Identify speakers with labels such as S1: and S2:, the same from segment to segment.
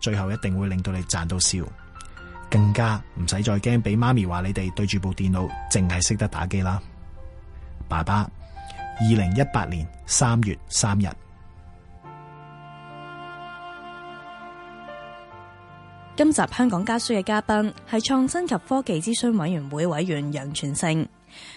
S1: 最後一定會令到你賺到笑。更加唔使再驚俾媽咪話你哋對住部電腦淨係識得打機啦。爸爸，二零一八年三月三日。
S2: 今集香港家書嘅嘉賓係創新及科技諮詢委員會委員楊全勝，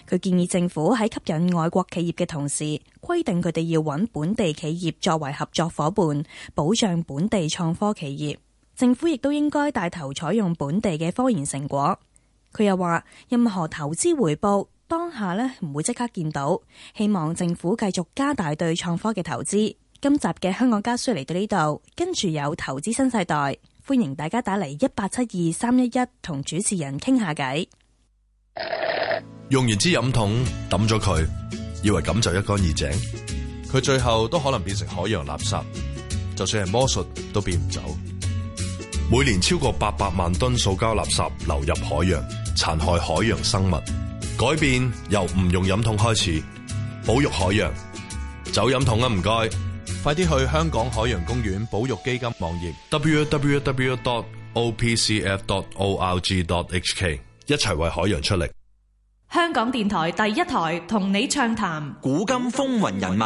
S2: 佢建議政府喺吸引外國企業嘅同時，規定佢哋要揾本地企業作為合作伙伴，保障本地創科企業。政府亦都應該帶頭採用本地嘅科研成果。佢又話，任何投資回報當下呢唔會即刻見到，希望政府繼續加大對創科嘅投資。今集嘅香港家書嚟到呢度，跟住有投資新世代。歡迎大家打嚟一八七二三一一同主持人傾下偈。
S3: 用完支飲筒抌咗佢，以為咁就一乾二淨，佢最後都可能變成海洋垃圾，就算係魔術都變唔走。每年超過八百萬噸塑膠垃圾流入海洋，殘害海洋生物。改變由唔用飲筒開始，保育海洋。走飲筒啊，唔該！快啲去香港海洋公園保育基金網頁 www.opcf.org.hk，一齊為海洋出力。
S4: 香港電台第一台同你暢談，
S5: 古今風雲人物，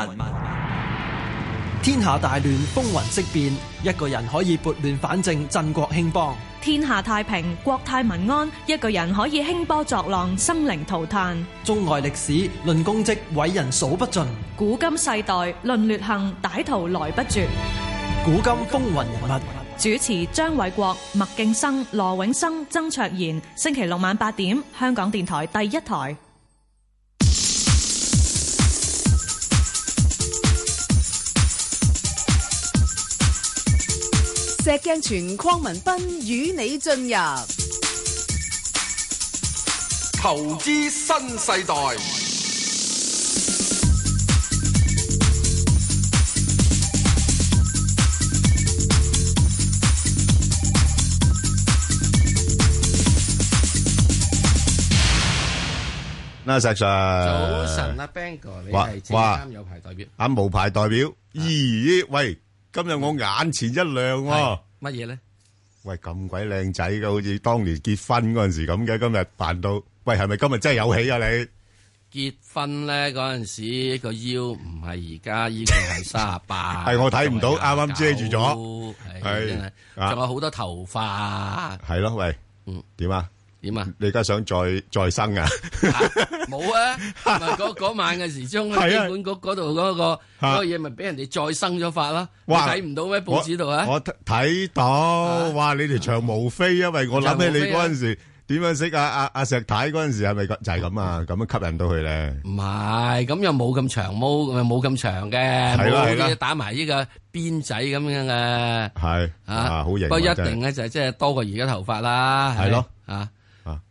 S6: 天下大亂，風雲色變，一個人可以撥亂反正，振國興邦。
S4: 天下太平，國泰民安，一個人可以興波作浪，生靈塗炭。
S6: 中外歷史論功績，偉人數不盡。
S4: 古今世代論劣行，歹徒來不絕。
S6: 古今風雲人物。
S4: 主持張偉國、麥敬生、羅永生、曾卓然，星期六晚八點，香港電台第一台。
S7: 石鏡泉鄺民彬與你進入
S8: 投資新世代。
S9: 嗱，石 Sir，
S10: 早晨啊，Bang 哥，你係證監有牌代表，
S9: 啊無牌代表，咦？喂，今日我眼前一亮喎，
S10: 乜嘢咧？
S9: 喂，咁鬼靚仔嘅，好似當年結婚嗰陣時咁嘅，今日扮到，喂，係咪今日真係有喜啊你？
S10: 結婚咧嗰陣時個腰唔係而家，依個係卅八，
S9: 係我睇唔到，啱啱遮住咗，
S10: 係真係，仲有好多頭 髮，
S9: 係咯，喂，嗯，點啊？
S10: 點啊？
S9: 你而家想再再生啊？
S10: 冇啊！嗰嗰晚嘅時鐘，基本局嗰度嗰個嗰個嘢，咪俾人哋再生咗法啦。睇唔到咩報紙度啊？
S9: 我睇到，哇！你條長毛飛，因為我諗起你嗰陣時點樣識啊啊啊石太嗰陣時係咪就係咁啊？咁樣吸引到佢咧？
S10: 唔係，咁又冇咁長毛，冇咁長嘅，冇啲打埋呢個辮仔咁樣嘅。
S9: 係啊，好型。
S10: 不過一定咧就係即係多過而家頭髮啦。
S9: 係咯，
S10: 啊。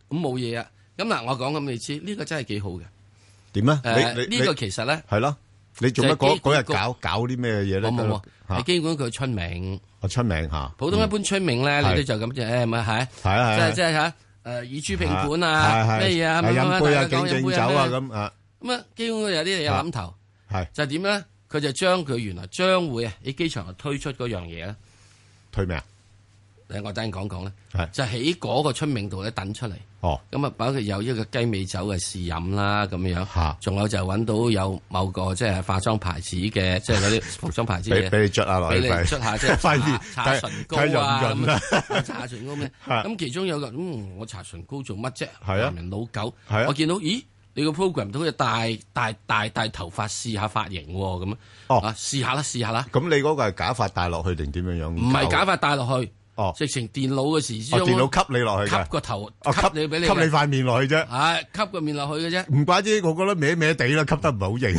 S10: 咁冇嘢啊！咁嗱，我講咁你知，呢個真係幾好嘅。
S9: 點啊？
S10: 誒，呢個其實咧
S9: 係咯，你做乜嗰嗰日搞搞啲咩嘢咧？
S10: 冇冇冇，係基本佢春茗。
S9: 我春茗嚇，
S10: 普通一般春茗咧，你都就咁啫，咪係？
S9: 係嗯啊係
S10: 即係即係嚇誒，以珠評判啊，咩嘢啊，
S9: 飲杯啊，敬敬酒啊咁啊。
S10: 咁啊，基本有啲嘢諗頭，
S9: 係
S10: 就點咧？佢就將佢原來將會啊喺機場度推出嗰樣嘢啊咧。
S9: 推咩啊？
S10: 我等陣講講咧，就喺嗰個春茗度咧等出嚟。
S9: 哦，
S10: 咁啊，包括有一個雞尾酒嘅試飲啦，咁樣，仲有就揾到有某個即係化妝牌子嘅，即 係嗰啲服裝牌子嘅，
S9: 俾你捽下落
S10: 俾你捽下即 係
S9: 快啲
S10: 搽唇膏 啊，
S9: 咁
S10: 搽唇 膏咩？咁其中有個，嗯，我搽唇膏做乜啫？
S9: 係啊，
S10: 人老狗，我見到，咦，你個 program 都好似大大大大頭髮試下髮型喎，咁啊，試下啦，試下啦。
S9: 哦咁你嗰個係假髮戴落去定點樣樣？
S10: 唔係假髮戴落去。
S9: 哦，
S10: 直情電腦嘅時之
S9: 中，電腦吸你落去，
S10: 吸個頭，
S9: 吸
S10: 你俾你，
S9: 吸你塊面落去啫。
S10: 係吸個面落去嘅啫。
S9: 唔怪之，我覺得歪歪地啦，吸得唔係好型。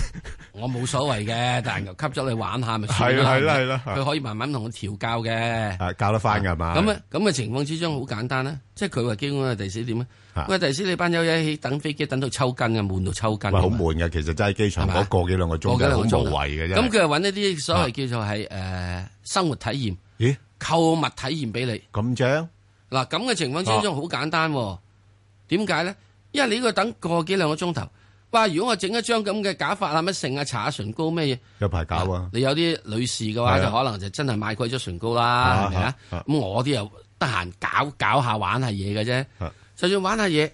S10: 我冇所謂嘅，但係吸咗你玩下咪算
S9: 啦。係啦係啦，
S10: 佢可以慢慢同我調教嘅。
S9: 係教得翻㗎嘛？
S10: 咁啊咁嘅情況之中好簡單啦，即係佢話基本嘅第四點咧。喂，第四你班友一起等飛機等到抽筋嘅，悶到抽筋。
S9: 好悶嘅，其實真係機場嗰個幾兩個鐘真係好無謂嘅啫。
S10: 咁佢係揾一啲所謂叫做係誒生活體驗。
S9: 咦？
S10: 購物體驗俾你
S9: 咁啊正
S10: 嗱，咁嘅情況之中好簡單喎，點解咧？因為你呢個等個幾兩個鐘頭，哇！如果我整一張咁嘅假髮啊，乜剩啊，搽下唇膏咩嘢？
S9: 有排搞啊！
S10: 你有啲女士嘅話，
S9: 係啊
S10: 就可能就真係買貴咗唇膏啦，係咪啊？咁我啲又得閒搞搞下玩下嘢嘅
S9: 啊
S10: 啫，就算玩下嘢，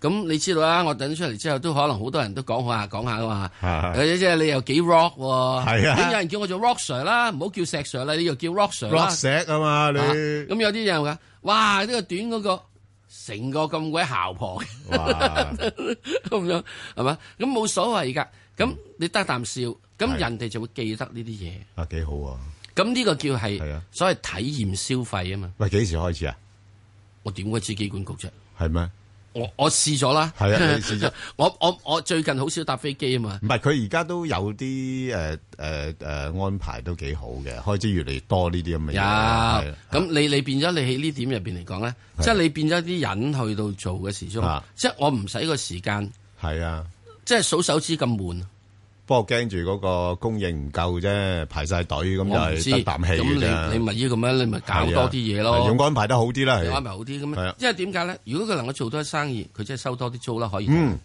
S10: 咁你知道啦，我等出嚟之後都可能好多人都講下講下噶嘛。
S9: 係
S10: 誒即係你又幾 rock 喎？
S9: 係啊
S10: 咁有人叫我做 rock sir 啦，唔好叫石 sir 啦，你又叫 rock sir 啦。
S9: rock 石啊嘛，你
S10: 啊咁有啲人話：哇！呢個短嗰個成個咁鬼姣婆嘅。
S9: 哇
S10: 咁樣係嘛？咁冇所謂㗎。咁你得啖笑，咁人哋就會記得呢啲嘢。
S9: 啊幾好啊！
S10: 咁呢個叫
S9: 係
S10: 係
S9: 啊
S10: 所謂體驗消費啊嘛。
S9: 喂，幾時開始啊？
S10: 我點會知機管局啫？
S9: 係咩？
S10: 我我試咗啦。
S9: 係 啊你試咗。
S10: 我我我最近好少搭飛機啊嘛。
S9: 唔係，佢而家都有啲誒誒誒安排都幾好嘅，開始越嚟越多呢啲咁嘅
S10: 有
S9: 嘢啊。係啊
S10: 咁你你變咗你喺呢點入邊嚟講咧，
S9: 係
S10: 即係你變咗啲人去到做嘅時鐘
S9: 啊，
S10: 即係我唔使個時間，
S9: 係啊，
S10: 即係數手指咁悶。
S9: 不過驚住嗰個供應唔夠啫，排晒隊咁就
S10: 我唔知
S9: 係得啖氣嘅
S10: 咁
S9: 啫。
S10: 你你咪依咁樣，你咪搞多啲嘢
S9: 係啊
S10: 咯
S9: 用。安排得好啲啦，係
S10: 安排好啲咁
S9: 係
S10: 樣
S9: 啊，
S10: 因為點解咧？如果佢能夠做多啲生意，佢真係收多啲租啦，可以。
S9: 嗯，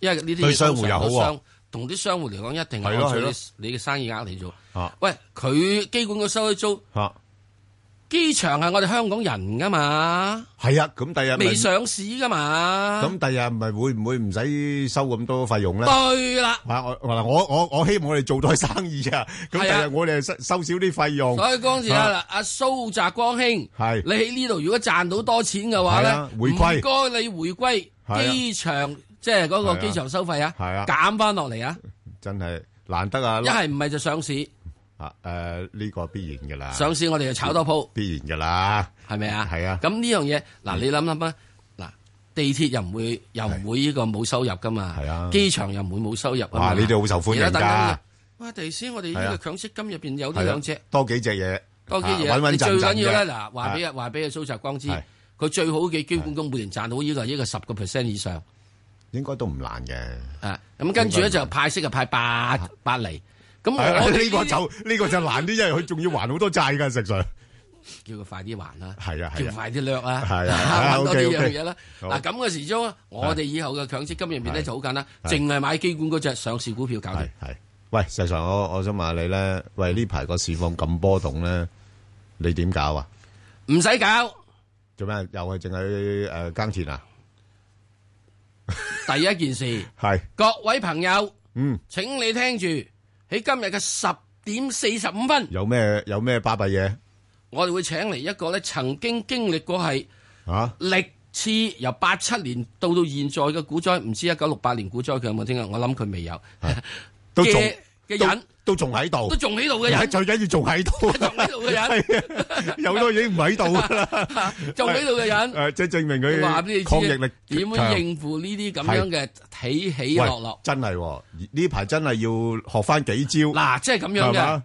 S10: 因為呢啲
S9: 對
S10: 嘢
S9: 商戶
S10: 通常
S9: 又好
S10: 都
S9: 喎
S10: 商同啲商戶嚟講，一定係
S9: 係
S10: 按
S9: 咯
S10: 照
S9: 係咯
S10: 你你嘅生意額嚟做。
S9: 啊
S10: 喂，佢基本佢收咗租，
S9: 啊
S10: 機場係我哋香港人噶嘛，
S9: 係啊，咁第日咪
S10: 未上市噶嘛。
S9: 咁第日咪會唔會唔使收咁多費用咧？
S10: 對啦，
S9: 哇！我嗱我我我希望我哋做 多生意啊，咁
S10: 係啊
S9: 第日我哋收收少啲費用，
S10: 所以嗰陣時啊，阿蘇澤光兄，你
S9: 係
S10: 喺呢度如果賺到多錢嘅話咧
S9: 係啊，回歸
S10: 唔該你回
S9: 係啊
S10: 歸機場，即係嗰個機場收費啊，
S9: 係啊
S10: 減翻落嚟啊，
S9: 真係難得啊！
S10: 一係唔係就上市，
S9: 啊誒呢個必然㗎啦，
S10: 上市我哋就炒多鋪。
S9: 啊必然㗎啦，
S10: 係咪啊？
S9: 係啊
S10: 咁呢樣嘢嗱，你諗諗啊，嗱，地鐵又唔會又唔會呢個冇收入噶嘛？
S9: 係啊
S10: 機場又唔會冇收入啊嘛。
S9: 哇！呢啲好受歡迎
S10: 而家等緊
S9: 㗎
S10: 嘅。，哇！地先我哋
S9: 係
S10: 呢
S9: 啊
S10: 個強積金入邊有
S9: 係
S10: 呢
S9: 啊
S10: 兩隻
S9: 多幾隻嘢，
S10: 多啲嘢
S9: 啊
S10: 啊，
S9: 穩穩
S10: 你最
S9: 陣陣
S10: 緊要
S9: 嘅
S10: 咧嗱，話俾啊話俾阿蘇澤光知
S9: 係，
S10: 佢最好嘅基本工每年賺到呢個呢個十個 percent 以上
S9: 應該都唔難嘅。
S10: 啊。咁跟住咧就派息就派八八厘。咁
S9: 係啊
S10: 我
S9: 呢個
S10: 個
S9: 就呢個就難啲，因為佢仲要還好多債㗎，實在
S10: 叫佢快啲還啦。
S9: 係啊
S10: 叫
S9: 係啊，
S10: 快啲掠啊，
S9: 係 啊係啊
S10: 揾多啲
S9: OK，OK
S10: 樣嘢啦。
S9: 好
S10: 嗱咁嘅時鐘啊，我哋以後嘅強積金入面咧
S9: 係
S10: 就好簡單，
S9: 係
S10: 淨係買基管嗰只上市股票搞
S9: 係
S10: 掂。
S9: 係。喂，實在我我想問下你咧，喂呢排個市況咁波動咧，你點搞啊？
S10: 唔使搞。
S9: 做咩？又係淨係誒耕田啊？
S10: 第一件事，
S9: 係
S10: 各位朋友，
S9: 嗯。
S10: 請你聽住喺今日嘅十點四十五分，
S9: 有咩有咩巴閉嘢
S10: 我哋會請嚟一個咧曾經經歷過係
S9: 啊？
S10: 歷次由八七年到到現在嘅股災，唔知一九六八年股災佢有冇聽啊？我諗佢未有
S9: 啊都仲
S10: 嘅嘅人
S9: 都都仲喺度
S10: 都，仲喺度嘅
S9: 而家
S10: 人，
S9: 最緊要仲喺 度，
S10: 仲喺度嘅人，
S9: 係啊，有好多已經唔喺度噶啦。
S10: 仲喺度嘅人。
S9: 誒，即係證明佢
S10: 話啊俾你知
S9: 抗疫力
S10: 點樣
S9: 強
S10: 應付呢啲咁樣嘅起起
S9: 喂
S10: 落落。
S9: 真係喎呢排真係要學翻幾招
S10: 嗱，即係咁樣
S9: 係
S10: 嘅
S9: 嘛，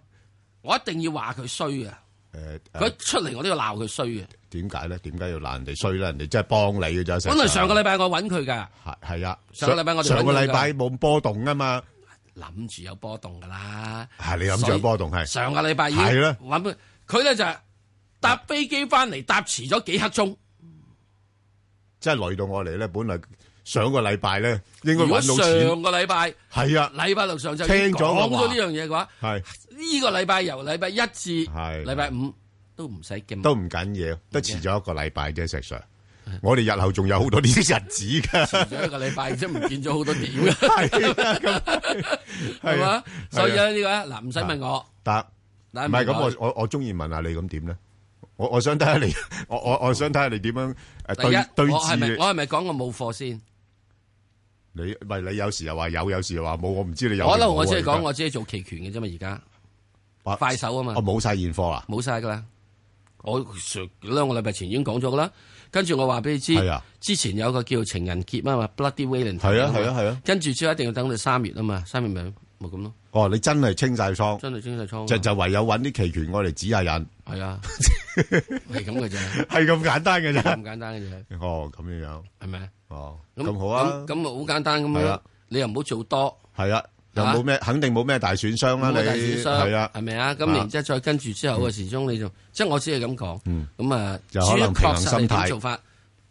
S10: 我一定要話佢衰啊嘅，
S9: 誒誒
S10: 佢出嚟我都要鬧佢衰嘅。
S9: 點解咧？點解要鬧人哋衰咧？人哋真係幫你嘅咋。
S10: 本來上個禮拜我揾佢㗎，
S9: 係係啊，
S10: 上個禮拜我哋
S9: 上個
S10: 揾佢㗎
S9: 禮拜冇咁波動啊嘛，
S10: 諗住有波動㗎啦。
S9: 係你諗住有波動係
S10: 上個禮拜已經
S9: 係啦
S10: 揾佢佢咧就係搭飛機翻嚟搭遲咗幾刻鐘。
S9: 真係累到我嚟咧。本來上個禮拜咧應該
S10: 如果
S9: 揾
S10: 上
S9: 到錢，
S10: 個禮拜
S9: 係啊，
S10: 禮拜六上晝
S9: 聽
S10: 已經
S9: 咗
S10: 講
S9: 我話
S10: 咗呢樣嘢嘅話，
S9: 係。
S10: 呢個禮拜由禮拜一至
S9: 係
S10: 禮拜五都唔使咁
S9: 都唔緊要，都遲咗一個禮拜啫，石 Sir。我哋日後仲有好多呢啲日子噶，
S10: 遲咗一個禮拜，即係唔見咗好多點嘅。
S9: 係啊咁
S10: 係
S9: 係
S10: 嘛
S9: 啊？
S10: 所以
S9: 係啊
S10: 咧呢個嗱，唔使問我，
S9: 答
S10: 但
S9: 唔係咁，我我我中意問下你咁點咧？我我想睇下你， 我我我想睇下你點樣誒
S10: 第一
S9: 啊對對
S10: 我係咪
S9: 峙
S10: 我係咪講我冇貨先？
S9: 你，唔係你有時又話有，有時又話冇，我唔知你有定冇啊。
S10: 我諗我只係講
S9: 而
S10: 我只係做期權嘅啫嘛，而家
S9: 家
S10: 快手啊嘛
S9: 我，哦冇晒現貨啦，
S10: 冇晒噶啦。我上兩個禮拜前已經講咗噶啦，跟住我話俾你
S9: 係
S10: 知
S9: 啊，
S10: 之前有個叫情人劫啊嘛，Bloody Valentine
S9: 係啊
S10: 嘛
S9: 係啊係啊，
S10: 跟住之後一定要等到三月啊嘛，三月咪咪咁咯，
S9: 哦，你真係清晒倉，
S10: 真係清晒倉啊嘛。
S9: 就就唯有揾啲期權我嚟指下人，
S10: 係啊，係咁嘅啫，
S9: 係咁簡單嘅
S10: 咁
S9: 啫。
S10: 簡單嘅啫，
S9: 哦，咁樣樣，
S10: 係咪？
S9: 哦，咁好啊
S10: 咁，咁啊好簡單咁
S9: 係
S10: 樣
S9: 啊，
S10: 你又唔好做多。
S9: 係啊，又冇咩，肯定冇咩大損傷啦，
S10: 咁我大
S9: 你
S10: 損傷
S9: 係啊
S10: 係。咪啊？咁
S9: 啊嗯
S10: 然之後再跟住之後嘅時鐘，你就即係我只係咁講。咁啊，
S9: 就可能
S10: 至於
S9: 平衡
S10: 確實
S9: 心態
S10: 係點做法，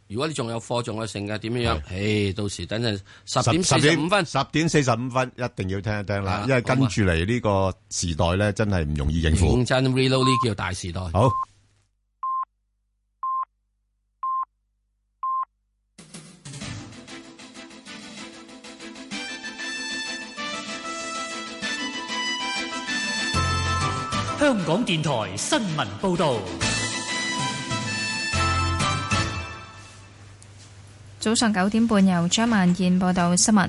S10: 如果你仲有貨仲有剩嘅點樣樣？誒，到時等陣
S9: 十
S10: 十點四十五分，
S9: 十點四十五分一定要聽一聽啦
S10: 啊，
S9: 因為跟住嚟呢個時代咧，真係唔容易應付
S10: 認。真 reload 呢叫大時代。
S9: 好，
S11: 香港電台新聞報道，
S12: 早上九點半，由張萬燕報道新聞。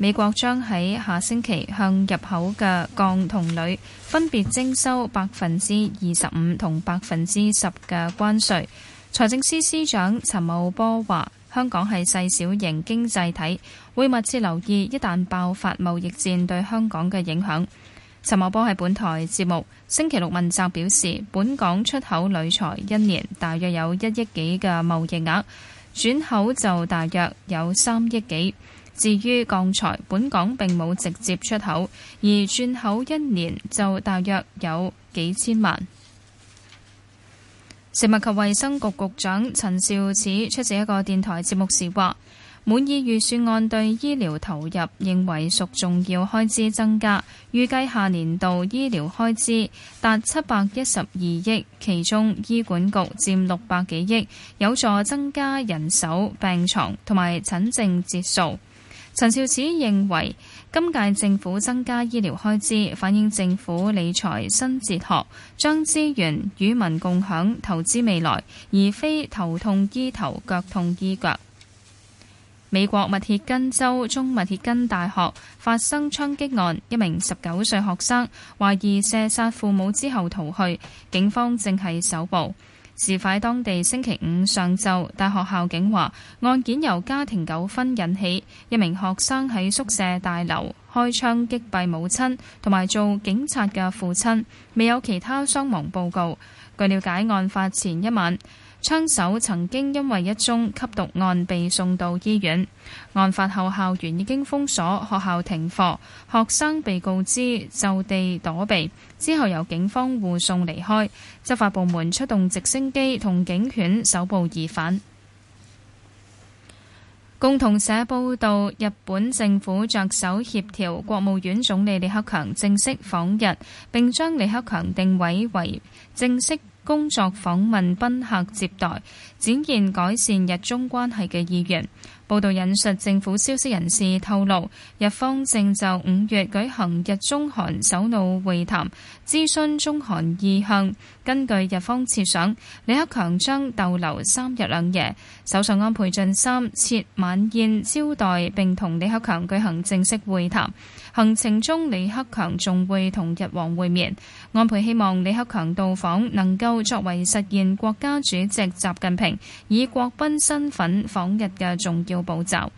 S12: 美國將喺下星期向入口嘅鋼同鋁分別徵收百分之二十五同百分之十嘅關稅。財政司司長陳茂波話：香港係細小型經濟體，會密切留意一旦爆發貿易戰對香港嘅影響。陳茂波喺本台節目星期六問責表示，本港出口鋁材一年大約有一億幾嘅貿易額，轉口就大約有三億幾。至於鋼材，本港並冇直接出口，而轉口一年就大約有幾千萬。食物及衛生局局長陳肇始出席一個電台節目時話：滿意預算案對醫療投入認為屬重要開支增加，預計下年度醫療開支達七百一十二億，其中醫管局佔六百幾億，有助增加人手、病床同埋診症節數。陳肇始認為，今屆政府增加醫療開支，反映政府理財新哲學，將資源與民共享，投資未來，而非頭痛醫頭，腳痛醫腳。美國密歇根州中密歇根大學發生槍擊案，一名十九歲學生懷疑射殺父母之後逃去，警方正係搜捕。事發喺當地星期五上晝，大學校警話案件由家庭糾紛引起，一名學生喺宿舍大樓開槍擊斃母親同埋做警察嘅父親，未有其他傷亡報告。據了解，案發前一晚，槍手曾經因為一宗吸毒案被送到醫院。案發後，校園已經封鎖，學校停課，學生被告知就地躲避，之後由警方護送離開。執法部門出動直升機同警犬搜捕疑犯。共同社報道，日本政府着手協調國務院總理李克強正式訪日，並將李克強定位為正式工作訪問賓客接待，展現改善日中關係嘅意願。報道引述政府消息人士透露，日方正就五月舉行日中韓首腦會談諮詢中韓意向。根據日方設想，李克強將逗留三日兩夜。首相安倍晉三設晚宴招待並同李克強舉行正式會談。行程中，李克強仲會同日王會面。安倍希望李克強到訪能夠作為實現國家主席習近平以國賓身份訪日嘅重要步驟。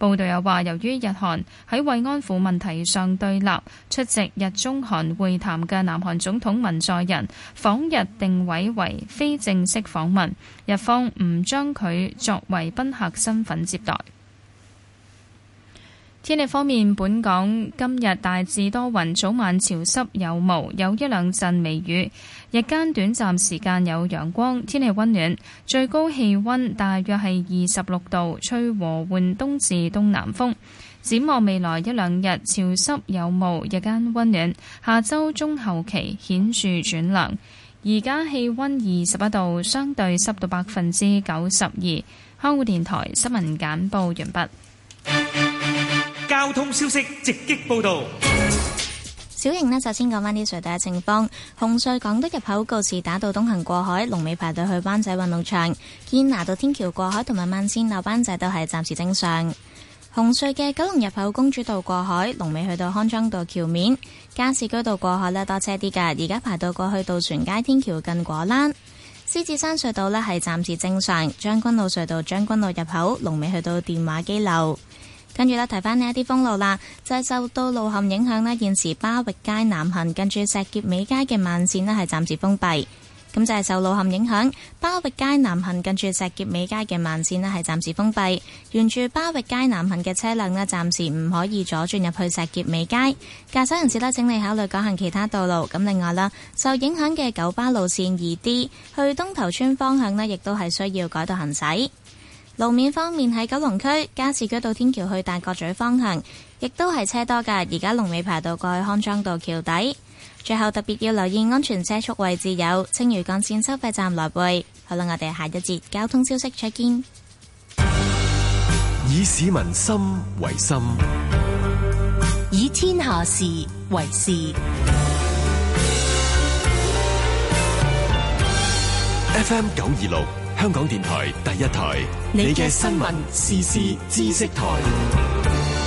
S12: 報道又話，由於日韓喺慰安婦問題上對立，出席日中韓會談嘅南韓總統文在寅訪日定位為非正式訪問，日方唔將佢作為賓客身份接待。天氣方面，本港今日大致多雲，早晚潮濕有霧，有一兩陣微雨。日間短暫時間有陽光，天氣溫暖，最高氣溫大約係二十六度，吹和緩東至東南風。展望未來一兩日潮濕有霧，日間溫暖。下周中後期顯著轉涼。而家氣溫二十一度，相對濕度百分之九十二。香港電台新聞簡報完畢。
S13: 交通消息直擊報道。
S14: 小型呢，就先講翻啲隧道嘅情況。紅隧港島入口告士打道東行過海，龍尾排隊去灣仔運動場；堅拿道天橋過海同埋慢線落灣仔都係暫時正常。紅隧嘅九龍入口公主道過海，龍尾去到康莊道橋面；加士居道過海呢，多車啲㗎，而家排到過去渡船街天橋近果欄。獅子山隧道呢，係暫時正常，將軍澳隧道將軍澳入口龍尾去到電話機樓。跟住咧，提翻呢一啲封路啦，就係受到路陷影響呢，現時巴域街南行近住石硤尾街嘅慢線呢係暫時封閉。咁就係受路陷影響，巴域街南行近住石硤尾街嘅慢線呢係暫時封閉。沿住巴域街南行嘅車輛呢，暫時唔可以左轉入去石硤尾街。駕駛人士呢，請你考慮改行其他道路。咁另外啦，受影響嘅九巴路線二 D 去東頭村方向呢，亦都係需要改道行駛。路面方面喺九龍區加士居道天橋去大角咀方向，亦都係車多㗎。而家龍尾排到過去康莊道橋底。最後特別要留意安全車速位置有青嶼幹線收費站來回。好啦，我哋下一節交通消息再見。
S15: 以市民心為心，
S16: 以天下事為事。
S15: FM 九二六，香港電台第一台，你嘅新聞、時事、知識台。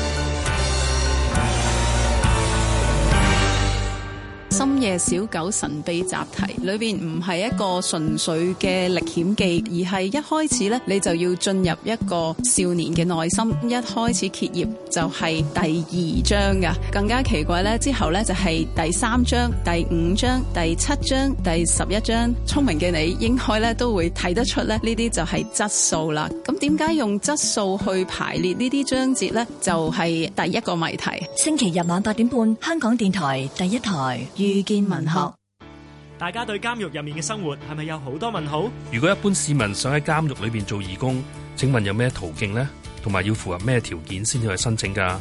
S17: 深夜小狗神秘習題裏邊唔係一個純粹嘅歷險記，而係一開始咧你就要進入一個少年嘅內心。一開始揭頁就係第二章噶，更加奇怪咧之後咧就係第三章、第五章、第七章、第十一章。聰明嘅你應該咧都會睇得出咧呢啲就係質數啦。咁點解用質數去排列呢啲章節呢？就係第一個謎題。
S18: 星期日晚八點半，香港電台第一台。遇見文學，
S11: 大家對監獄入面嘅生活係咪有好多問號？
S19: 如果一般市民想喺監獄裏邊做義工，請問有咩途徑呢？同埋要符合咩條件先至去申請㗎？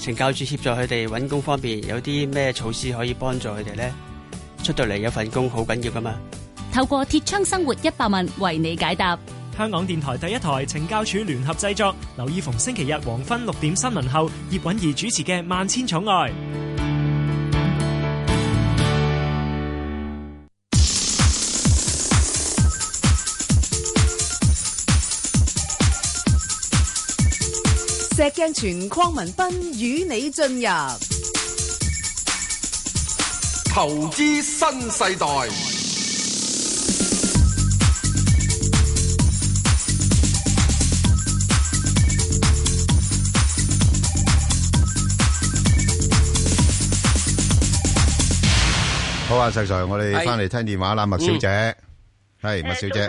S20: 懲教署協助佢哋揾工方面，有啲咩措施可以幫助佢哋呢？出到嚟有份工好緊要㗎嘛？
S21: 透過鐵窗生活一百問為你解答。
S11: 香港電台第一台懲教署聯合製作，留意逢星期日黃昏六點新聞後，葉韻儀主持嘅《萬千寵愛》。
S7: 石鏡泉鄺民彬與你進入
S8: 投資新世代。
S9: 好啊，石 Sir，我哋
S22: 係
S9: 翻嚟聽電話啦，麥小姐，係麥小姐
S22: 誒，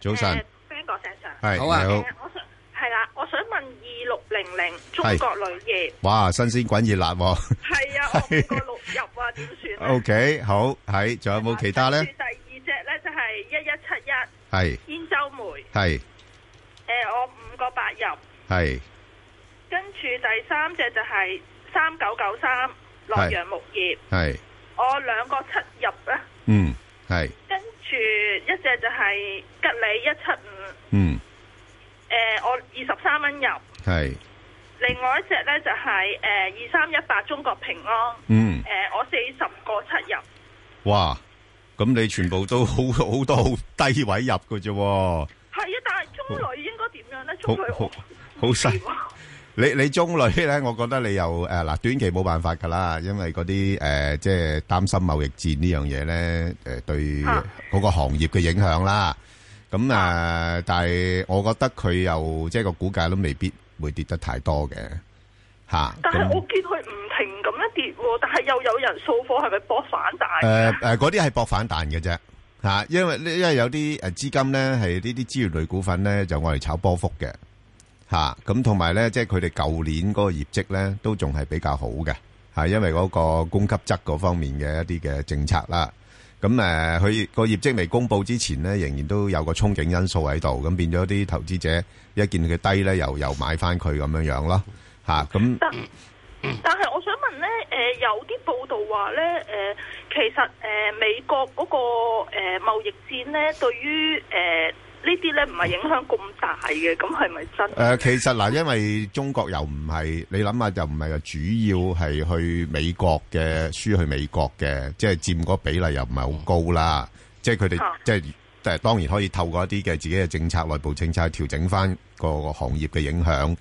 S9: 早
S22: 早晨啊，
S9: 晨，
S22: 誒 Bang 哥石 Sir
S9: 係好啊
S22: 誒
S9: 你好
S22: 我想係啦，我想問二六零零中
S9: 係
S22: 國鋁業
S9: 哇，新鮮滾熱辣喎，
S22: 係啊，我五個六入啊，點算啊
S9: O K，好，係，仲有
S22: Ờ,
S9: 冇其他咧
S22: 跟？住第二隻咧就係一一七一
S9: 係
S22: 兗州煤，
S9: 係
S22: 誒我五個八入，
S9: 係
S22: 跟住第三隻就係三九九三洛
S9: 係
S22: 陽木業，
S9: 係，
S22: 我兩個七入啦，
S9: 嗯係
S22: 跟住一隻就係吉利一七五，
S9: 嗯
S22: 誒我二十三蚊入。
S9: 係
S22: 另外一隻咧就係誒呃二三一八中國平安，
S9: 嗯
S22: 誒、我四十個七入，
S9: 哇，咁你全部都好好多好低位入嘅啫喎，
S22: 係啊，但係中旅應該點樣咧？中旅
S9: 好好好犀。你你中女咧，我覺得你又誒嗱、短期冇辦法㗎啦，因為嗰啲誒即係擔心貿易戰呢樣嘢咧誒對嗰個行業嘅影響啦。咁誒、呃但係我覺得佢又即係個股價都未必會跌得太多嘅嚇。
S22: 但係
S9: 咁
S22: 我見佢唔停咁樣跌喎，但係又有人掃貨，係咪搏反彈？
S9: 誒誒，嗰啲係搏反彈嘅啫嚇，因為因為有啲誒資金咧係呢啲資源類股份咧就我嚟炒波幅嘅嚇，咁同埋咧即係佢哋舊年嗰個業績咧都仲係比較好嘅嚇，因為嗰個供給側嗰方面嘅一啲嘅政策啦。咁誒，佢個業績未公佈之前咧，仍然都有個憧憬因素喺度，咁變咗啲投資者一見佢低咧，又又買翻佢咁樣樣咯嚇。咁
S22: 但但係我想問咧，誒、有啲報道話咧，誒、其實誒、美國嗰、個誒、貿易戰咧，對於誒、呢啲咧唔係影響咁大嘅，咁係咪真？
S9: 誒、呃其實嗱，因為中國又唔係你諗下，又唔係話主要係去美國嘅輸去美國嘅，即係佔嗰比例又唔係好高啦。即係佢哋即係誒，當然可以透過一啲嘅自己嘅政策、內部政策調整翻個行業嘅影響。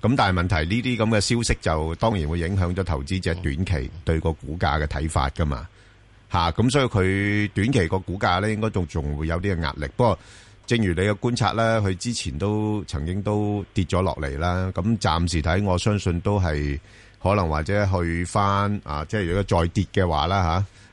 S9: 咁但係問題呢啲咁嘅消息就當然會影響咗投資者短期對個股價嘅睇法㗎嘛。吓，咁、所以佢短期個股價咧，應該仲仲會有啲嘅壓力。不過，正如你嘅觀察咧，佢之前都曾經都跌咗落嚟啦。咁暫時睇，我相信都係可能或者去翻啊，即係如果再跌嘅話啦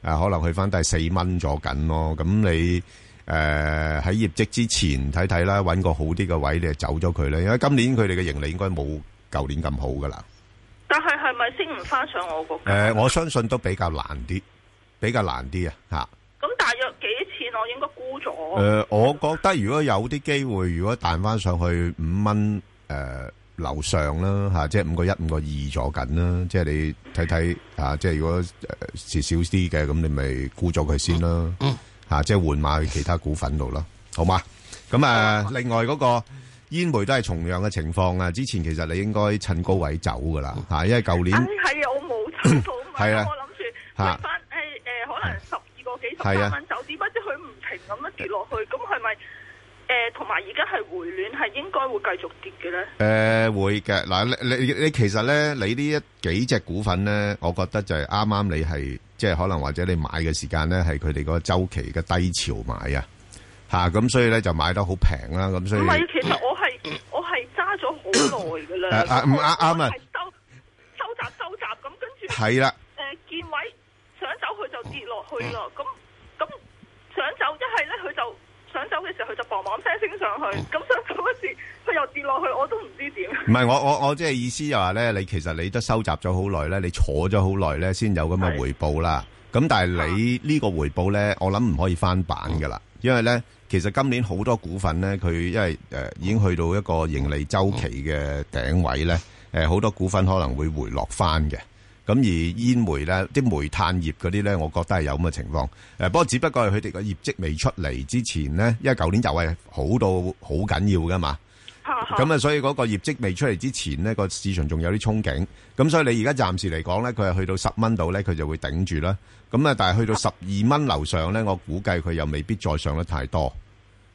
S9: 吓，誒、啊可能去翻第四蚊咗緊咯。咁你誒喺、呃業績之前睇睇啦，揾個好啲嘅位你就走咗佢啦。因為今年佢哋嘅盈利應該冇舊年咁好噶啦。
S22: 但係係咪升唔翻上我個價？
S9: 誒、我相信都比較難啲，比較難啲啊吓。
S22: 咁大約幾錢我應應該沽咗？
S9: 诶，呃我覺得如果有啲機會，如果彈翻上去五蚊诶樓上啦吓，即係五個一、五個二左緊啦，即係你睇睇吓，即係如果呃蝕少啲嘅，咁你咪沽咗佢先啦，吓，即係換馬去其他股份度啦，好嘛？咁啊，另外嗰個煙煤都係同樣嘅情況啊，之前其實你應該趁高位走噶啦吓，因為舊
S22: 哎
S9: 年
S22: 係啊，我冇抽到 嘛，
S9: 係啊
S22: 我諗住
S9: 嚇
S22: 買翻誒誒，可能十二個幾十
S9: 係啊
S22: 三蚊走，點不知佢唔停咁樣跌落去，咁係咪誒？同埋而家係回暖，係應該會繼續跌嘅咧。
S9: 诶、呃會嘅嗱，你你你其實咧，你呢一幾隻股份咧，我覺得就係啱啱你係即係可能或者你買嘅時間咧，係佢哋嗰個週期嘅低潮買啊，吓、咁所以咧就買得好平啦，咁所以
S22: 唔係，啊其實我係我係揸咗好耐㗎啦。
S9: 誒啊唔啱啱啊
S22: 我係收收集收集咁，跟住
S9: 係啦
S22: 誒見位想走佢就跌落去啦。咁咁想走一係咧佢就想走嘅時候佢就砰砰聲升上去，咁想走嗰時佢又跌落去，我都唔知點。
S9: 嗯唔係我我我即係意思就話咧，你其實你都收集咗好耐咧，你坐咗好耐咧，先有咁嘅回報啦。咁但係你呢個回報咧，我諗唔可以翻版噶啦，因為咧其實今年好多股份咧，佢因為誒、呃已經去到一個盈利周期嘅頂位咧，誒、呃好多股份可能會回落翻嘅。咁而煙煤咧，啲煤炭業嗰啲咧，我覺得係有咁嘅情況。誒、呃不過只不過係佢哋個業績未出嚟之前咧，因為舊年就係好到好緊要噶嘛。咁啊，所以嗰個業績未出嚟之前呢，個市場仲有啲憧憬。咁所以你而家暫時嚟講呢，佢係去到十蚊度呢，佢就會頂住啦。咁啊，但係去到十二蚊樓上呢，我估計佢又未必再上得太多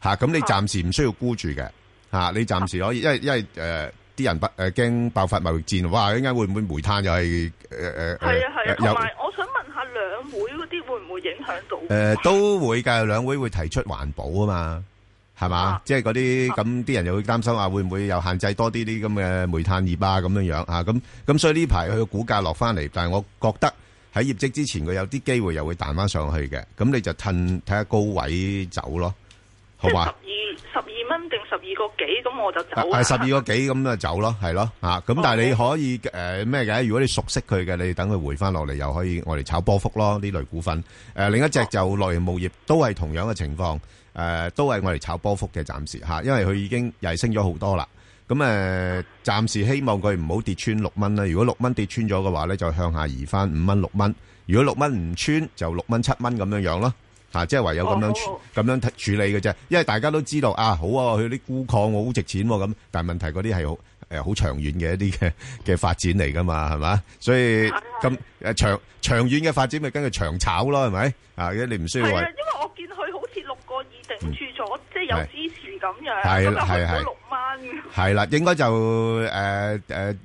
S9: 嚇。咁、你
S22: 啊
S9: 暫時唔需要沽住嘅嚇，你暫時可以，因為因為誒啲、人不誒驚爆發貿易戰，哇！一間會唔會煤炭又係呃誒誒
S22: 係啊係啊，
S9: 誒
S22: 同埋我想問下兩會嗰啲會唔會影響到？
S9: 誒、呃都會㗎，兩會會提出環保啊嘛，係嘛？即係嗰啲咁啲人又會擔心啊，會唔會又限制多啲啲咁嘅煤炭業啊咁樣樣啊？咁咁所以呢排佢嘅股價落翻嚟，但係我覺得喺業績之前佢有啲機會又會彈翻上去嘅，咁你就趁睇下高位走咯，好嘛？
S22: 十二十二蚊定十二個幾咁我就走
S9: 啊，
S22: 啦。
S9: 係，十二個幾咁就走咯，係咯，啊，咁但係你可以，誒，咩嘅，如果你熟悉佢嘅，你等佢回返落嚟，又可以-我哋炒波幅咯，呢類股份。誒，另一隻就內銀鉬業，都係同樣嘅情況，誒，都係我哋炒波幅嘅，暫時嚇，因為佢已經又係升咗好多啦。咁，誒，暫時希望佢唔好跌穿6蚊啦，如果6蚊跌穿咗嘅話呢，就向下移返5蚊、6蚊。如果6蚊唔穿，就6蚊、7蚊咁樣樣咯，嚇，即係唯有咁樣
S1: 哦，
S9: 處
S1: 好好。
S9: 咁樣處理嘅啫，因為大家都知道啊，好啊，佢啲鈷礦我好值錢喎、咁，但係問題嗰啲係好誒好長遠嘅一啲嘅 嘅發展嚟噶嘛，係嘛？所以咁誒
S22: 啊
S9: 長長遠嘅發展咪跟佢長炒咯，係咪？啊，你唔需要
S22: 係
S9: 話
S22: 啊，因為我見佢好似六個二頂住咗，即係有支持咁樣，
S9: 係係
S22: 咁就去
S9: 係
S22: 到六蚊。
S9: 係啦，應該就誒誒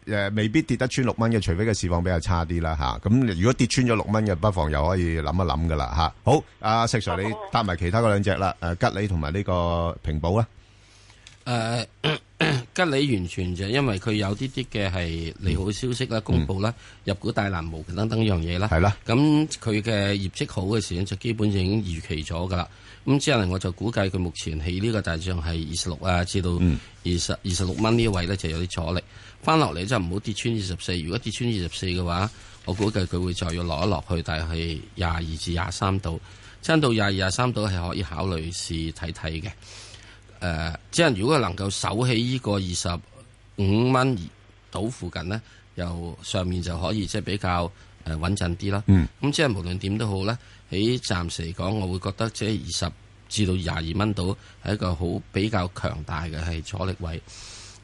S9: 誒，未必跌得穿六蚊嘅，除非個市況比較差啲啦嚇。咁、如果跌穿咗六蚊嘅，不妨又可以諗一諗噶啦嚇。好，阿、石 Sir 你搭埋其他嗰兩隻啦，誒、吉利同埋呢個平保啊啦。
S10: 誒呃 吉利完全就因為佢有啲啲嘅係利好消息啦，公佈啦，入股大藍無等等樣嘢啦。
S9: 係啦。
S10: 咁佢嘅業績好嘅時候就基本上已經預期咗㗎啦。咁之後呢我就估計佢目前起呢個大致上係二十六啊，至到二十二十六蚊呢位咧就有啲阻力。翻落嚟就唔好跌穿二十四，如果跌穿二十四嘅話，我估計佢會再要落一落去，但係廿二至廿三度，真到廿二廿三度係可以考慮試睇睇嘅。誒、呃即係如果能夠守起呢個二十五蚊到附近呢，又上面就可以即係比較誒、呃、穩陣啲啦。
S9: 嗯，
S10: 咁即係無論點都好呢，喺暫時嚟講，我會覺得即係二十至到廿二蚊到係一個好比較強大嘅係阻力位。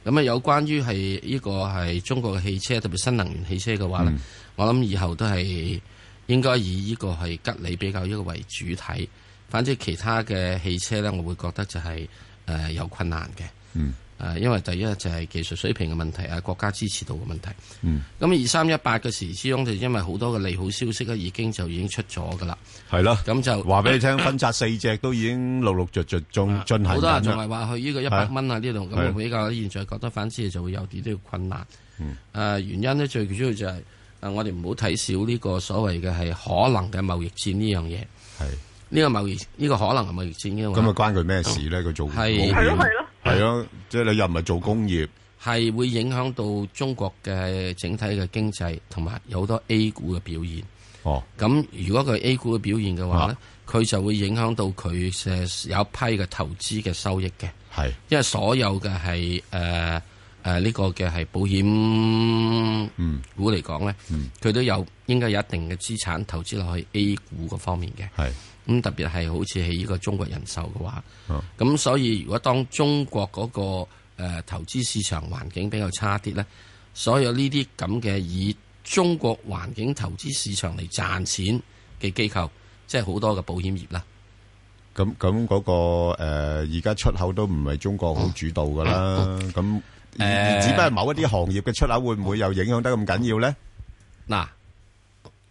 S10: 咁啊，有關於係呢個係中國嘅汽車，特別新能源汽車嘅話呢，我諗以後都係應該以呢個係吉利比較一個為主體。反正其他嘅汽車呢，我會覺得就係、誒、有困難嘅。
S9: 嗯。
S10: 誒、因為第一就係技術水平嘅問題啊，國家支持度嘅問題。
S9: 嗯。
S10: 咁二三一八嘅時之中，就因為好多嘅利好消息咧，已經就已經出咗㗎啦。
S9: 係咯，
S10: 咁就
S9: 話俾你聽，分拆四隻都已經陸陸續續進進行緊啦
S10: 好多人仲係話去呢個一百蚊啊呢度，
S9: 係
S10: 咁我比較現在覺得反之就會有啲啲困難。
S9: 嗯
S10: 誒、原因咧最主要就係、誒我哋唔好睇少呢個所謂嘅係可能嘅貿易戰呢樣嘢。
S9: 係
S10: 呢個貿易呢、個可能嘅貿易戰嘅話
S9: 咁啊，關佢咩事咧？佢做
S10: 係
S9: 保險
S10: 係咯係咯，
S9: 係咯，即係你又唔係做工業，
S10: 係會影響到中國嘅整體嘅經濟同埋有好多 A 股嘅表現。
S9: 哦，啊
S10: 咁如果佢 A 股嘅表現嘅話咧，佢就會影響到佢嘅有一批嘅投資嘅收益嘅。
S9: 係，
S10: 因為所有嘅係誒誒呢個嘅係保險
S9: 嗯
S10: 股嚟講咧，佢、都有應該有一定嘅資產投資落去 A 股嗰方面嘅。
S9: 係，
S10: 咁特別係好似喺呢個中國人壽嘅話，
S9: 哦
S10: 咁所以如果當中國嗰、個、呃、投資市場環境比較差啲咧，所有呢啲咁嘅以中國環境投資市場嚟賺錢嘅機構，即係好多嘅保險業啦。
S9: 咁-咁嗰個，誒，而家出口都唔係中國好主導㗎啦，咁
S10: 誒，
S9: 只不過某一啲行業嘅出口會唔會又影響得咁緊要呢？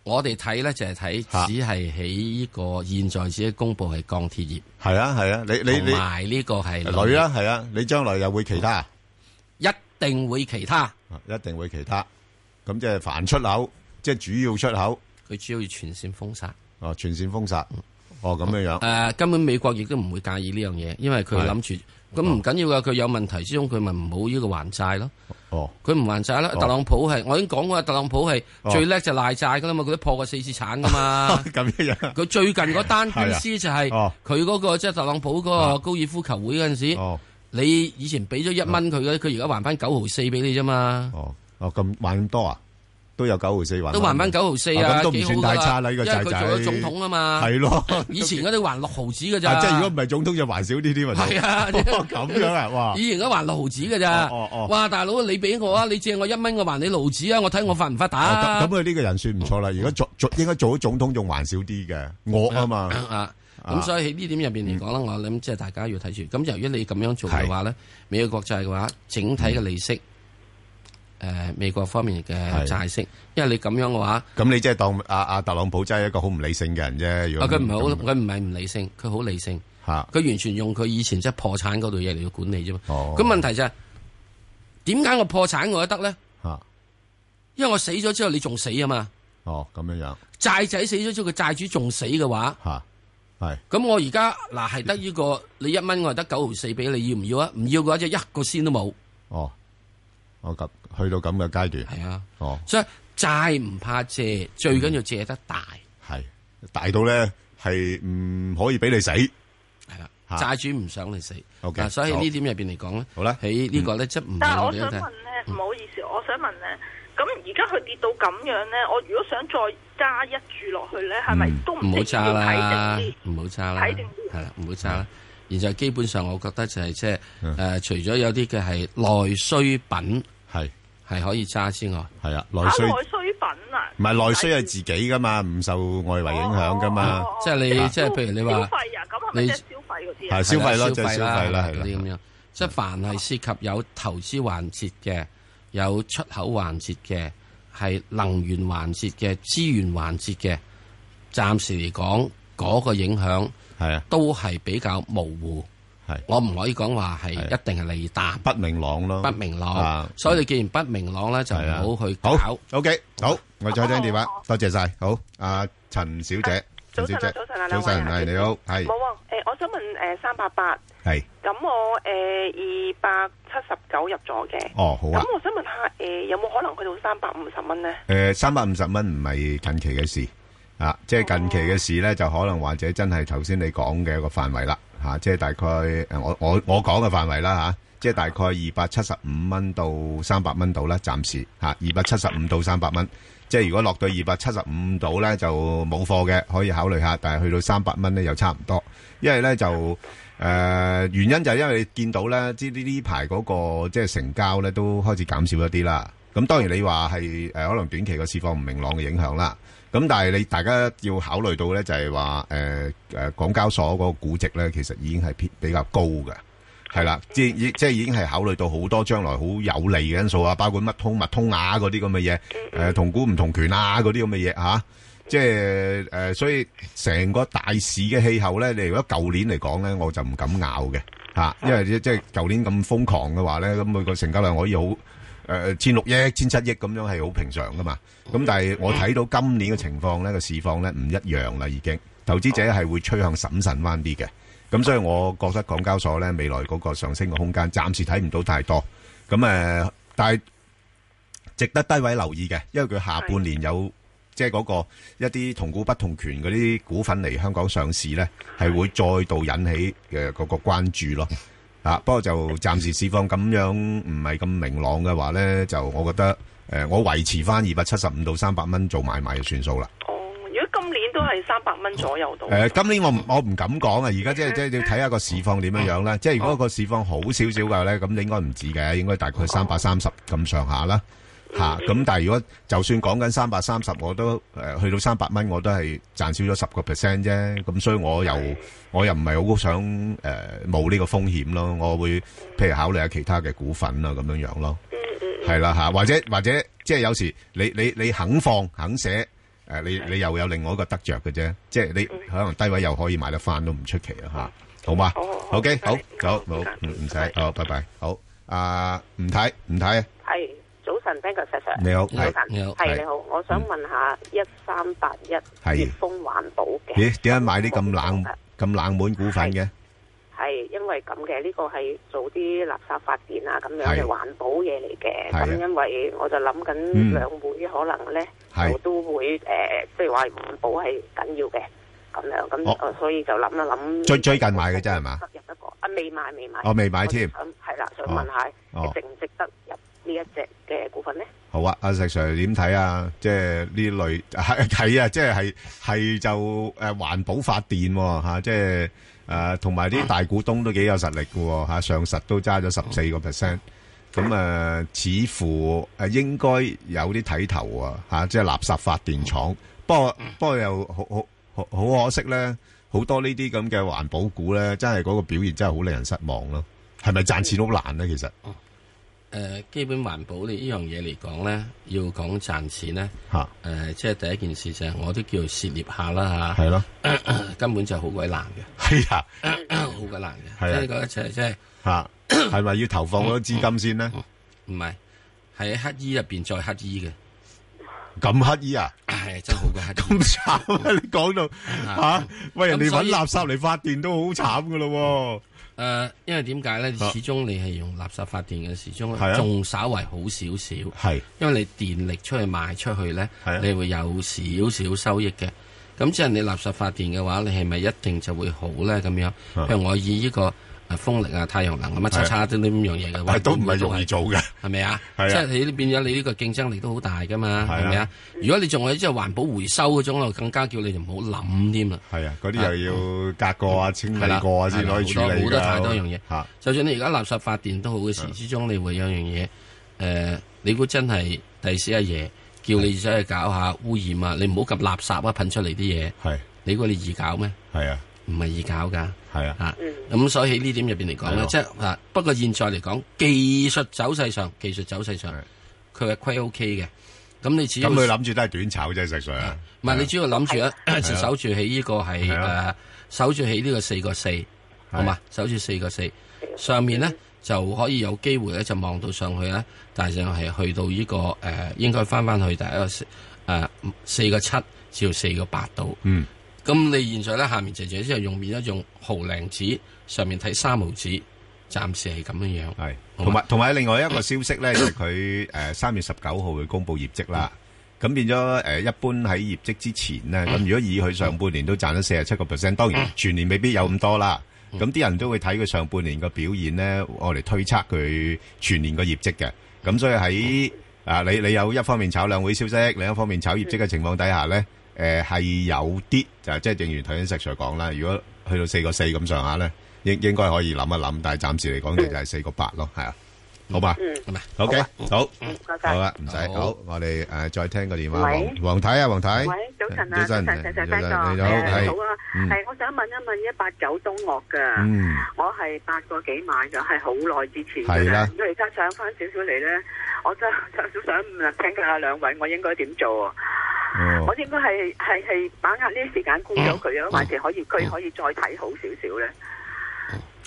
S10: 我哋睇咧就係睇只係喺呢個現在只係公佈係鋼鐵業，
S9: 係啊，係啊，你-你-你-
S10: 同埋呢個係
S9: 鋁啦，係啊，你將來又會其他啊？一定會其他，咁即係凡出口，即係主要出口。哦，全線封殺。哦，咁樣樣。
S10: 誒、根本美國亦都唔會介意呢樣嘢，因為佢
S9: 係
S10: 諗住咁唔緊要噶，佢有問題之中佢咪唔好呢個還債咯。
S9: 哦，
S10: 佢唔還債啦。
S9: 哦
S10: 特朗普係我已經講過，特朗普係
S9: 哦
S10: 最叻就賴債噶啦嘛，佢都破過四次產噶嘛。
S9: 咁樣樣。
S10: 佢最近嗰單官司就係
S9: 係啊哦啊
S10: 佢嗰個即係特朗普嗰個高爾夫球會嗰陣
S9: 哦
S10: 時，你以前俾咗一蚊佢嘅，佢而家還翻九毫四俾你啫嘛。
S9: 哦，咁還咁多啊？都有九毫四還返。
S10: 都還翻九毫四啊，
S9: 啊，咁都唔
S10: 幾好
S9: 算
S10: 㗎
S9: 太差啦呢個
S10: 因為佢
S9: 債仔。
S10: 做咗總統啊嘛。
S9: 係咯。
S10: 以前嗰啲還六毫子㗎咋。
S9: 啊，即係如果唔係總統就還少呢啲喎。
S10: 系 啊，
S9: 哦，咁樣啊，哇。哦
S10: 以前都還六毫子嘅咋，哇大佬你俾我啊，你借我一蚊，我還你六毫子啊，我睇我發唔發達
S9: 哦，咁-
S10: 啊。
S9: 咁佢呢個人算唔錯啦，如果做-做-應該做咗總統仲還少啲嘅，惡啊嘛。
S10: 啊，咁所以喺呢點入邊嚟講啦，我諗即係大家要睇住。咁由於你咁樣做嘅話咧，美國國債嘅話，整體嘅利息，
S9: 嗯
S10: 誒美國方面嘅債息，因為你咁樣嘅話，
S9: 咁你即係當阿-阿特朗普真係一個好唔理性嘅人啫，如果
S10: 啊佢唔
S9: 咁
S10: 係
S9: -
S10: 好，佢唔係唔理性，佢好理性，
S9: 嚇。
S10: 啊佢完全用佢以前即係破產嗰度嘢嚟到管理啫嘛。
S9: 哦
S10: 咁問題就係點解我破產我都得咧？
S9: 嚇
S10: 因為我死咗之後你仲死啊嘛。
S9: 哦，咁樣樣。
S10: 債仔死咗之後，佢債主仲死嘅話，
S9: 嚇係
S10: 咁我而家嗱係得呢個，你一蚊我係得九毫四俾你，要唔要啊？唔要嘅話，就一個仙都冇。
S9: 哦，我咁去到咁嘅階段，
S10: 係啊，
S9: 哦，
S10: 所以債唔怕借，最緊要借得大。
S9: 係，大到呢，係唔可以俾你死。嚇。
S10: 債主唔想你死。
S9: OK，
S10: 嗱所以
S9: 好。
S10: 呢點入邊嚟講咧，
S9: 好啦，
S10: 喺呢個咧即係唔
S22: 但係
S10: 係
S22: 我
S10: 我哋
S22: 想
S10: 睇
S22: 問。咧，唔好意思，我想問咧，咁而家佢跌到咁樣咧，我如果想再加一注落去咧，係咪都唔
S10: 嗯唔好
S22: 值要
S10: 揸
S22: 睇
S10: 啦
S22: 定啲？，
S10: 唔好揸啦，
S22: 睇定
S10: 係啦，唔好揸啦。然之後基本上，我覺得就係即係
S9: 嗯
S10: 誒，除咗有啲嘅係內需品
S9: 係
S10: 係可以揸之外，
S9: 係啊，
S22: 嚇內需品啊，哦
S9: 唔係，內需係自己㗎嘛，唔受外圍影響㗎嘛。啊
S10: 即係你即係譬如你話
S22: 消費啊，咁係咪即係消費嗰啲啊？
S9: 係消費咯
S10: 係啦
S9: 即係消費啦係啦
S10: 嗰啲咁樣。即係凡係涉及有投資環節嘅，有出口環節嘅，係能源環節嘅，資源環節嘅，暫時嚟講嗰個影響
S9: 係啊，
S10: 都係比較模糊。
S9: 係
S10: 我唔可以講話係一定係利淡，
S9: 不明朗咯，
S10: 不明朗
S9: 啊。
S10: 所以你既然不明朗咧，就唔好去搞。
S9: 好，OK，好，我再聽電話，多謝晒，好，阿陳小姐，
S1: 早晨
S9: 陳小
S1: 啊，
S9: 姐，
S1: 早晨啊，兩
S9: 早
S1: 位
S9: 晨，
S1: 啊
S9: 係，你好，係，
S1: 冇啊，誒、我想問誒三八八，
S9: 係
S1: 咁我誒二百七十九入咗嘅，
S9: 哦好啊
S1: 咁我想問下誒、有冇可能去到三百五十蚊咧？
S9: 誒350蚊唔係近期嘅事，啊，即係近期嘅事呢，就可能或者真係頭先你講嘅一個範圍啦，啊，即係大概，誒，我-我-我講嘅範圍啦，啊，即係大概275蚊到300蚊到啦，暫時，啊，275到300蚊。即係如果落到275度呢，就冇貨嘅，可以考慮下，但係去到300蚊呢，又差唔多。因為呢，就誒、原因就係因為你見到咧，即呢呢排嗰個即係成交咧都開始減少一啲啦。咁當然你話係呃誒可能短期個市況唔明朗嘅影響啦。咁但係你大家要考慮到咧，就係話誒誒港交所嗰個估值咧，其實已經係偏比較高嘅。係啦，即係即係已經係考慮到好多將來好有利嘅因素啊，包括乜通物通啊嗰啲咁嘅嘢，誒、同股唔同權啊嗰啲咁嘅嘢嚇，啊即係誒、呃所以成個大市嘅氣候咧，你如果舊年嚟講咧，我就唔敢拗嘅嚇、啊因為即即係舊年咁瘋狂嘅話咧，咁佢個成交量可以好。誒呃千六億、千七億咁樣係好平常噶嘛。咁但係我睇到今年嘅情況呢個市況呢，唔一樣啦，已經投資者係會趨向審慎翻啲嘅。咁所以我覺得港交所呢，未來嗰個上升嘅空間暫時睇唔到太多。咁誒、呃但係值得低位留意嘅，因為佢下半年有即係嗰個一啲同股不同權嗰啲股份嚟香港上市咧，係會再度引起嘅嗰個關注咯。啊，不過就暫時市況咁樣唔係咁明朗嘅話咧，就我覺得誒、呃我維持翻二百七十五到三百蚊做買賣就算數啦。
S1: 如果今年都係三百蚊左右到，
S9: 诶、今年我唔我唔敢講啊！而家即係即系要睇下個市況點樣樣啦。即係如果個市況好少少嘅咧，咁你應該唔止嘅，應該大概三百三十咁上下啦。吓、咁但係如果就算講緊三百三十，我都诶、呃去到三百蚊，我都係賺少咗十個 percent 啫。咁所以我又我又唔係好想诶冇呢個風險咯。我會譬如考慮下其他嘅股份啊，咁樣樣咯。係啦吓，或者或者即係有時你你你肯放肯寫。诶、你你又有另外一個得着嘅啫，即係你可能低位又可以買得翻都唔出奇啊吓，好嘛？OK，好，好，冇，唔唔使，好，拜拜，好，啊，吳太，吳太，
S2: 系早晨 b a n k Sir Sir，
S9: 你好
S2: 早晨，
S9: 你好
S2: 系
S9: 係
S2: 你好，我想問下一三八一
S9: 係
S2: 粵豐環保嘅，
S9: 咦，點解買啲咁冷咁冷門股份嘅？
S2: 係因為咁嘅，呢個係做啲垃圾發電啊咁樣
S9: 係
S2: 嘅環保嘢嚟嘅，
S9: 係啊
S2: 咁因為我就諗緊
S9: 嗯
S2: 兩會可能咧
S9: 係
S2: 就都會诶，即係話環保係緊要嘅咁樣，咁
S9: 哦
S2: 呃所以就諗一諗
S9: 最最近買嘅啫係嘛？
S2: 入一個啊未買未買，
S9: 哦未買添
S2: 我就想係啦，想
S9: 哦
S2: 問下
S9: 哦
S2: 值唔值得入呢一隻嘅股份咧？
S9: 好啊，阿石 Sir 點睇啊？即係呢類 係係啊，即係係係就诶環保發電喎吓，即係诶同埋啲大股東都幾有實力嘅喎吓，上實都揸咗十四個 percent。咁誒、呃似乎誒、呃、應該有啲睇頭啊！嚇、即係垃圾發電廠。不過不過又好好好好可惜咧，好多呢啲咁嘅環保股咧，真係嗰個表現真係好令人失望咯。係咪賺錢好難咧？其實
S10: 诶、呃基本環保呢呢樣嘢嚟講咧，要講賺錢咧，
S9: 嚇誒、
S10: 即係第一件事就係我都叫涉獵下啦吓，
S9: 係咯，
S10: 根本就好鬼難嘅，
S9: 係啊，
S10: 好鬼難嘅，
S9: 係啊
S10: 即係嗰一切即係
S9: 嚇係咪要投放好多資金先咧？
S10: 唔係喺乞衣入边再乞衣嘅，
S9: 咁乞衣啊？
S10: 係真係好鬼乞衣。啊
S9: 咁慘啊！你講到嚇，喂人哋
S10: 咁所
S9: 揾
S10: 以
S9: 垃圾嚟發電都好慘噶咯
S10: 诶、呃因為點解咧？始終你係用垃圾發電嘅，始終
S9: 啊係啊
S10: 仲稍為好少少。
S9: 系，啊
S10: 因為你電力出去賣出去咧，你會有少少收益嘅。咁即係你垃圾發電嘅話，你係咪一定就會好咧？咁樣，
S9: 啊
S10: 譬如我以呢個誒風力啊、太陽能咁啊，
S9: 係啊
S10: 叉叉啲呢咁樣嘢嘅話，
S9: 都唔係容易做嘅，
S10: 係咪啊？
S9: 係啊
S10: 即係你變咗你呢個競爭力都好大噶嘛，
S9: 係啊
S10: 係咪啊？如果你仲係即係環保回收嗰種，我更加叫你就唔好諗添啦。
S9: 係啊，嗰啲又要隔過啊、清理過啊先可以處理㗎
S10: 好多好多太多樣嘢。
S9: 嚇
S10: 就算你而家垃圾發電都好嘅時之中，你會有樣嘢，誒、你估真係第時阿爺叫你走去搞下污染啊，你唔好咁垃圾啊，噴出嚟啲嘢。
S9: 係，
S10: 你估你易搞咩？
S9: 係啊，
S10: 唔係易搞㗎。
S9: 係啊，
S10: 嚇、咁所以喺呢點入邊嚟講
S9: 係
S10: 咧
S9: 咯，
S10: 即係啊，不過現在嚟講，技術走勢上，技術走勢上，佢係虧 OK 嘅。咁你只要
S9: 咁佢諗住都係短炒啫，石 Sir。
S10: 唔係你主要諗住
S9: 啊
S10: 一就 守住喺呢個係
S9: 係啊
S10: 誒，守住喺呢個四個四，好嘛？守住四個四上面咧就可以有機會咧就望到上去啦，但係就係去到呢個誒應該翻翻去第一個四誒四個七至到四個八度。
S9: 嗯，
S10: 咁你現在咧下面就就之後用變咗用毫零紙，上面睇三毫紙，暫時係咁樣樣。
S9: 係同埋同埋另外一個消息咧，就係佢誒三月十九號會公布業績啦。咁變咗誒，一般喺業績之前咧，咁如果以佢上半年都賺咗四十七個 percent，當然全年未必有咁多啦。咁啲人都會睇佢上半年個表現咧，我嚟推測佢全年個業績嘅。咁所以喺啊，你你有一方面炒兩會消息，另一方面炒業績嘅情況底下咧，誒係有啲就即係正如頭先石 Sir 講啦，如果去到四個四咁上下咧，應應該可以諗一諗，但係暫時嚟講就就係四個八咯，係啊，好嘛？
S2: 嗯，
S9: OK，好，啊嗯
S2: 唔該晒
S9: 好啦，唔使，好，我哋诶再聽個電話，
S2: 喂
S9: 黃黃太啊，黃太，
S3: 喂，早晨
S1: à,
S3: 啊，
S9: 早晨，
S3: 晨，晨
S9: 早
S3: 晨，
S9: 晨，你
S3: 好，
S9: 好，
S3: 誒
S9: 係
S3: 好啊，
S9: 嗯
S3: 係，我想問一問一八九東岳
S1: à.
S3: 㗎，
S9: 嗯，
S3: 我係八個幾買咗，係好耐之前
S9: 係
S3: 㗎
S9: 啦
S3: 啦。咁而家上翻少少嚟咧，我真係想問請教下兩位，我應該點做啊？我應該係係係把握呢啲時間沽咗佢啊，還是可以佢可以再睇好少少咧？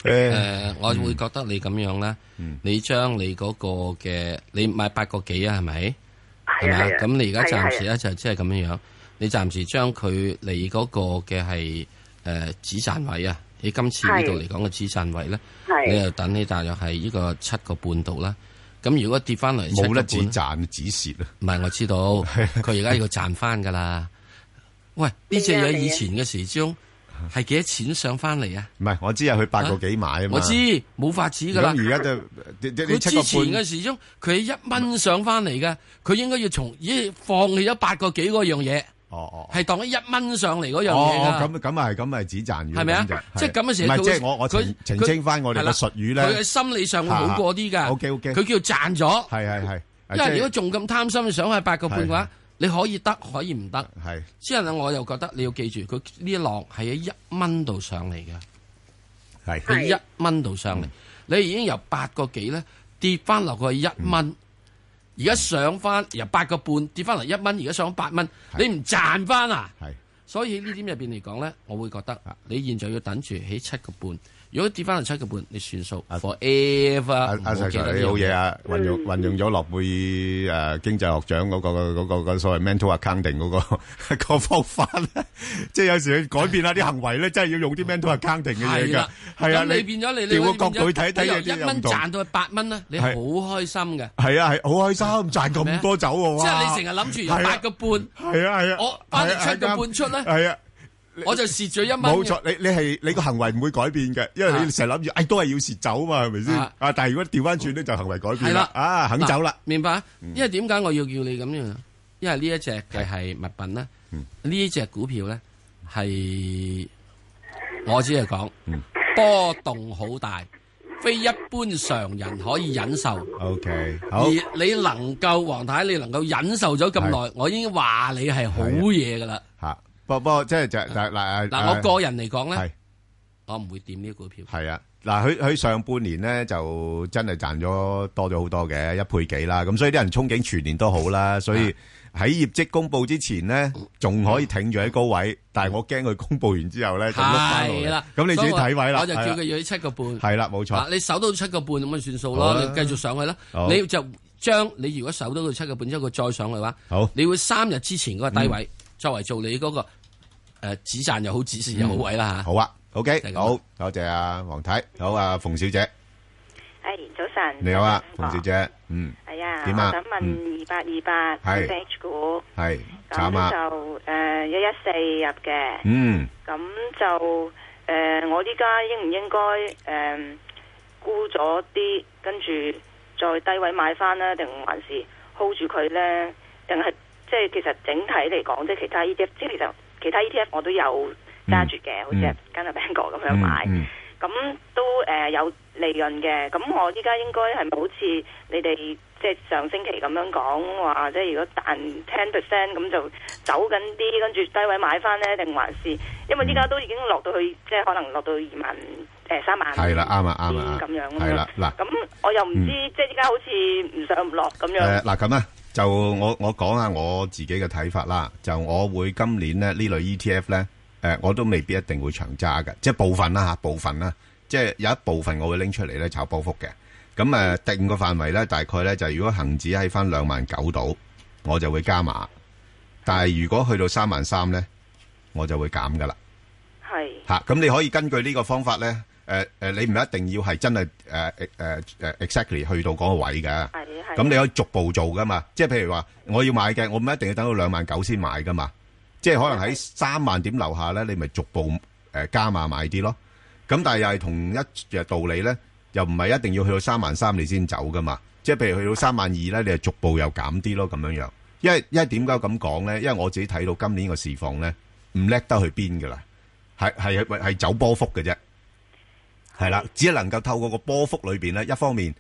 S10: 誒，
S9: 嗯
S10: 我會覺得你咁樣咧，你將你嗰個嘅你買八個幾啊，係咪？係咪啊
S3: 係啊
S10: 咁你而家暫時
S3: 係
S10: 咧就即係咁樣樣，你暫時將佢你嗰個嘅係誒止賺位啊，喺今次呢度嚟講嘅止賺位咧，
S3: 係
S10: 你又等起大約係呢個七個半度啦。咁如果跌翻嚟，
S9: 冇得
S10: 止
S9: 賺止蝕啊！
S10: 唔係我 知道，佢而家要賺翻噶
S3: 啊
S10: 啦。喂，呢只嘢以前嘅時鐘係幾多錢上翻嚟啊？
S9: 唔係，我知啊，佢八個幾買啊嘛。
S10: 我知冇法子噶啦。
S9: 咁而家就你你
S10: 佢
S9: 你
S10: 之
S9: 七個
S10: 前
S9: 半
S10: 嘅時鐘，佢一蚊上翻嚟嘅，佢應該要從咦放棄咗八個幾嗰樣嘢。
S9: 哦哦，
S10: 係當咗一蚊上嚟嗰樣嘢㗎
S9: 哦，咁咁啊係咁啊，只賺
S10: 係咪啊即係咁嘅時
S9: 唔
S10: 候
S9: 係
S10: 佢
S9: 即係我我
S10: 佢
S9: 澄澄
S10: 佢
S9: 清翻我哋
S10: 係
S9: 嘅
S10: 啦
S9: 術語啊咧。
S10: 佢喺心理上會好過啲㗎
S9: O K O K，
S10: 佢叫賺咗。
S9: 係係係，啊
S10: 因
S9: 即
S10: 為
S9: 係
S10: 如果仲咁貪心想去八個半嘅話，你可以得可以唔得。
S9: 係
S10: 之後咧，我又覺得你要記住，佢呢一浪係喺一蚊度上嚟嘅，
S9: 係
S10: 佢一蚊度上嚟，你已經由八個幾咧跌翻落去一
S9: 嗯
S10: 蚊，而家上翻由八個半跌翻嚟一蚊，而家上八蚊，你唔賺翻啊？
S9: 係，啊
S10: 所以呢點入邊嚟講咧，我會覺得你現在要等住喺七個半。如果跌翻嚟七個半，你算數。forever，
S9: 阿阿
S10: 唔好
S9: Sir
S10: 記得呢
S9: Sir，你
S10: 樣
S9: 好嘢
S10: 嘢
S9: 啊！運用運用咗諾貝爾誒經濟學獎嗰個嗰個嗰個所謂 mental accounting 嗰個個方法咧， 即係有時佢改變下啲行為咧，真係要用啲 mental accounting 嘅嘢
S10: 係
S9: 㗎
S10: 啦。，
S9: 係啊，
S10: 咁你變咗你
S9: 調個角度去睇睇
S10: 你由
S9: 有啲
S10: 一
S9: 又唔
S10: 蚊
S9: 同。
S10: 賺到去八蚊咧，你好開心嘅。
S9: 係啊，係好開心，賺咁多走喎！
S10: 即係
S9: 哇
S10: 你成日諗住由
S9: 係啊
S10: 八個半，
S9: 係啊係啊，
S10: 我翻嚟七個半出咧，
S9: 係啊，
S10: 我就蝕咗一蚊嘅。
S9: 冇錯，你你係你個行為唔會改變嘅，因為你
S10: 啊
S9: 成日諗住，哎都係要蝕走嘛，係咪先
S10: 啊？
S9: 啊，但係如果調翻轉咧，就行為改
S10: 係
S9: 變啦，啊肯走啦嗯
S10: 嗱，明白？因為點解我要叫你咁樣？因為呢一隻嘅係物品咧，
S9: 嗯
S10: 呢只股票咧係我只係講
S9: 嗯
S10: 波動好大，非一般常人可以忍受。
S9: ，OK，好
S10: 而，你能夠黃太，你能夠忍受咗咁耐，我已經話你係好嘢噶啦。
S9: 吓，啊不不過即係就嗱嗱
S10: 嗱，我個人嚟講
S9: 係
S10: 咧，我唔會掂呢啲股票。
S9: 係啊，嗱，佢佢上半年咧就真係賺咗多咗好多嘅，一倍幾啦。咁所以啲人憧憬全年都好啦。所以喺業績公佈之前咧，仲可以挺住喺高位，但係我驚佢公佈完之後咧就碌翻落
S10: 係
S9: 嚟
S10: 啦，。
S9: 咁你自己睇位啦。
S10: 我就叫
S9: 係啦
S10: 佢要七個半。
S9: 係啦冇錯
S10: 嗱，你守到七個半咁咪算數
S9: 好
S10: 咯，
S9: 啊
S10: 你繼續上去啦
S9: 好。
S10: 你就將你如果守到到七個半之後，佢再上去嘅話，
S9: 好，
S10: 你會三日之前嗰個低位作為做你嗰個誒止賺又好止蝕又好位啦嚇。
S9: 好啊，OK，好，多謝阿黃太，好啊，馮小姐，
S5: 系哎早晨，
S9: 你好啊，馮小姐，嗯，
S5: 系啊，
S9: 點
S5: 我
S9: 啊
S5: 想问二八二八
S9: 係
S5: H 股，
S9: 係慘
S5: 咁
S9: 啊，
S5: 就呃诶一一四入嘅，
S9: 嗯，
S5: 咁就诶、呃我依家应唔应该诶、呃沽咗啲，跟住再低位买翻呢？定还是 hold 住佢呢？定系即系其实整体嚟讲，即系其他 ETF，即系其实其他 ETF 我都有揸住嘅，好
S9: 嗯
S5: 似係跟阿 Bang 哥咁样买。咁都誒、呃有利潤嘅。咁我依家應該係咪好似你哋即係上星期咁樣講話，即係如果彈 ten percent 咁就走緊啲，跟住低位買翻呢？定還是因為依家都已經落到去，即係可能落到二萬誒三萬
S9: 係啦，啱啊，啱啊，
S5: 咁樣咁樣
S9: 係啦，嗱。
S5: 咁我又唔知，
S9: 嗯
S5: 即係依家好似唔上唔落咁
S9: 誒
S5: 樣。
S9: 嗱咁啊，就我我講下我自己嘅睇法啦。就我會今年咧呢類 ETF 咧，誒、我都未必一定會長揸嘅，即係部分啦嚇，部分啦，即係有一部分我會拎出嚟咧炒波幅嘅。咁誒、定個範圍咧，大概咧就如果恒指喺翻兩萬九度，我就會加碼。但係如果去到三萬三咧，我就會減噶啦。
S5: 係
S9: 吓，咁你可以根據呢個方法咧，诶、诶、你唔一定要係真係诶诶诶 exactly 去到嗰個位嘅，
S5: 係
S9: 咁你可以逐步做噶嘛，即係譬如話我要買嘅，我唔一定要等到兩萬九先買噶嘛，即係可能喺三萬點樓下咧，你咪逐步诶、呃加碼買啲咯，咁但係又係同一嘅道理咧，又唔係一定要去到三萬三你先走噶嘛，即係譬如去到三萬二咧，你就逐步又減啲咯咁樣樣，因為因為點解咁講咧？因為我自己睇到今年個市況咧，唔叻得去邊噶啦。係係係係走波幅嘅啫，係啦，只能夠透過個波幅裏邊咧，一方面誒、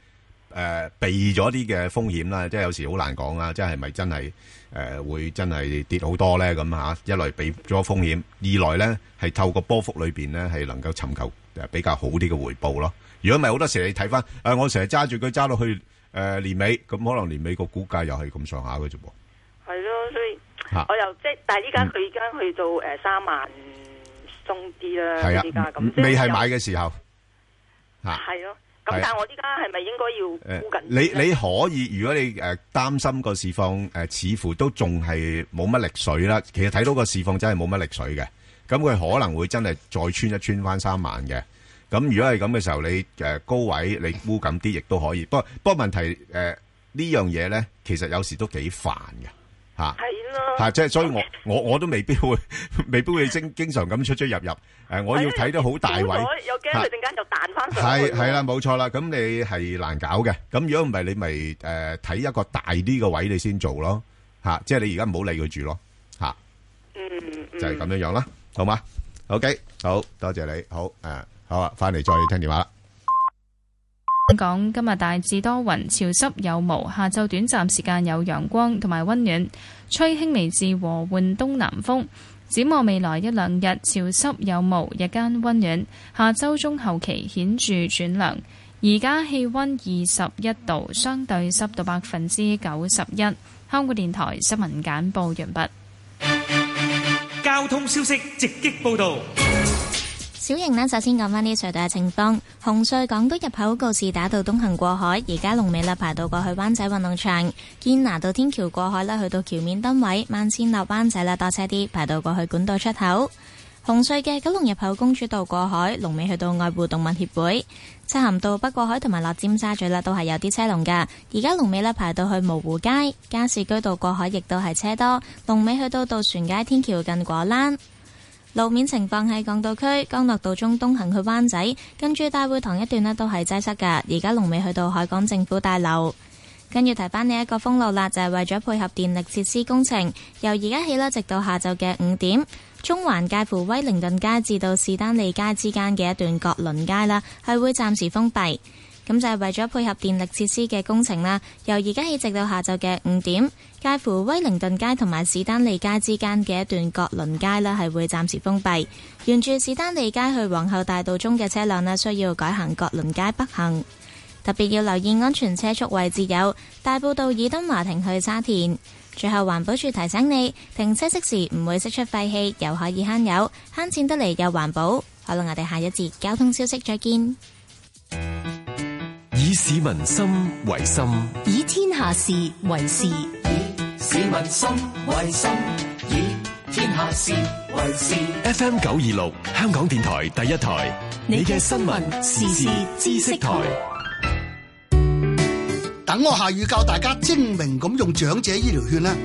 S9: 呃避咗啲嘅風險啦，即係有時好難講啊，即係係咪真係誒、呃、會真係跌好多咧咁嚇？一來避咗風險，二來咧係透過波幅裏邊咧係能夠尋求誒比較好啲嘅回報咯。如果唔係好多時你睇翻誒，我成日揸住佢揸到去誒、呃年尾，咁可能年尾個股價又係咁上下嘅啫噃。
S5: 係咯，所以
S9: 嚇嗯
S5: 我又即係，但係依家佢已經去到誒三萬鬆啲
S9: 係
S5: 啦，依家
S9: 啊，
S5: 咁即係
S9: 未係
S5: 又
S9: 買嘅時候嚇。
S5: 係咯。
S9: 係
S5: 咁
S9: 啊
S5: 但係我依家係咪應該要
S9: 誒
S5: 沽緊
S9: 你你可以，如果你誒擔心個市況誒、似乎都仲係冇乜力水啦。其實睇到個市況真係冇乜力水嘅，咁佢可能會真係再穿一穿翻三萬嘅。咁如果係咁嘅時候，你誒高位你沽緊啲，亦都可以。不過不過問題誒呢樣嘢咧，其實有時都幾煩嘅嚇。係
S22: 咯。
S9: 嚇，即係所以我我我都未必會 未必會經經常咁出出入入。誒，我要睇得好大位。
S22: 又驚佢陣間就彈翻上 去。
S9: 係係啦，冇錯啦。咁你係難搞嘅。咁如果唔係，你咪誒睇一個大啲嘅位你先做咯。嚇，即係你而家唔好理佢住咯。嚇，
S22: 嗯，
S9: 就係咁樣樣啦，好嘛？OK，好多謝你，好誒，好啊，翻嚟再聽電話啦。
S12: 香港今日大致多雲，潮濕有霧，下晝短暫時間有陽光同埋溫暖，吹輕微至和緩東南風。展望未來一兩日潮濕有霧，日間溫暖，下周中後期顯著轉涼。而家氣溫二十一度，相對濕度百分之九十一。香港電台新聞簡報完畢。
S13: 交通消息直擊報道。
S14: 小型呢，首先講翻啲隧道嘅情況。紅隧港島入口告士打道東行過海，而家龍尾啦排到過去灣仔運動場；堅拿道天橋過海啦，去到橋面燈位；慢線落灣仔啦，多車啲，排到過去管道出口。紅隧嘅九龍入口公主道過海，龍尾去到愛護動物協會；漆咸道北過海同埋落尖沙咀啦，都係有啲車龍㗎。而家龍尾啦排到去蕪湖街，加士居道過海亦都係車多，龍尾去到渡船街天橋近果欄。路面情況喺港島區，干諾道中東行去灣仔，跟住大會堂一段呢都係擠塞㗎。而家龍尾去到海港政府大樓，跟住提翻呢一個封路啦，就係、是、為咗配合電力設施工程，由而家起啦，直到下晝嘅五點，中環介乎威靈頓街至到士丹利街之間嘅一段閣麟街啦，係會暫時封閉。咁就係為咗配合電力設施嘅工程啦，由而家起直到下晝嘅五點，介乎威靈頓街同埋士丹利街之間嘅一段閣麟街呢係會暫時封閉。沿住士丹利街去皇后大道中嘅車輛呢，需要改行閣麟街北行。特別要留意安全車速位置有大埔道爾登華庭去沙田。最後環保署提醒你，停車熄匙唔會釋出廢氣，又可以慳油，慳錢得嚟又環保。好啦，我哋下一節交通消息再見。
S15: 以市民心為心，
S16: 以天下事為事，以
S4: 市民心為心，以天下事為事。
S15: FM 九二六，香港電台第一台，你嘅新聞時事知識台。
S6: 等我下雨教大家精明咁用長者醫療券啦。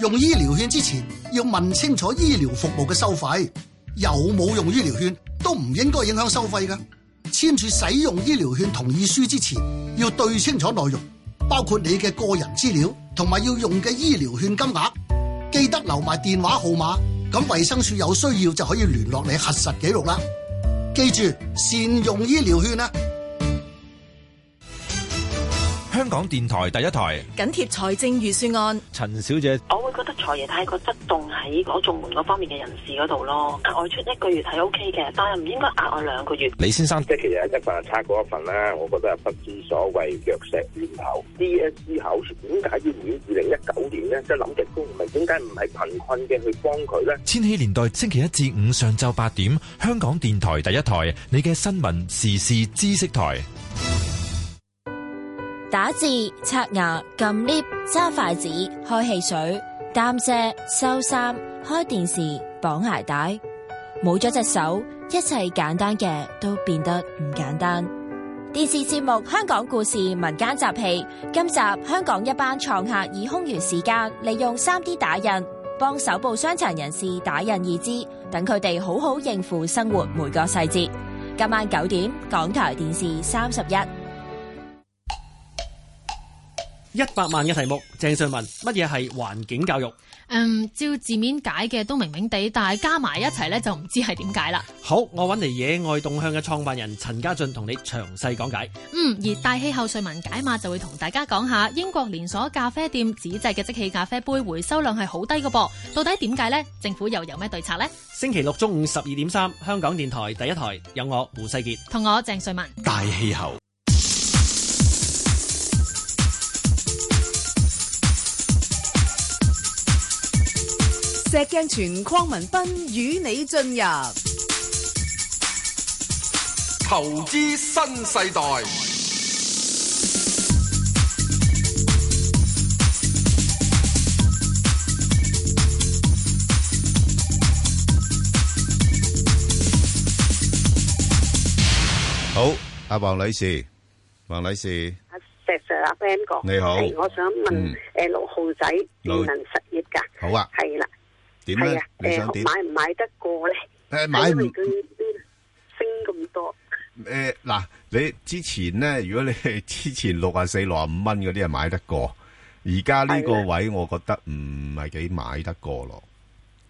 S6: 用醫療券之前要問清楚醫療服務嘅收費，有冇用醫療券都唔應該影響收費噶。簽署使用醫療券同意書之前，要對清楚內容，包括你嘅個人資料同埋要用嘅醫療券金額，記得留埋電話號碼，咁衛生署有需要就可以聯絡你核實記錄啦。記住善用醫療券啊啦！
S23: 香港電台第一台
S24: 緊貼財政預算案，
S23: 陳小姐，
S25: 我會覺得財爺太過側重喺嗰綜援嗰方面嘅人士嗰度咯，額外出一個月係 O K 嘅，但係唔應該額外兩個月。
S23: 李先生，
S26: 即係其實一份係差過一份啦，我覺得係不知所謂藥石亂投。D S E 考試點解要喺二零一九年呢？即係諗極都唔明點解唔係貧困嘅去幫佢呢？
S23: 千禧年代星期一至五上晝八點，香港電台第一台，你嘅新聞時事知識台。
S27: 打字、刷牙、撳 lift、揸筷子、開汽水、擔遮、收衫、開電視、綁鞋帶，冇咗隻手，一切簡單嘅都變得唔簡單。電視節目《香港故事民間集戲》，今集香港一班創客以空餘時間，利用 3D 打印幫手部傷殘人士打印義肢，等佢哋好好應付生活每個細節。今晚九點，港台電視三十一。
S28: 一百萬嘅題目，鄭瑞文，乜嘢係環境教育？
S29: 嗯，照字面解嘅都明明地，但係加埋一齊咧就唔知係點解啦。
S28: 好，我揾嚟野外動向嘅創辦人陳家俊同你詳細講解。
S29: 嗯，而大氣候瑞文解碼就會同大家講下英國連鎖咖啡店紙製嘅即棄咖啡杯回收量係好低㗎噃，到底點解呢？政府又有咩對策呢？
S28: 星期六中午十二點三，香港電台第一台有我胡世傑
S29: 同我鄭瑞文
S15: 大氣候。
S7: 石鏡泉鄺民彬與你進入
S8: 投資新世代。
S9: 好，阿黄女士，黄女士，
S1: 石 Sir 阿 Ben 哥，
S9: 你好
S1: 係我想
S9: 嗯
S1: 問诶六號仔
S9: 六
S1: 電能實業㗎，
S9: 好啊
S1: 係啦，
S9: 點
S1: 係
S9: 咧
S1: 啊？，
S9: 你
S1: 诶
S9: 想點？
S1: 買唔買得過咧？
S9: 誒買唔
S1: 因為佢升咁多，
S9: 诶，呃嗱，你之前咧，如果你 係之前六啊四、六啊五蚊嗰啲係買得過，而家呢個位我覺得唔係幾買得過咯。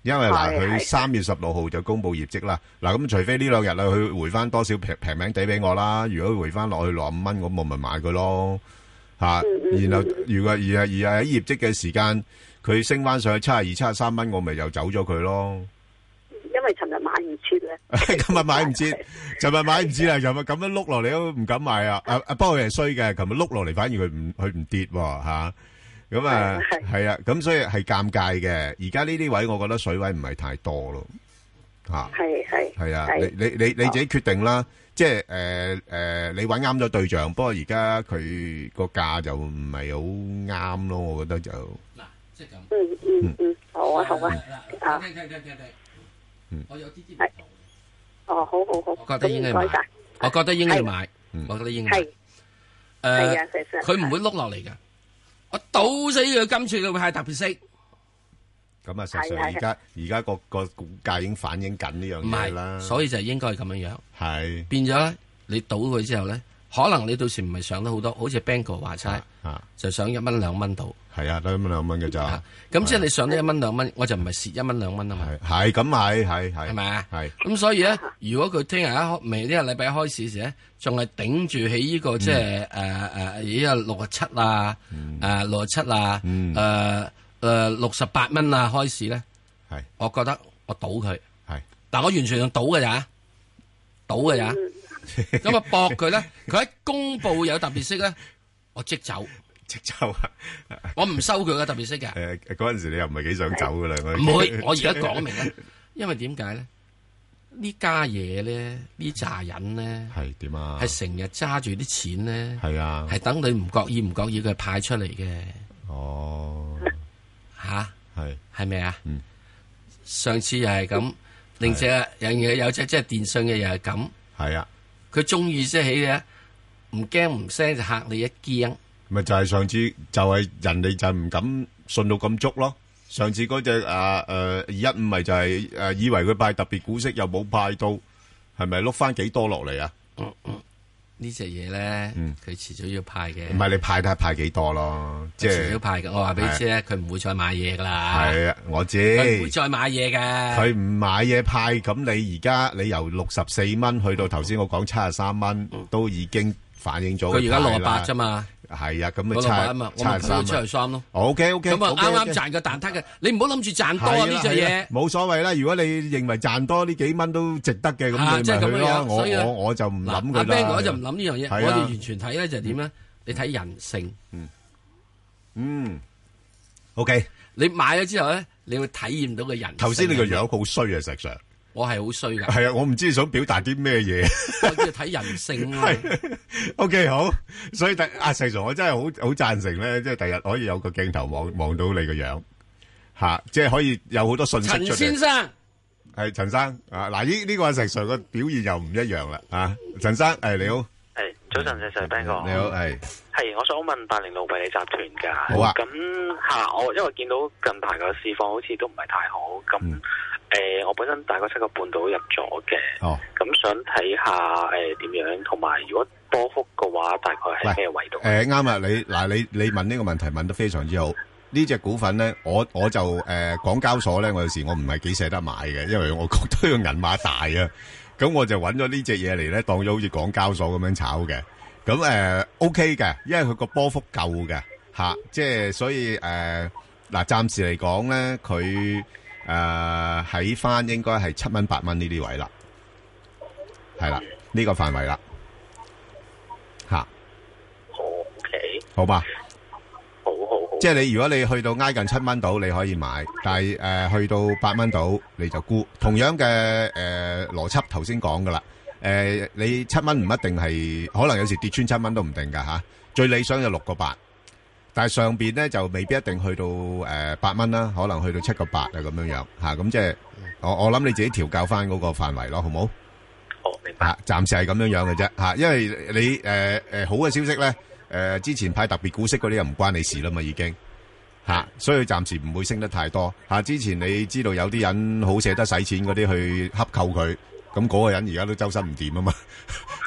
S9: 因為嗱，
S2: 係
S9: 佢
S2: 係
S9: 三月十六號就公布業績啦。嗱，咁除非呢兩日啊，佢回翻多
S2: 嗯
S9: 少平平名地俾我啦。如果佢回翻落去六啊五蚊，咁我咪買佢咯。吓、
S2: 嗯
S9: 然後如果而係而係喺業績嘅時間，佢升翻上去七啊二、七啊三蚊，我咪又走咗佢咯。
S1: 因為尋日買唔切咧，
S9: 今日買唔 切，尋日買唔切啦，尋日咁樣碌落嚟都唔敢買啊！啊啊，不過佢係衰嘅，琴日碌落嚟反而佢唔佢唔跌喎吓，咁啊 係啊，咁所以係尷尬嘅。而家呢啲位，我覺得水位唔係太多咯，吓
S1: 係係
S9: 係啊，你
S1: 係
S9: 你你你自己決定啦。即係诶诶，你揾啱咗對象，不過而家佢個價就唔係好啱咯，我覺得就
S10: 即係咁。
S1: 嗯嗯嗯，好啊好啊，啊，
S9: 嗯
S10: 我有啲
S1: 係，哦好好好，
S10: 我覺得應該買
S1: 咁唔該晒，
S10: 我覺得應該要買，我覺得應該買。誒
S1: 係係啊石 Sir，
S10: 佢唔會碌落嚟噶，我賭死佢今次佢會派特別息。
S9: 咁啊，實
S10: 係
S9: 上
S10: 係
S9: 而家而家個個股價已經反映緊呢樣
S10: 唔
S9: 嘢啦
S10: 係，。所以就應該係咁樣樣。
S9: 係
S10: 變咗咧，你賭佢之後咧，可能你到時唔係上得好多，好似 Bang 哥話齋，就上一蚊兩蚊到。
S9: 係啊，得一蚊兩蚊嘅咋。
S10: 咁即係你上得一蚊兩蚊，我就唔係蝕一蚊兩蚊啊嘛。
S9: 係咁係係係。
S10: 係咪啊？
S9: 係。
S10: 咁所以咧，如果佢聽日一開未呢個禮拜一開始時咧，仲係頂住喺呢個即係誒誒依個六啊七啊，誒六啊七啊，誒誒六十八蚊啊開始咧，
S9: 係
S10: 我覺得我賭佢
S9: 係，
S10: 但我完全用賭嘅咋，賭嘅 咋，咁啊搏佢咧，佢一公佈有特別息咧，我即走，
S9: 即走啊！
S10: 我唔收佢嘅特別息嘅，
S9: 诶， 嗰阵时你又唔係幾想走噶啦，我
S10: 唔會，我而家講明咧，因為點解咧？呢家嘢咧，呢扎人咧，
S9: 係點啊？
S10: 係成日揸住啲錢咧，
S9: 係啊，
S10: 係等你唔覺意唔覺意佢派出嚟嘅。
S9: 哦，
S10: 吓，
S9: 係
S10: 係咪啊？
S9: 嗯，
S10: 上次又係咁，另隻有嘢有隻即係電信嘅又係咁。
S9: 係啊，
S10: 佢中意即係起嘅，唔驚唔聲就嚇你一驚。
S9: 咪就係上次就係人哋就唔敢信到咁足咯。上次嗰只啊诶二一五咪就係诶以為佢派特別股息又冇派到，係咪碌翻幾多落嚟啊？
S10: 呢只嘢咧，佢遲早要派嘅。
S9: 唔係你派睇派幾多咯，即
S10: 佢遲
S9: 係
S10: 早派嘅。我話俾你知咧，佢唔會再買嘢噶啦。
S9: 係啊，我知。
S10: 佢唔會再買嘢嘅。
S9: 佢唔買嘢派，咁你而家你由六十四蚊去到頭先我講七十三蚊，都已經反映咗
S10: 佢而家
S9: 派啦
S10: 68啫嘛。
S9: 係啊，咁咪
S10: 我
S9: 七
S10: 六百啊嘛，我咪
S9: 七十三
S10: 估七十三咯。
S9: O K O K，
S10: 咁啊啱啱賺個蛋撻嘅，你唔好諗住賺多啊呢隻嘢。
S9: 冇所謂啦。如果你認為賺多呢幾蚊都值得嘅，咁
S10: 啊
S9: 你
S10: 即係
S9: 咪去
S10: 咁
S9: 咯。
S10: 樣樣
S9: 我
S10: 所以咧
S9: 我我就唔
S10: 嗱，
S9: 諗
S10: 阿
S9: 佢
S10: Ben
S9: 啦。
S10: 我就唔諗呢樣嘢，
S9: 係啊
S10: 我哋完全睇咧就係點咧？你睇人性，
S9: 嗯，OK。
S10: 你買咗之後咧，你會體驗到個人性。
S9: 頭先你個樣好衰啊，石 Sir。
S10: 我係好衰㗎。
S9: 係啊，我唔知你想表達啲咩嘢。
S10: 我要睇人性啊。
S9: O、k 好，所以第阿石 Sir，我真係好好贊成咧，即係第日可以有個鏡頭望望到你個樣，吓、即係可以有好多信息出
S10: 陳
S9: 嚟。
S10: 先生，
S9: 係陳生啊，嗱呢呢個阿石 Sir 個表現又唔一樣啦，啊，陳生，诶、你好，
S2: 系早晨，石 Sir Ben 哥，
S9: 嗯你好，係
S2: 系我想問八零六惠理集團㗎，
S9: 好啊
S2: 咁吓我因為見到近排個市況好似都唔係太好，咁
S9: 嗯
S2: 诶、呃我本身大概七個半度入咗嘅，
S9: 哦，
S2: 咁想睇下诶点、樣，同埋如果波幅嘅話，大概係咩位度？
S9: 诶啱啊，你嗱你你问呢個問題問得非常之好。呢只股份咧，我我就诶港交所咧，我有時我唔係幾捨得買嘅，因為我覺得個銀碼大啊，咁我就揾咗呢只嘢嚟咧，當咗好似港交所咁樣炒嘅。咁誒、呃 OK 嘅，因為佢個波幅夠嘅嚇、即係所以誒嗱、暫時嚟講咧，佢誒喺翻應該係七蚊八蚊呢啲位啦，係啦，呢、個範圍啦嚇，
S2: O K，
S9: 好吧。
S2: 好好好，
S9: 即係你如果你去到挨近七蚊度，你可以買，但係誒、呃去到八蚊度你就沽。同樣嘅誒邏輯頭先講噶啦，誒、你七蚊唔一定係，可能有時跌穿七蚊都唔定㗎吓、最理想就六個八，但係上邊咧就未必一定去到誒八蚊啦，可能去到七個 八啊咁樣樣嚇。咁、即係我我諗你自己調教翻嗰個範圍咯，好冇？
S2: 哦，明
S9: 吓，暂时系咁样样嘅啫吓，因為你诶诶好嘅消息咧，诶之前派特別股息嗰啲又唔關你事啦嘛，已經吓，所以暫時唔會升得太多吓。之前你知道有啲人好捨得使錢嗰啲去洽購佢，咁嗰個人而家都周身唔掂啊嘛，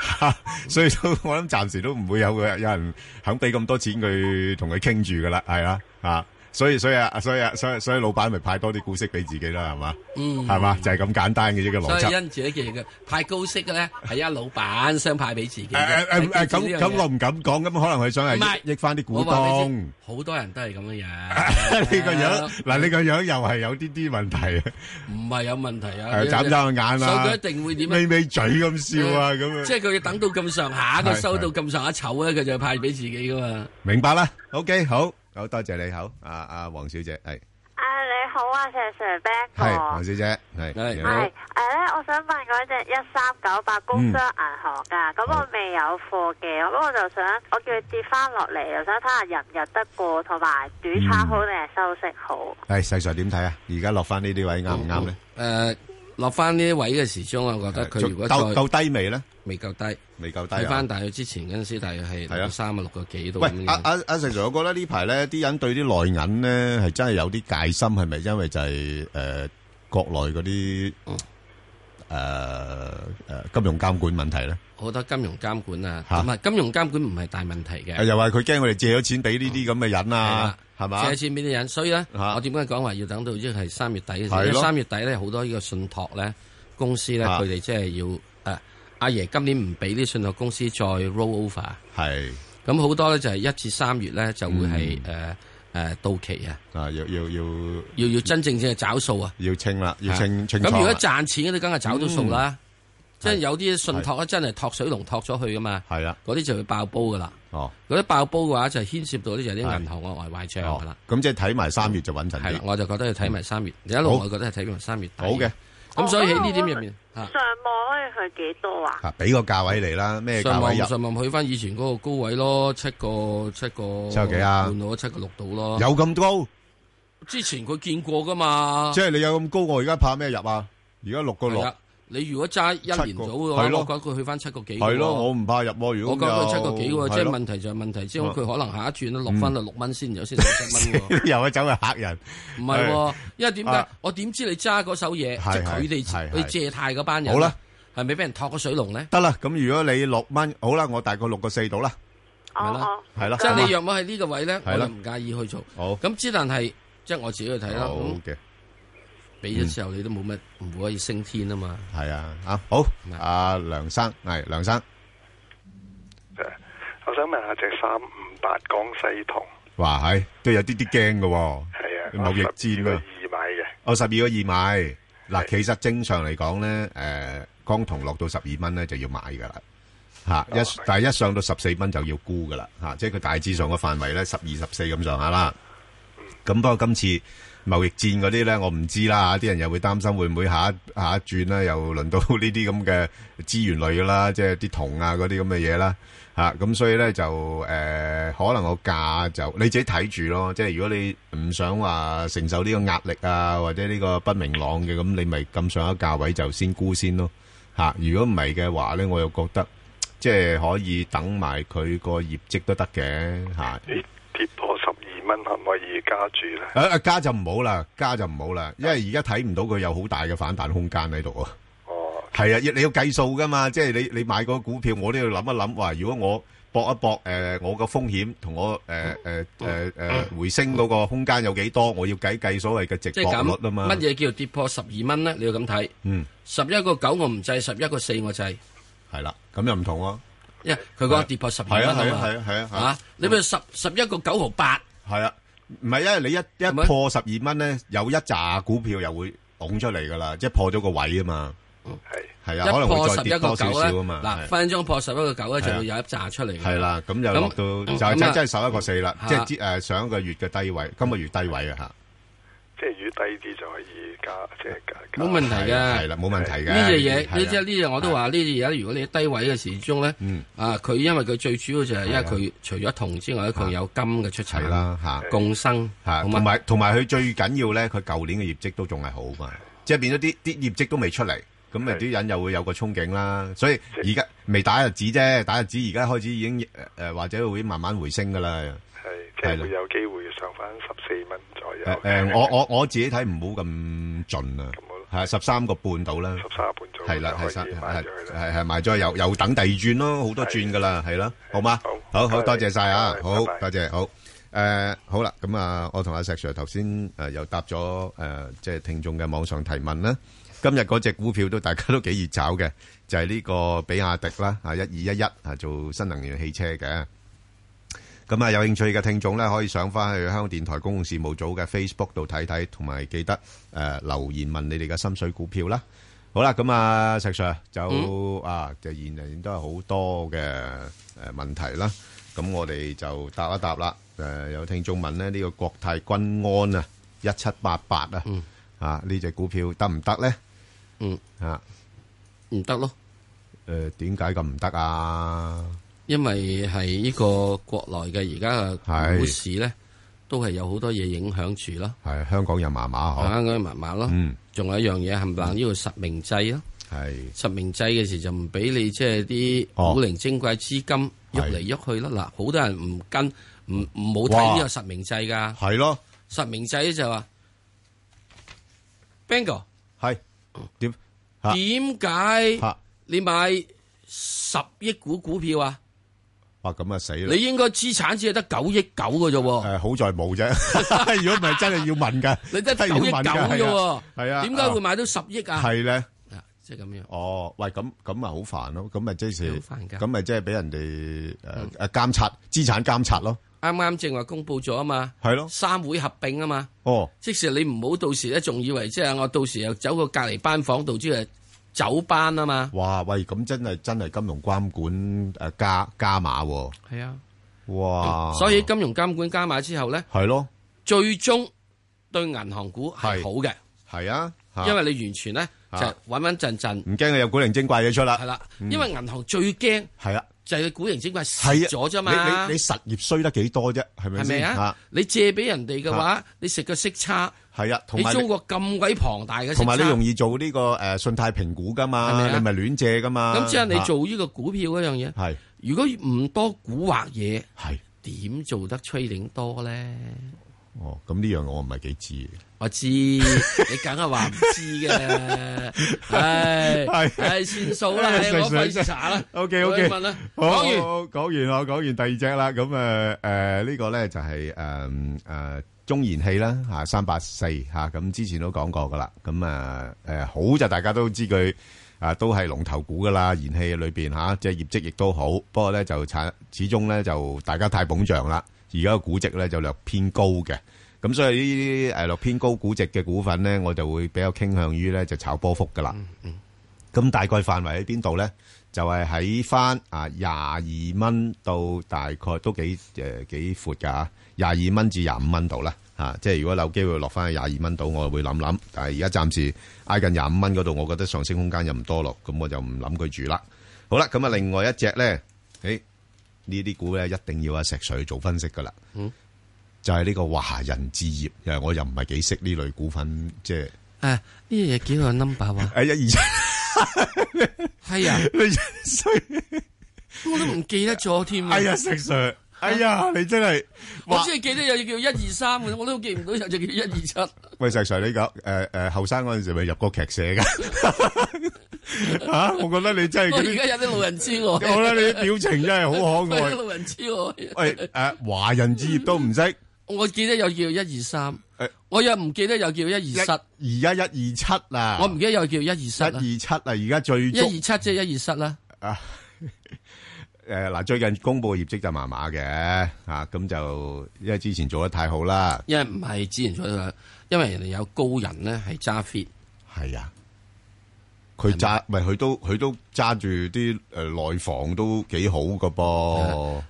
S9: 嚇所以都我諗暫時都唔會有嘅，有人肯俾咁多錢佢同佢傾住噶啦，係啦吓。所以所以啊，所以啊，所以所以老闆咪派多啲股息俾自己啦，係嘛？
S10: 嗯
S9: 係嘛？就係咁簡單嘅啫個邏
S10: 所以
S9: 輯。
S10: 因住一件嘅派高息嘅咧，係一老闆相派俾自己嘅。
S9: 誒，誒，誒，
S10: 係
S9: 咁-
S10: 記住呢樣嘢
S9: 咁我唔敢講，咁可能佢想係
S10: 唔係，
S9: 益返啲股
S10: 我話俾你知好多人都係咁嘅
S9: 東。
S10: 樣。À.
S9: 你個樣-嗱，你個樣又係有啲啲問題啊。À,
S10: 唔係有問題啊，
S9: 誒，眨眨個眼啊，
S10: 所以佢一定會點啊？
S9: 咪咪嘴咁笑啊，
S10: 誒
S9: 咁啊。
S10: 即係佢要等到咁上下，佢
S9: 係
S10: 收到咁上下籌咧，佢就派俾自己噶嘛。
S9: À, 明白啦，OK，好，好，多謝你，好，啊，啊，黃小姐，係，
S3: 啊，你好啊，石 Sir Back
S9: 係，黃小姐，係，你好。
S3: 系诶呃咧，我想問嗰只一三九八工商銀行噶，咁我未有貨嘅，咁我就想我叫佢跌翻落嚟，又想睇下入唔入得過，同埋短
S9: 嗯
S3: 炒好定係收息好？
S9: à? 係，細Sir點睇啊？而家落返呢啲位啱唔啱呢？
S10: 誒，落翻呢位嘅時鐘，我覺得佢如果
S9: 夠-
S10: 再
S9: 夠低未呢？未夠低啊？
S10: 睇翻大約之前嗰陣時，大約係
S9: 係啊
S10: 六三啊啊六個幾度
S9: 喂
S10: 咁，樣。
S9: 阿阿阿 Sir，我覺得呢排咧，啲人對啲內銀咧係真係有啲戒心，係咪因為就係、誒、國內嗰啲誒誒金融監管問題咧？
S10: 好多金融監管啊，
S9: 嚇
S10: 咁啊金融監管唔係大問題嘅。
S9: 又話佢驚我哋借咗錢俾呢啲咁嘅人啊，係嘛？
S10: 借錢俾啲人，所以咧，我點解講話要等到即係三月底嘅時候？
S9: 係咯
S10: 因為三月底咧，好多呢個信託咧公司咧，
S9: 啊
S10: 佢哋即係要誒啊阿爺今年唔俾啲信託公司再 roll over，
S9: 係
S10: 咁好多咧就係一至三月咧就會係誒誒到期啊，
S9: 嗯啊要要要
S10: 要要真正正係找數啊，
S9: 要清啦，要清清啊嗯
S10: 咁
S9: 倉啦
S10: 如果賺錢嗰啲，梗係找到數啦。即係有啲信
S9: 係
S10: 託咧，真係託水龍託咗去噶嘛，
S9: 係啦，
S10: 嗰啲就會爆煲噶啦。
S9: 哦，
S10: 嗰啲爆煲嘅話，就牽涉到咧就係啲銀行嘅外壞帳㗎啦。
S9: 哦咁即係睇埋三月就穩陣
S10: 係啦
S9: 啲。嗯
S10: 我就覺得要睇埋三月，一路我覺得係睇埋三月底。
S9: 好嘅，哦
S10: 咁所以喺呢點入面啊嚇，
S3: 上望可以去幾多啊？
S9: 啊俾個價位嚟啦，咩價
S10: 上
S9: 位啊
S10: 望
S9: 入？
S10: 上望去翻以前嗰個高位咯，七個七個
S9: 七個幾啊
S10: 半到七個六度咯。
S9: 有咁高？
S10: 之前佢見過噶嘛？
S9: 即係你有咁高，我而家怕咩入啊？而家六個
S10: 係
S9: 六。
S10: 啊你如果揸一年早嘅
S9: 七
S10: 話，
S9: 個
S10: 我覺得佢去翻七個幾喎。
S9: 係咯，我唔怕入喎。如
S10: 我
S9: 果
S10: 覺得佢
S9: 咁
S10: 七
S9: 就
S10: 個幾喎，即
S9: 係
S10: 係
S9: 咯
S10: 問題就係問題之後，
S9: 啊
S10: 佢可能下一轉落翻到六蚊先，有先到七蚊 喎。
S9: 又去走去嚇人，
S10: 唔係喎
S9: 係，
S10: 因為點解
S9: 啊？
S10: 我點知你揸嗰手嘢？
S9: 係
S10: 即係佢
S9: 係
S10: 哋
S9: 係
S10: 去借貸嗰班人。啊
S9: 好啦，
S10: 係咪俾人托個水龍咧？
S9: 得啦，咁如果你六蚊，好啦，我大概六個四到啦，
S10: 咪啦，
S9: 係啦，
S10: 即係你若果喺呢個位咧，
S9: 係
S10: 我
S9: 啦
S10: 就唔介意去做。
S9: 好
S10: 咁之但係，即係我自己去睇啦。
S9: 好
S10: 咁
S9: 嘅，
S10: 俾咗之後，你都冇乜唔可以升天啊嘛。
S9: 係啊，啊好，阿梁生係梁生，
S5: 我想問下隻三五八江西銅
S9: 哇係都有啲啲驚嘅喎，
S5: 係啊
S9: 貿易戰啊。
S5: 二買嘅，
S9: 哦，12個二買。嗱，其實正常嚟講呢，誒，江銅落到12蚊呢，就要買㗎啦。嚇，
S5: 哦
S9: 一-但係一上到14蚊就要沽㗎啦。嚇，即係佢大致上個範圍呢，12 14咁上下啦。咁不過今次貿易戰嗰啲呢，我唔知啦，啲人又會擔心會唔會下一-下一轉呢，又輪到啊呃呢啲咁嘅資源類㗎啦，即係啲銅啊嗰啲咁嘅嘢啦。嚇，咁所以呢，就，誒，可能個價就-你自己睇住咯，即係如果你唔想話承受呢個壓力啊，或者呢個不明朗嘅，咁你咪咁上一價位就先沽先咯嚇、如果唔係嘅話咧，我又覺得即係可以等埋佢個業績都得嘅嚇。
S5: 咦跌破十二蚊可唔可以加住咧？
S9: 啊啊加就唔好啦，加就唔好啦，因為而家睇唔到佢有好大嘅反彈空間喺度啊。
S5: 哦，
S9: 係啊，要你要計數噶嘛，即係你你買個股票，我都要諗一諗，話如果我搏一搏，誒、我個風險同我誒誒誒誒回升嗰個空間有幾多，我要計計所謂嘅值
S10: 即係
S9: 博
S10: 咁，
S9: 率啊嘛。
S10: 乜嘢叫跌破十二蚊咧？你要咁睇。
S9: 嗯，
S10: 十一個九我唔制，十一個四我制。
S9: 係啦，咁又唔同喎。
S10: 因為佢講跌破十二蚊啊嘛。
S9: 係啊係啊係啊係啊
S10: 嚇你咪十十一個九毫八。
S9: 系啊，唔係因為你一一破十二蚊咧，有一扎股票又會拱出嚟噶啦，即係破咗個位啊嘛。系係啊，可能
S10: 破
S9: 會
S10: 十
S9: 再
S10: 一
S9: 跌
S10: 個
S9: 多
S10: 九
S9: 少
S10: 咧，
S9: 少啊嘛。
S10: 嗱，
S9: 係啊
S10: 分分鐘破十一個九咧，就會有一扎出嚟㗎。
S9: 係啦，咁又落到就係
S10: 咁
S9: 真
S10: 啊
S9: 真係十一個四啦，
S10: 嚇
S9: 即係之誒上一個月嘅低位，今個月低位啊吓。
S5: 即係如果低啲就可以加，即係加。
S10: 冇問題嘅，
S9: 係啦，冇問題嘅。
S10: 呢隻嘢，
S9: 係啊嗯
S10: 呢隻呢隻我都話呢隻嘢，如果你低位嘅時鐘咧，啊佢因為佢最主要就係因為佢除咗銅之外咧，佢有金嘅出產
S9: 係啦嚇
S10: 共生
S9: 嚇，
S10: 好嘛
S9: 同埋同埋佢最緊要咧，佢舊年嘅業績都仲係好嘛，即係變咗啲啲業績都未出嚟，咁啊啲人又會有個憧憬啦。所以而家未打日子啫，打日子而家開始已經誒、呃、或者會慢慢回升噶啦。
S5: 係即係會有機會上翻十四蚊左右。
S9: 誒、誒，我我我自己睇唔好咁盡啊，係啊，十三個半到啦，十
S5: 三個半到，
S9: 係啦，係三係係係買咗又又等第二轉咯，好多轉噶啦，係啦，啊好嘛？好好多謝晒啊，好多謝好誒好啦，咁啊，我同阿石 Sir 頭先誒又答咗誒即係聽眾嘅網上提問啦。今日嗰只股票都大家都幾熱炒嘅，就係呢個比亞迪啦，啊一二一一啊做新能源汽車嘅。咁啊，有興趣嘅聽眾咧，可以上翻去香港電台公共事務組嘅 Facebook 度睇睇，同埋記得誒、呃留言問你哋嘅心水股票啦。好啦，咁啊，石 Sir 就、啊，就現人都係好多嘅誒問題啦。咁我哋就答一答啦。誒、有聽眾問咧，呢、個國泰君安啊，一七八八啊，啊呢只股票得唔得咧？
S10: 嗯，
S9: 啊，
S10: 唔得咯。
S9: 誒點解咁唔得啊？
S10: 因為係呢個國內嘅而家嘅股市咧，都係有好多嘢影響住啦。
S9: 係香港人麻麻嗬，
S10: 香港人麻麻咯。
S9: 哦嗯，
S10: 仲有一樣嘢冚唪唥呢個實名制咯。
S9: 係
S10: 實名制嘅時就唔俾你即係啲古靈精怪資金喐嚟喐去啦。嗱，好多人唔跟，唔唔冇睇呢個實名制㗎。
S9: 係咯，
S10: 實名制咧就話 Bingo
S9: 係點？嚇
S10: 點解你買十億股股票啊？
S9: 哇，咁啊死啦！
S10: 你應該資產只係得九億九嘅啫
S9: 誒
S10: 喎。
S9: 好在冇啫，如果唔係真係要問㗎，
S10: 你 得
S9: 真係
S10: 九億
S9: 要
S10: 九
S9: 問
S10: 啫
S9: 㗎
S10: 喎，
S9: 係啊，
S10: 點解會買到十億啊？
S9: 係咧？
S10: 即係咁樣。
S9: 哦，喂，咁咁咪好煩咯，咁咪即係
S10: 好煩㗎
S9: 咁咪即係俾人哋誒誒監察資產監察咯，
S10: 啱啱正話公佈咗啊嘛，
S9: 係咯，
S10: 三會合併啊嘛，
S9: 哦，
S10: 即使你唔好到時咧，仲以為即係我到時又走個隔離班房度之後走班啊嘛。
S9: 哇，喂，咁真係真係金融監管誒加加碼喎，
S10: 係啊，
S9: 哇，
S10: 所以金融監管加碼之後咧，
S9: 係咯，
S10: 最終對銀行股係好嘅，
S9: 係啊，嚇
S10: 因為你完全咧就係穩穩陣陣。
S9: 唔驚佢有古靈精怪嘢出啦，
S10: 係啦，
S9: 嗯
S10: 因為銀行最驚
S9: 係啊，
S10: 就係古靈精怪
S9: 係
S10: 蝕
S9: 啊，
S10: 咗啫
S9: 你
S10: 嘛
S9: 你你。實業衰得幾多啫，係咪
S10: 係咪
S9: 先
S10: 啊
S9: 嚇？？
S10: 你借俾人哋嘅話
S9: 啊，
S10: 你食個息差，
S9: 係啊，同
S10: 你
S9: 埋
S10: 中國咁鬼龐大嘅息差，
S9: 同埋你容易做呢個誒信貸評估噶嘛
S10: 係咪，啊
S9: 你咪亂借噶嘛。啊
S10: 咁即係你做呢個股票嗰樣嘢。
S9: 係
S10: 如果唔多古惑嘢，
S9: 係
S10: 點做得 trading 多咧？
S9: 哦，咁呢樣我唔係幾知嘅。
S10: 我知你梗 係話唔知 嘅，唉
S9: 係
S10: 唉，算數 啦，唉我費事查啦。
S9: OK OK，
S10: 我問啦，
S9: 好
S10: 講完
S9: 好好講完啦，講完第二隻啦。咁誒誒呢個咧就係誒誒中燃氣啦嚇，三八四嚇。咁之前都講過噶啦。咁啊誒好就大家都知佢啊都係龍頭股噶啦，燃氣裏邊嚇，即係業績亦都好。不過咧就產始終咧就大家太捧漲啦，而家個估值咧就略偏高嘅。咁所以呢啲誒呃略偏高估值嘅股份咧，我就會比較傾向於咧就炒波幅噶啦。咁大概範圍喺邊度咧？就係喺翻啊廿二蚊到大概都幾誒、呃、幾闊㗎嚇，廿二蚊至廿五蚊度啦嚇。即係如果有機會落翻去廿二蚊度，我會諗諗。但係而家暫時挨近廿五蚊嗰度，我覺得上升空間又唔多咯，咁我就唔諗佢住啦。好啦，咁啊另外一隻咧，誒呢啲股咧一定要阿石 Sir 做分析㗎啦。
S10: 嗯
S9: 就係呢個華人置業，因為我又唔係幾識呢類股份，即係哎
S10: 啊，呢樣嘢幾個 number 話？
S9: 誒一二
S10: 係啊，
S9: 你衰，
S10: 我都唔記得咗添。
S9: 哎呀石 Sir，哎呀你真係，
S10: 我只係記得有隻叫一二三嘅，我都記唔到有隻叫一二七。
S9: 喂石 Sir 你講誒誒後生嗰陣時咪入過劇社 㗎吓？我覺得你真係嗰
S10: 我而
S9: 啲
S10: 家有啲老人痴呆。
S9: 好啦你啲表情真係好可愛
S10: 我有啲老人痴呆。
S9: 喂誒華人置業都唔識，
S10: 我記得有叫一二三，我又唔記得有叫一二七，
S9: 而家一二七啦，
S10: 我唔記得有叫一二七啦，
S9: 一二七啊而家最
S10: 一二七即係一二七啦。
S9: 啊，诶呃嗱，最近公布嘅業績就麻麻嘅啊，咁就因為之前做得太好啦，
S10: 因為唔係之前所講，因為人哋有高人咧係揸 fit，
S9: 係啊，佢揸咪佢都佢都揸住啲诶內房都幾好噶噃，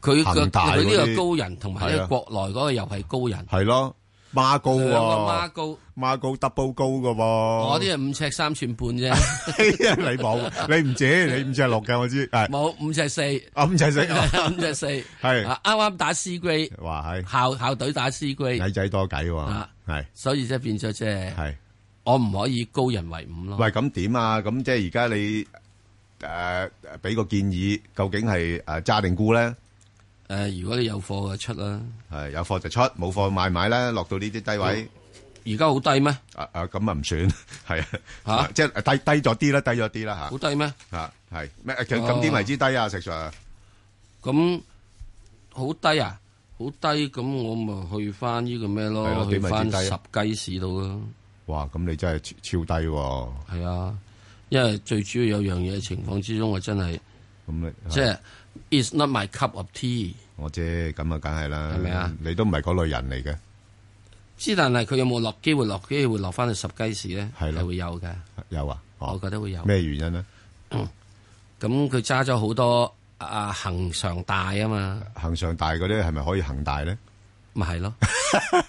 S10: 佢個
S9: 恒大嗰
S10: 佢呢
S9: 啲
S10: 個高人同埋
S9: 係
S10: 呢
S9: 啊
S10: 個國內嗰個又係高人，
S9: 係咯，孖高啊
S10: 兩個孖
S9: 喎，
S10: 高，
S9: 孖高 double 高噶噃，
S10: 我
S9: 我
S10: 啲係五尺三寸半啫，
S9: 你冇，你唔 止，你五尺六嘅我知，係
S10: 冇五尺四，
S9: 啊五尺四，
S10: 五尺四
S9: 係
S10: 啊啱啱打 C grade，
S9: 哇係
S10: 校校隊打 C grade，
S9: 矮仔多計喎
S10: 啊，
S9: 係
S10: 所以即係變咗即係
S9: 係
S10: 我唔可以高人為伍咯。
S9: 喂，咁點啊？咁即係而家你诶俾個建議，究竟係诶揸定沽咧？
S10: 诶，如果你有貨就出啦。
S9: 系有貨就出，冇貨買買啦。落到呢啲低位，
S10: 而家好低咩？
S9: 啊啊，咁啊唔算， 係啊，即係低低咗啲啦，低咗啲啦吓。
S10: 好低咩？
S9: 吓係咩？其實咁點為之低啊？石 Sir，
S10: 咁好低啊，好低，咁我咪去翻呢個咩
S9: 係
S10: 咯？
S9: 咯
S10: 去
S9: 點為之
S10: 翻
S9: 低啊
S10: 哦十雞市度咯。
S9: 哇！咁你真係超超低喎。
S10: 係啊，因為最主要有樣嘢情況之中，我真係
S9: 咁你
S10: 即係 it's not my cup of tea。
S9: 我知，咁啊，梗係啦。
S10: 係咪啊？
S9: 你都唔係嗰類人嚟嘅，
S10: 之但係佢有冇落機會落機會落翻去十雞市咧？係啦，會有嘅。
S9: 有啊。
S10: 我覺得會有。
S9: 咩原因咧？
S10: 咁佢揸咗好多啊恒常大啊嘛，
S9: 恒常大嗰啲係咪可以恒大咧？
S10: 咪係咯。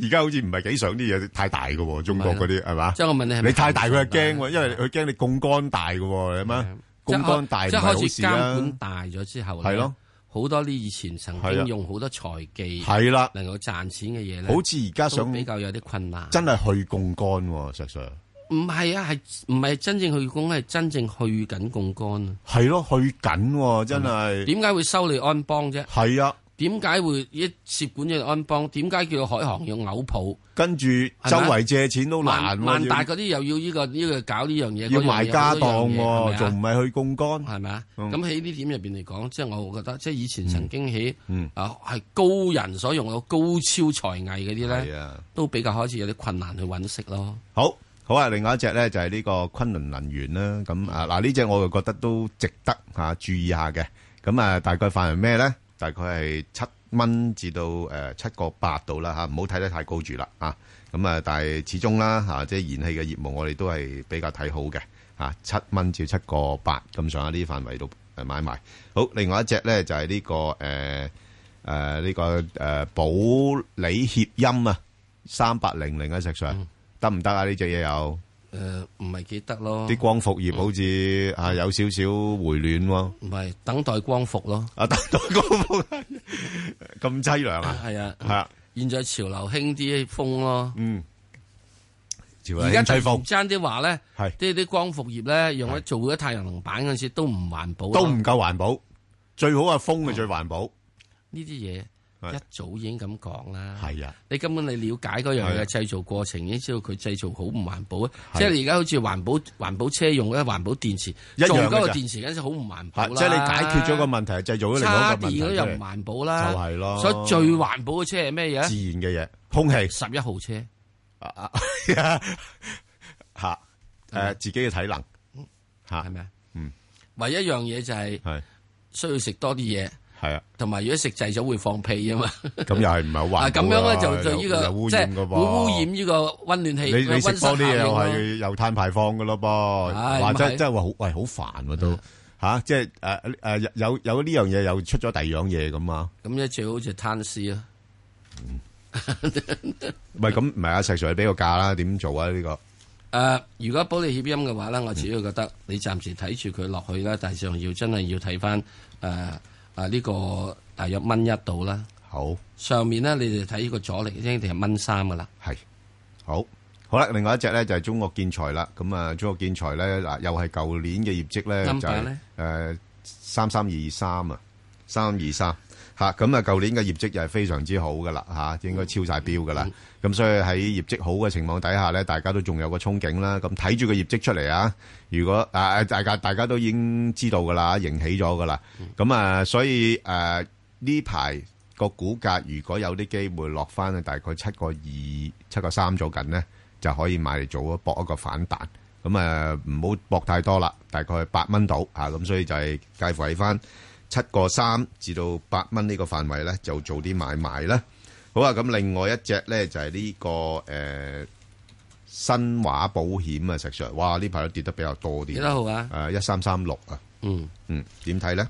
S9: 而家好似唔係幾想啲嘢太大嘅喎，中國嗰啲係嘛？
S10: 即係我問你係咪
S9: 你太大佢就驚喎，因為佢驚你槓桿大嘅喎，你咩？
S10: 即
S9: 槓桿大唔
S10: 係即
S9: 係
S10: 係
S9: 好
S10: 開
S9: 事啊
S10: 始監管
S9: 啦。
S10: 大咗之後
S9: 係
S10: 咧
S9: 咯，
S10: 好多呢以前曾
S9: 係啊
S10: 經用好多財技
S9: 係啦
S10: 能夠賺錢嘅嘢咧，
S9: 好似而家想
S10: 都比較有啲困難。
S9: 真係去槓桿喎，石 Sir。
S10: 唔係啊，係唔係真正去供係真正去緊槓桿啊？嗯
S9: 係咯，去緊喎，真係。
S10: 點解會收你安邦啫？
S9: 係啊。
S10: 點解會一接管咗你安邦？點解叫海航要嘔抱？啊
S9: 跟住周圍借錢都難喎，
S10: 萬
S9: 啊要
S10: 大嗰啲又要呢個呢個搞呢樣嘢，
S9: 要
S10: 嗰樣嘢
S9: 賣家當
S10: 嗰樣嘢係咪
S9: 喎，
S10: 啊
S9: 仲唔係去槓桿？
S10: 係咪啊？
S9: 嗯
S10: 咁喺呢點入邊嚟講，即係我覺得，即係以前曾經喺
S9: 嗯
S10: 啊係高人所用嘅高超才藝嗰啲
S9: 係
S10: 咧
S9: 啊，
S10: 都比較開始有啲困難去揾食咯。
S9: 好好啊！另外一隻咧就係呢個昆侖能源啦。咁啊嗱，呢只我就覺得都值得吓、啊注意下嘅。咁啊，大概範圍咩咧？大概係七蚊至到誒七個八度啦吓，唔好睇得太高住啦啊。咁啊，但係始終啦吓、啊即係燃氣嘅業務，我哋都係比較睇好嘅吓，七蚊至七個八咁上下呢啲範圍度誒買賣。好，另外一隻咧就係呢、個誒。誒呢個誒保理協音啊，三八零零啊，石 Sir 得唔得啊？呢只嘢有
S10: 誒唔係幾得咯，
S9: 啲光伏業好似啊有少少回暖
S10: 唔係等待光伏咯。
S9: 啊等待光伏咁凄涼啊！
S10: 係啊，
S9: 係啊，
S10: 現在潮流興啲風咯。
S9: 嗯，潮流
S10: 而家
S9: 興吹風
S10: 爭啲話咧，
S9: 係
S10: 啲啲光伏業咧，用咗做咗太陽能板嗰陣時都唔環保咯，啊
S9: 都唔夠環保，最好啊風嘅最環保。
S10: 呢啲嘢
S9: 係
S10: 一早已經咁講啦。
S9: 係啊，
S10: 你根本你了解嗰
S9: 係
S10: 樣嘢
S9: 啊
S10: 嘅製造過程，已經知道佢製造好唔環保啊！
S9: 係
S10: 即係你而家好似環保環保車用咧，環保電池
S9: 一樣嘅
S10: 做嗰個
S9: 啫
S10: 電池嗰陣時好唔環
S9: 嚇
S10: 保啦。
S9: 即係你解決咗個問題，製造咗另外
S10: 叉
S9: 一個問
S10: 電
S9: 題出
S10: 嗰
S9: 嚟，
S10: 啲又唔環保啦，
S9: 就係咯
S10: 所以最環保嘅車係咩嘢？
S9: 自然嘅嘢，空氣
S10: 十一號車
S9: 啊 嚇誒呃自己嘅體能嚇係
S10: 嗯咪啊？
S9: 嗯
S10: 唯一一樣嘢就係
S9: 係
S10: 需要食多啲嘢，
S9: 係啊。
S10: 同埋如果食滯咗會放屁 啊嘛。
S9: 咁又係唔係好環保
S10: 啊
S9: 啦
S10: 咁樣咧就對呢
S9: 有有
S10: 個
S9: 污
S10: 即
S9: 染
S10: 係
S9: 㗎噃
S10: 會污染呢個温暖氣。
S9: 你你食
S10: 溫室
S9: 多啲嘢
S10: 效應
S9: 又
S10: 咯
S9: 係又碳排放噶咯噃，
S10: 唉
S9: 話
S10: 咁
S9: 真
S10: 係啊
S9: 真係話好喂好煩喎都吓，即係诶诶有有呢樣嘢又出咗第二樣嘢咁啊，
S10: 咁咧最好就攤屍啊！
S9: 喂咁唔係啊，石 Sir 你俾個價啦，點做啊呢個？
S10: 誒、如果保利協音嘅話咧，我主要覺得你暫時睇住佢落去啦，但係上要真係要睇翻誒誒呢個大約蚊一度啦。
S9: 好，
S10: 上面咧你哋睇呢個阻力已經係蚊三噶啦。
S9: 係好。好啦，另外一隻咧就係中國建材啦，咁啊中國建材咧嗱又係舊年嘅業績咧
S10: Number
S9: 就係
S10: 呢
S9: 誒三三二三啊，三三二三嚇，咁啊舊年嘅業績又係非常之好噶啦嚇，應該超晒標噶啦，咁所以喺業績好嘅情況底下咧，大家都仲有個憧憬啦，咁睇住個業績出嚟啊，如果啊大家大家都已經知道噶啦，迎起咗噶啦，咁啊所以誒呢排。個股價如果有啲機會落翻去大概七個二、七個三左緊呢，就可以買嚟做一搏一個反彈。咁啊，唔好搏太多啦，大概八蚊到啊，咁所以就係介乎喺翻七個三至到八蚊呢個範圍呢，就做啲買賣啦。好啊，咁另外一隻呢，就係呢、個誒、呃新華保險啊，石 Sir，哇！呢排都跌得比較多啲。
S10: 幾多號啊？
S9: 誒一三三六啊。
S10: 嗯
S9: 嗯，點睇呢？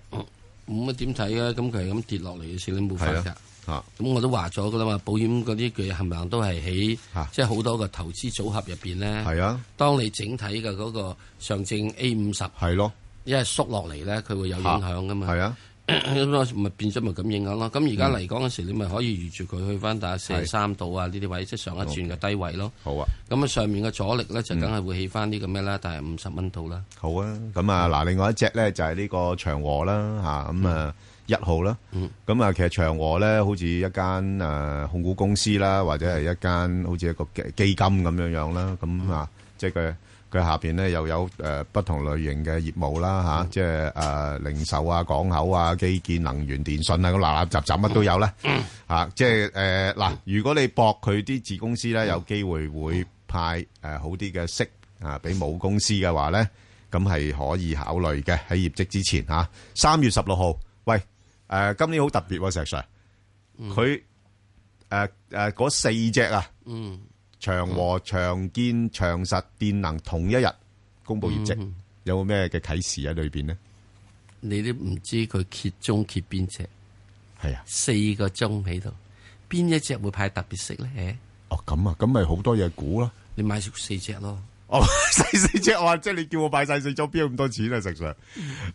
S10: 咁啊點睇啊？咁佢係咁跌落嚟嘅時，你冇法
S9: 係
S10: 㗎
S9: 啊。嚇
S10: 咁我都話咗噶啦嘛，保險嗰啲佢冚唪唥都係喺即係好多個投資組合入邊咧。
S9: 係啊，
S10: 當你整體嘅嗰個上證 A 五十
S9: 係咯，
S10: 因為縮落嚟咧，佢會有影響噶嘛。
S9: 係啊。嗯
S10: 咁咪變咗咪咁影響咯。咁而家嚟講嗰時，你咪可以預住佢去翻打四十三度啊呢啲位，即係上一轉嘅低位咯。
S9: 好啊。嗯
S10: 咁啊，上面嘅阻力咧就梗係會起翻呢個咩啦，但係五十蚊度啦。
S9: 好啊，咁啊嗱，另外一隻咧就係呢個長和啦吓，咁啊一號啦，咁啊其實長和咧好似一間誒控股公司啦，或者係一間好似一個基基金咁樣樣啦，咁啊即係佢佢下邊咧又有誒不同類型嘅業務啦吓，即係誒零售啊、港口啊、基建、能源、電信啊，咁嗱嗱雜雜乜都有啦，嚇，啊即係誒嗱，如果你博佢啲子公司
S10: 嗯
S9: 咧有機會會派誒好啲嘅息啊俾母公司嘅話咧。咁係可以考慮嘅喺業績之前嚇。三月十六號，喂，誒、今年好特別喎、石 Sir，佢誒誒嗰四隻啊，
S10: 嗯，
S9: 長和、長建、長實、電能同一日公佈業績，
S10: 嗯
S9: 有冇咩嘅啟示喺裏邊呢？
S10: 你都唔知佢揭中揭邊只，
S9: 係啊，
S10: 四個鐘喺度，邊一隻會派特別息咧？
S9: 哦，咁啊，咁咪好多嘢估咯。
S10: 你買足四隻咯。
S9: 哦， 細四隻哇！即係你叫我買晒四咗，邊有咁多錢啊？石 Sir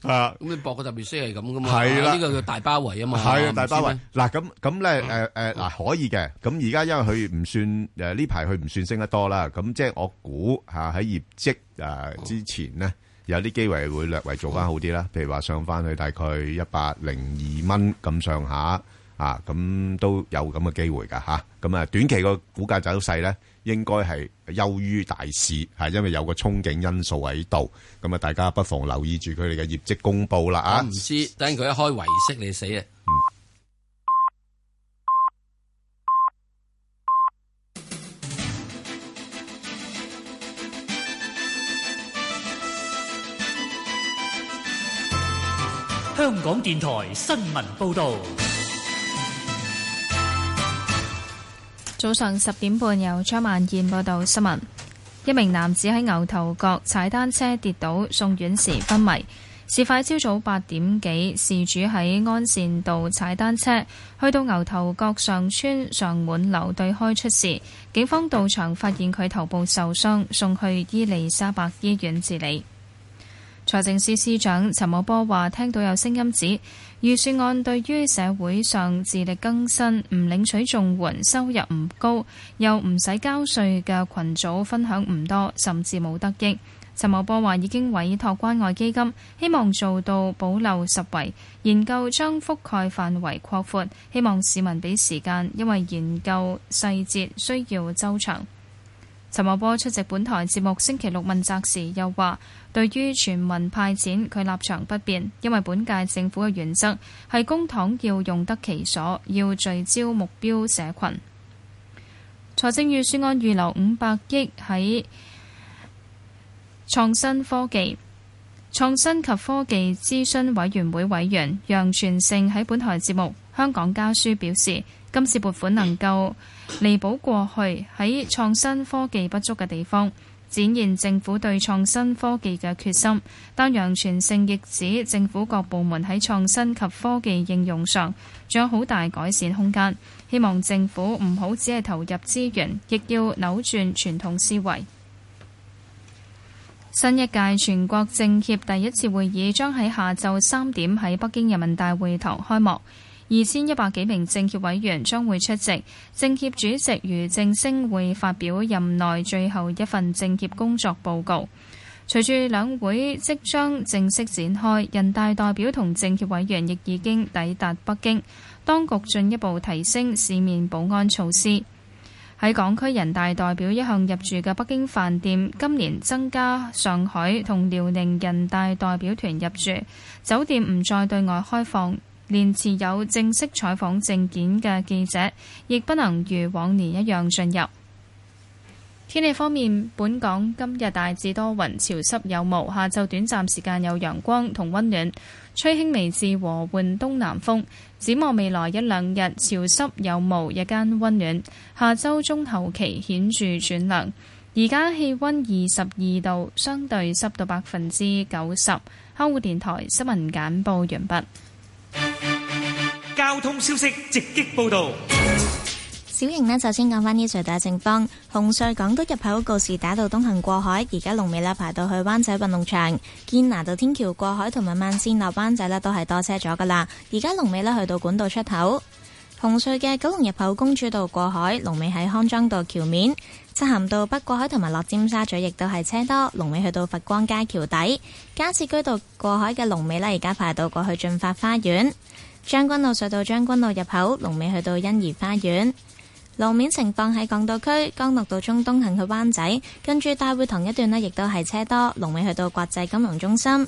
S9: 啊！
S10: 咁你博個特別息係咁噶嘛？
S9: 係啦
S10: 呢個叫大包圍啊嘛。
S9: 係啊，
S10: 唔
S9: 大包
S10: 知
S9: 圍
S10: 咩。
S9: 嗱，咁咁咧，誒誒，嗱，可以嘅。咁而家因為佢唔算誒呢排佢唔算升得多啦，咁即係我估嚇喺業績誒之前咧，有啲機會會略為做翻好啲啦。譬如話上翻去大概一百零二蚊咁上下啊，咁都有咁嘅機會㗎嚇。咁啊，短期個股價走勢咧，應該係優於大市嚇，因為有個憧憬因素喺度。咁啊，大家不妨留意住佢哋嘅業績公佈啦
S10: 我
S9: 啊
S10: 唔！知，等佢一開圍息你死啊！
S11: 香港電台新聞報道，
S12: 早上十點半，由張萬燕報道新聞。一名男子喺牛頭角踩單車跌倒，送院時昏迷。事發朝早八點幾，事主喺安善道踩單車，去到牛頭角上村上滿樓對開出事。警方到場發現佢頭部受傷，送去伊利沙伯醫院治理。財政司司長陳茂波話：聽到有聲音指預算案對於社會上自力更生、唔領取綜援、收入唔高又唔使交稅嘅群組分享唔多，甚至冇得益。陳茂波話已經委託關愛基金，希望做到保留實惠，研究將覆蓋範圍擴闊，希望市民俾時間，因為研究細節需要周詳。陳茂波出席本台節目星期六問責時又話，對於全民派錢，佢立場不變，因為本屆政府嘅原則係公帑要用得其所，要聚焦目標社群。財政預算案預留五百億喺創新科技。創新及科技諮詢委員會委員楊全勝喺本台節目《香港家書》表示，今次撥款能夠彌補過去喺創新科技不足嘅地方，展現政府對創新科技嘅決心。但楊全勝亦指政府各部門喺創新及科技應用上仲有好大改善空間，希望政府唔好只係投入資源，亦要扭轉傳統思維。新一屆全國政協第一次會議將喺下晝三點喺北京人民大會堂開幕，二千一百幾名政協委員將會出席，政協主席俞正聲會發表任內最後一份政協工作報告。隨住兩會即將正式展開，人大代表同政協委員亦已經抵達北京，當局進一步提升市面保安措施。喺港區人大代表一向入住嘅北京飯店，今年增加上海同遼寧人大代表團入住，酒店唔再對外開放，連持有正式採訪證件嘅記者亦不能如往年一樣進入。天氣方面，本港今日大致多雲，潮濕有霧，下晝短暫時間有陽光同温暖，吹輕微至和緩東南風。展望未來一兩日潮濕有霧，日間温暖。下周中後期顯著轉涼。而家氣温二十二度，相對濕度百分之九十。香港電台新聞簡報完畢。
S11: 交通消息直擊報道。
S14: 小型呢，就先講翻啲隧道嘅情況。紅隧港島入口告士打道東行過海，而家龍尾啦排到去灣仔運動場；堅拿道天橋過海同埋慢線落灣仔呢，都係多車咗噶啦。而家龍尾呢，去到管道出口。紅隧嘅九龍入口公主道過海，龍尾喺康莊道橋面；漆咸道北過海同埋落尖沙咀亦都係車多，龍尾去到佛光街橋底；加士居道過海嘅龍尾呢，而家排到過去駿發花園；將軍澳隧道將軍澳入口，龍尾去到欣怡花園。路面情況喺港島區，江樂道中東行去灣仔，跟住大會堂一段呢，亦都係車多，龍尾去到國際金融中心。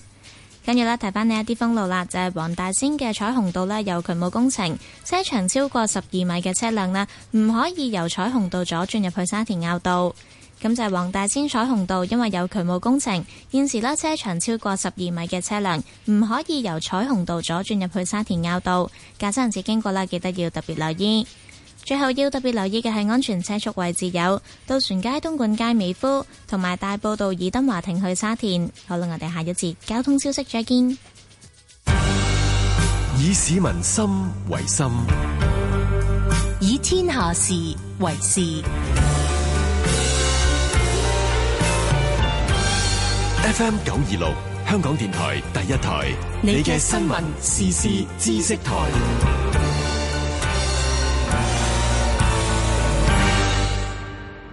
S14: 跟住咧，提翻呢一啲封路啦，就係、是、黃大仙嘅彩虹道呢，有渠務工程，車長超過十二米嘅車輛呢，唔可以由彩虹道左轉入去沙田坳道。咁就係黃大仙彩虹道，因為有渠務工程，現時呢，車長超過十二米嘅車輛唔可以由彩虹道左轉入去沙田坳道。駕駛人士經過啦，記得要特別留意。最後要特別留意嘅係安全車速位置有渡船街、東莞街、美孚同埋大埔道爾登華庭去沙田。好啦，我哋下一節交通消息再見。
S15: 以市民心為心，
S30: 以天下事為事。
S15: FM 九二六，香港電台第一台，你嘅新聞時事知識台。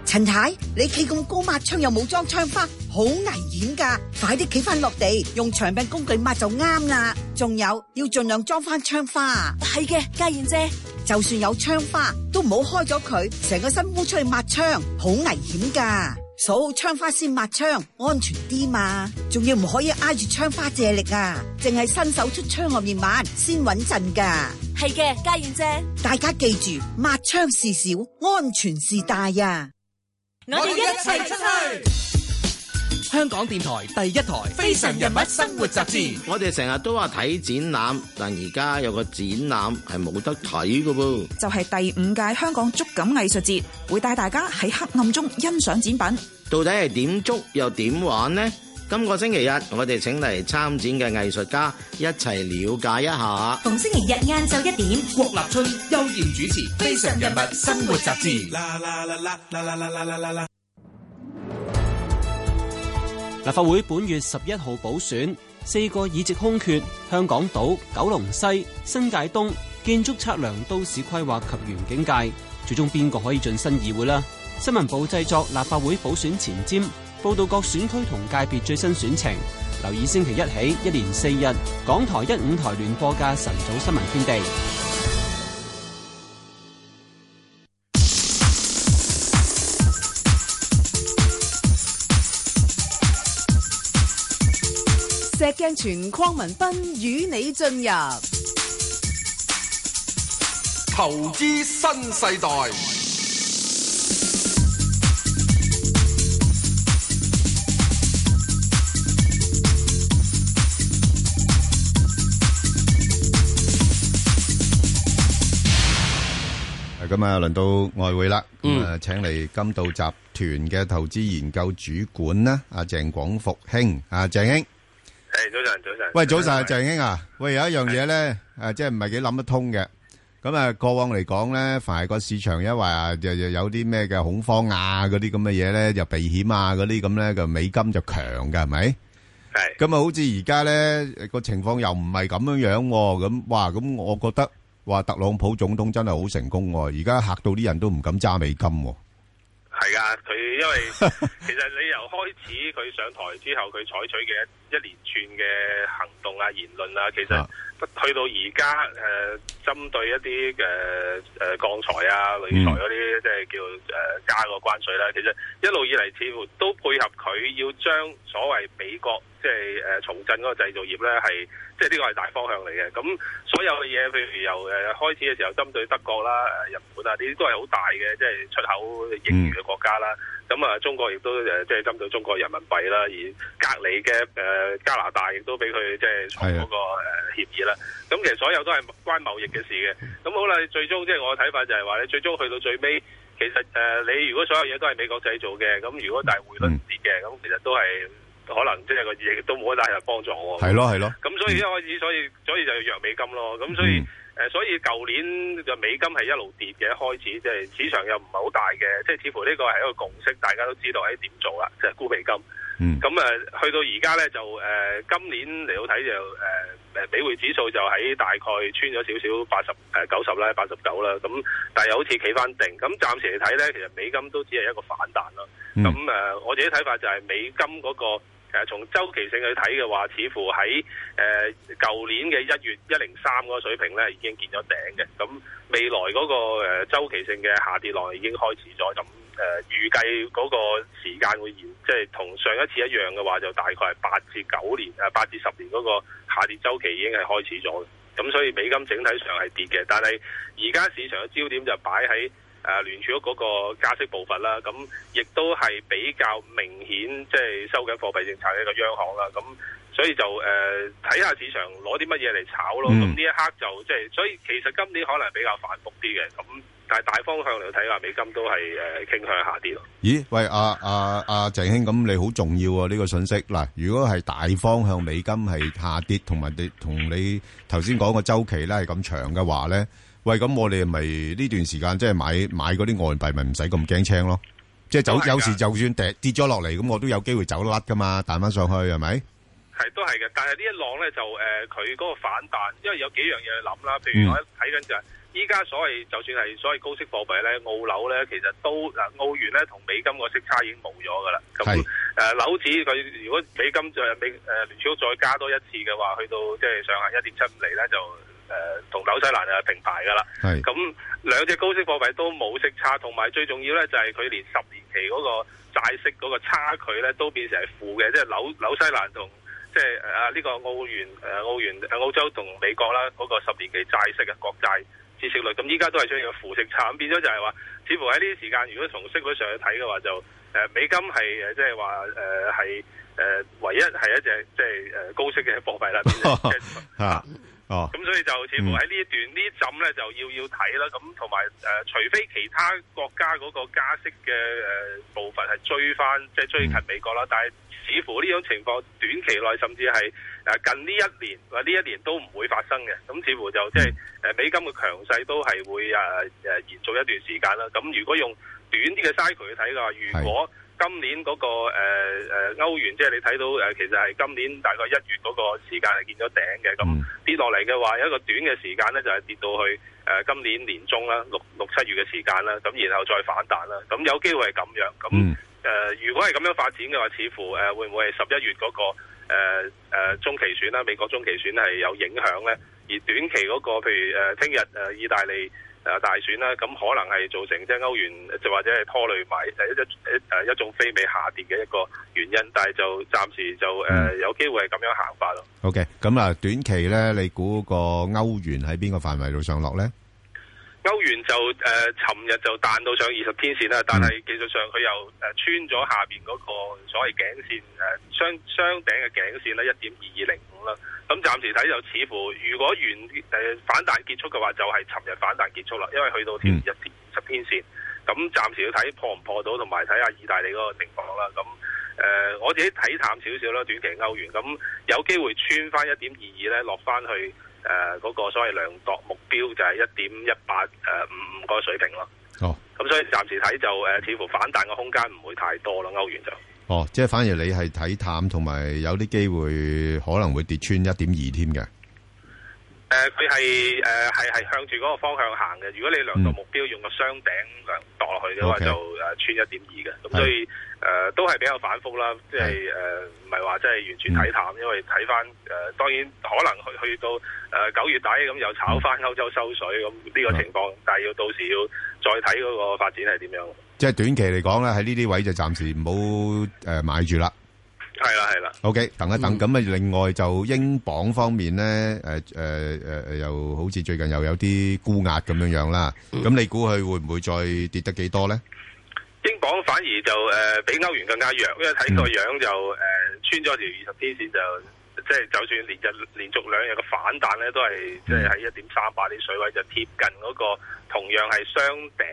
S16: 陳太，你企咁高抹窗又冇裝窗花，好危險噶！快啲企翻落地，用長柄工具抹就啱啦。仲有要盡量裝翻窗花。
S30: 係嘅，家燕姐，
S16: 就算有窗花，都唔好開咗佢，成個身污出去抹窗，好危險噶。數窗花先抹窗，安全啲嘛。仲要唔可以挨住窗花借力啊，淨係伸手出窗外面抹先穩陣噶。
S30: 係嘅，家燕姐，
S16: 大家記住，抹窗事小，安全事大啊呀。
S30: 我哋一齊出去！
S11: 香港電台第一台《非常人物生活雜誌》。
S31: 我哋成日都話睇展覽，但而家有個展覽係冇得睇㗎噃。
S18: 就係第五屆香港觸感藝術節，會帶大家喺黑暗中欣賞展品。
S31: 到底係點捉又點玩呢？今個星期日，我哋請嚟參展嘅藝術家一齊了解一下。
S30: 逢星期日晏晝一點，
S11: 郭立春、邱艷主持《非常人物生活雜誌》。立法會本月十一號補選，四個議席空缺，香港島、九龍西、新界東、建築測量、都市規劃及園境界，最終邊個可以晉身議會啦？新聞部製作立法會補選前瞻。報道各選區同界別最新選情，留意星期一起一連四日，港台一五台聯播嘅晨早新聞天地。
S7: 石鏡泉鄺民彬與你進入
S8: 投資新世代。
S9: 咁啊，輪到外匯啦。咁啊，請嚟金道集團嘅投資研究主管啦，阿鄭廣復兄，阿鄭兄，
S19: 係早晨，早晨。
S9: 喂，早晨啊，鄭兄啊，喂，有一樣嘢咧，誒，即係唔係幾諗得通嘅。咁啊，過往嚟講咧，凡係個市場因為啊，又又有啲咩嘅恐慌啊，嗰啲咁嘅嘢咧，又避險啊，嗰啲咁咧，就美金就強嘅，係咪？
S19: 係。
S9: 咁啊，好似而家咧個情況又唔係咁樣樣喎。咁哇，咁我覺得。話特朗普總統真係好成功喎，而家嚇到啲人都唔敢揸美金喎。
S19: 係噶，佢因為其實你由開始佢上台之後，佢採取嘅一連串嘅行動啊、言論啊，其實去到而家誒，針對一啲誒誒鋼材啊、鋁材嗰啲，即係叫誒、呃、加個關稅啦。其實一路以嚟似乎都配合佢要將所謂美國。即係誒呃重振嗰個製造業咧，係即係呢個係大方向嚟嘅。咁所有嘅嘢，譬如由誒、呃、開始嘅時候針對德國啦、誒日本啊，呢啲都係好大嘅，即係出口盈餘嘅國家啦。咁啊，中國亦都誒即係針對中國人民幣啦，而隔離嘅誒加拿大亦都俾佢即係
S9: 啊
S19: 從嗰個誒協議啦。咁其實所有都係關貿易嘅事嘅。咁好啦，最終即係我嘅睇法就係話咧，最終去到最尾。其實誒、呃，你如果所有嘢都係美國製造嘅，咁如果但係匯率跌嘅，咁其實都係。可能即係個亦都冇乜大嘅幫助我。
S9: 係咯係咯。嗯
S19: 咁所以一開始，所以所以就要弱美金咯。咁所以誒，所以舊年就美金係一路跌嘅，一開始即係市場又唔係好大嘅，即係似乎呢個係一個共識，大家都知道係點做啦，就係沽美金。
S9: 嗯
S19: 咁誒、去到而家咧就誒、今年嚟到睇就誒誒、美匯指數就喺大概穿咗少少八十誒九十啦，八十九啦，咁但係又好似企翻定。咁暫時嚟睇咧，其實美金都只係一個反彈啦。咁誒、我自己睇法就係美金嗰、個。誒從周期性去睇嘅話，似乎喺誒舊年嘅一月一零三嗰個水平咧已經見咗頂嘅，咁未來嗰、個誒週、期性嘅下跌浪已經開始咗，咁誒、預計嗰個時間會延，即係同上一次一樣嘅話，就大概係八至九年誒八至十年嗰個下跌周期已經係開始咗嘅，咁所以美金整體上係跌嘅，但係而家市場嘅焦點就擺喺。誒呃聯儲局嗰個加息步伐啦，咁亦都係比較明顯，即係收緊貨幣政策嘅一個央行啦，咁所以就誒睇下市場攞啲乜嘢嚟炒咯。咁呢、
S9: 嗯
S19: 一刻就即係，所以其實今年可能比較反覆啲嘅，咁但係大方向嚟睇話，美金都係誒、呃、傾向下跌咯。
S9: 咦，喂，阿阿阿郑兄，咁你好重要啊！呢、個信息嗱，如果係大方向美金係下跌，同埋你同你頭先講個周期咧係咁長嘅話咧，喂，咁我哋咪呢段時間即係買買嗰啲外幣，咪唔使咁驚青咯。即係走，有時就算跌跌咗落嚟，咁我都有機會走甩噶嘛，彈翻上去係咪？
S19: 係都係嘅，但係呢一浪咧就誒佢嗰個反彈，因為有幾樣嘢去諗啦。譬如我睇緊就係依家所謂就算係所謂高息貨幣咧，澳紐咧其實都嗱澳元咧同美金個息差已經冇咗㗎啦。咁誒紐指佢如果美金再美誒呃聯儲局再加多一次嘅話，去到即係上限一點七五厘咧就。誒同紐西蘭係平排㗎啦，咁兩隻高息貨幣都冇息差，同埋最重要咧就係佢連十年期嗰個債息嗰個差距咧都變成係負嘅，即係紐紐西蘭同即係誒啊呢個澳元誒、呃澳元呃澳洲同美國啦嗰、個十年期債息嘅啊國債孳息率，咁依家都係出現個負息差，咁變咗就係話，似乎喺呢啲時間，如果從息率上去睇嘅話，就誒、呃美金係誒即係話誒係誒唯一係一隻即係誒呃高息嘅貨幣啦。變 咗即係
S9: 吓哦，
S19: 咁所以就似乎喺呢一段呢一陣咧就要要睇啦，咁同埋誒，除非其他國家嗰個加息嘅誒、呃步伐係追翻，即係追近美國啦，但係似乎呢種情況短期內甚至係誒近呢一年或呢一年都唔會發生嘅，咁似乎就即係誒美金嘅強勢都係會誒誒、呃延續一段時間啦。咁如果用短啲嘅 cycle 去睇嘅話，如果今年嗰、個誒誒、呃歐元，即係你睇到誒、呃其實係今年大概一月嗰個時間係見咗頂嘅，咁跌落嚟嘅話，有一個短嘅時間咧就係、跌到去誒、呃今年年中啦，六六七月嘅時間啦，咁然後再反彈啦，咁有機會係咁樣，咁誒、呃如果係咁樣發展嘅話，似乎誒、呃、會唔會係十一月嗰、個誒、呃中期選啦，美國中期選係有影響咧？而短期嗰、個譬如誒聽日誒意大利。誒大選啦，咁可能係造成即係歐元就或者係拖累埋誒一呃一誒一種非美下跌嘅一個原因，但係就暫時就誒、呃有機會係咁樣行法咯。
S9: OK，咁啊，短期呢，你估個歐元喺邊個範圍度上落呢？
S19: 歐元就誒，呃尋、日就彈到上二十天線啦，但係技術上佢又誒、呃穿咗下邊嗰個所謂頸線誒、呃雙雙頂嘅頸線咧，一點二二零五啦。咁暫時睇就似乎，如果原誒、呃反彈結束嘅話，就係尋日反彈結束啦，因為去到天一天十天線。咁暫時要睇破唔破到，同埋睇下意大利嗰個情況啦。咁誒、呃我自己睇淡少少啦，短期歐元咁有機會穿翻一點二二咧，落翻去呃誒嗰、個所謂量度目標就係一點一八誒呃五五個水平咯。
S9: 哦，
S19: 咁所以暫時睇就誒、呃似乎反彈嘅空間唔會太多咯，歐元就。
S9: 哦，即係反而你係睇淡，同埋有啲機會可能會跌穿1.2添嘅。
S19: 誒呃佢係誒呃係係向住嗰個方向行嘅。如果你量度目標用個雙頂量度落去嘅話
S9: OK
S19: 就呃誒穿一點二嘅。咁所以誒、呃都係比較反覆啦，即係誒唔係話即係完全睇淡，因為睇翻誒當然可能去去到誒九、月底咁又炒翻歐洲收水咁呢個情況，但係要到時要再睇嗰個發展係點樣。
S9: 呃即係短期嚟講呢，喺呢啲位就暫時唔好，誒，買住啦。
S19: 係啦係嗯啦。
S9: OK，等一等。咁啊，另外就英鎊方面呢，誒，誒，誒，誒，又好似最近又有啲沽壓咁樣樣啦。咁你估佢會唔會再跌得幾多呢？
S19: 英鎊反而就誒、呃比歐元更加弱，因為睇個樣就誒、呃穿咗條二十天線就。即係就算連日連續兩日嘅反彈咧，都係即係喺一點三八啲水位就貼近嗰個同樣係雙頂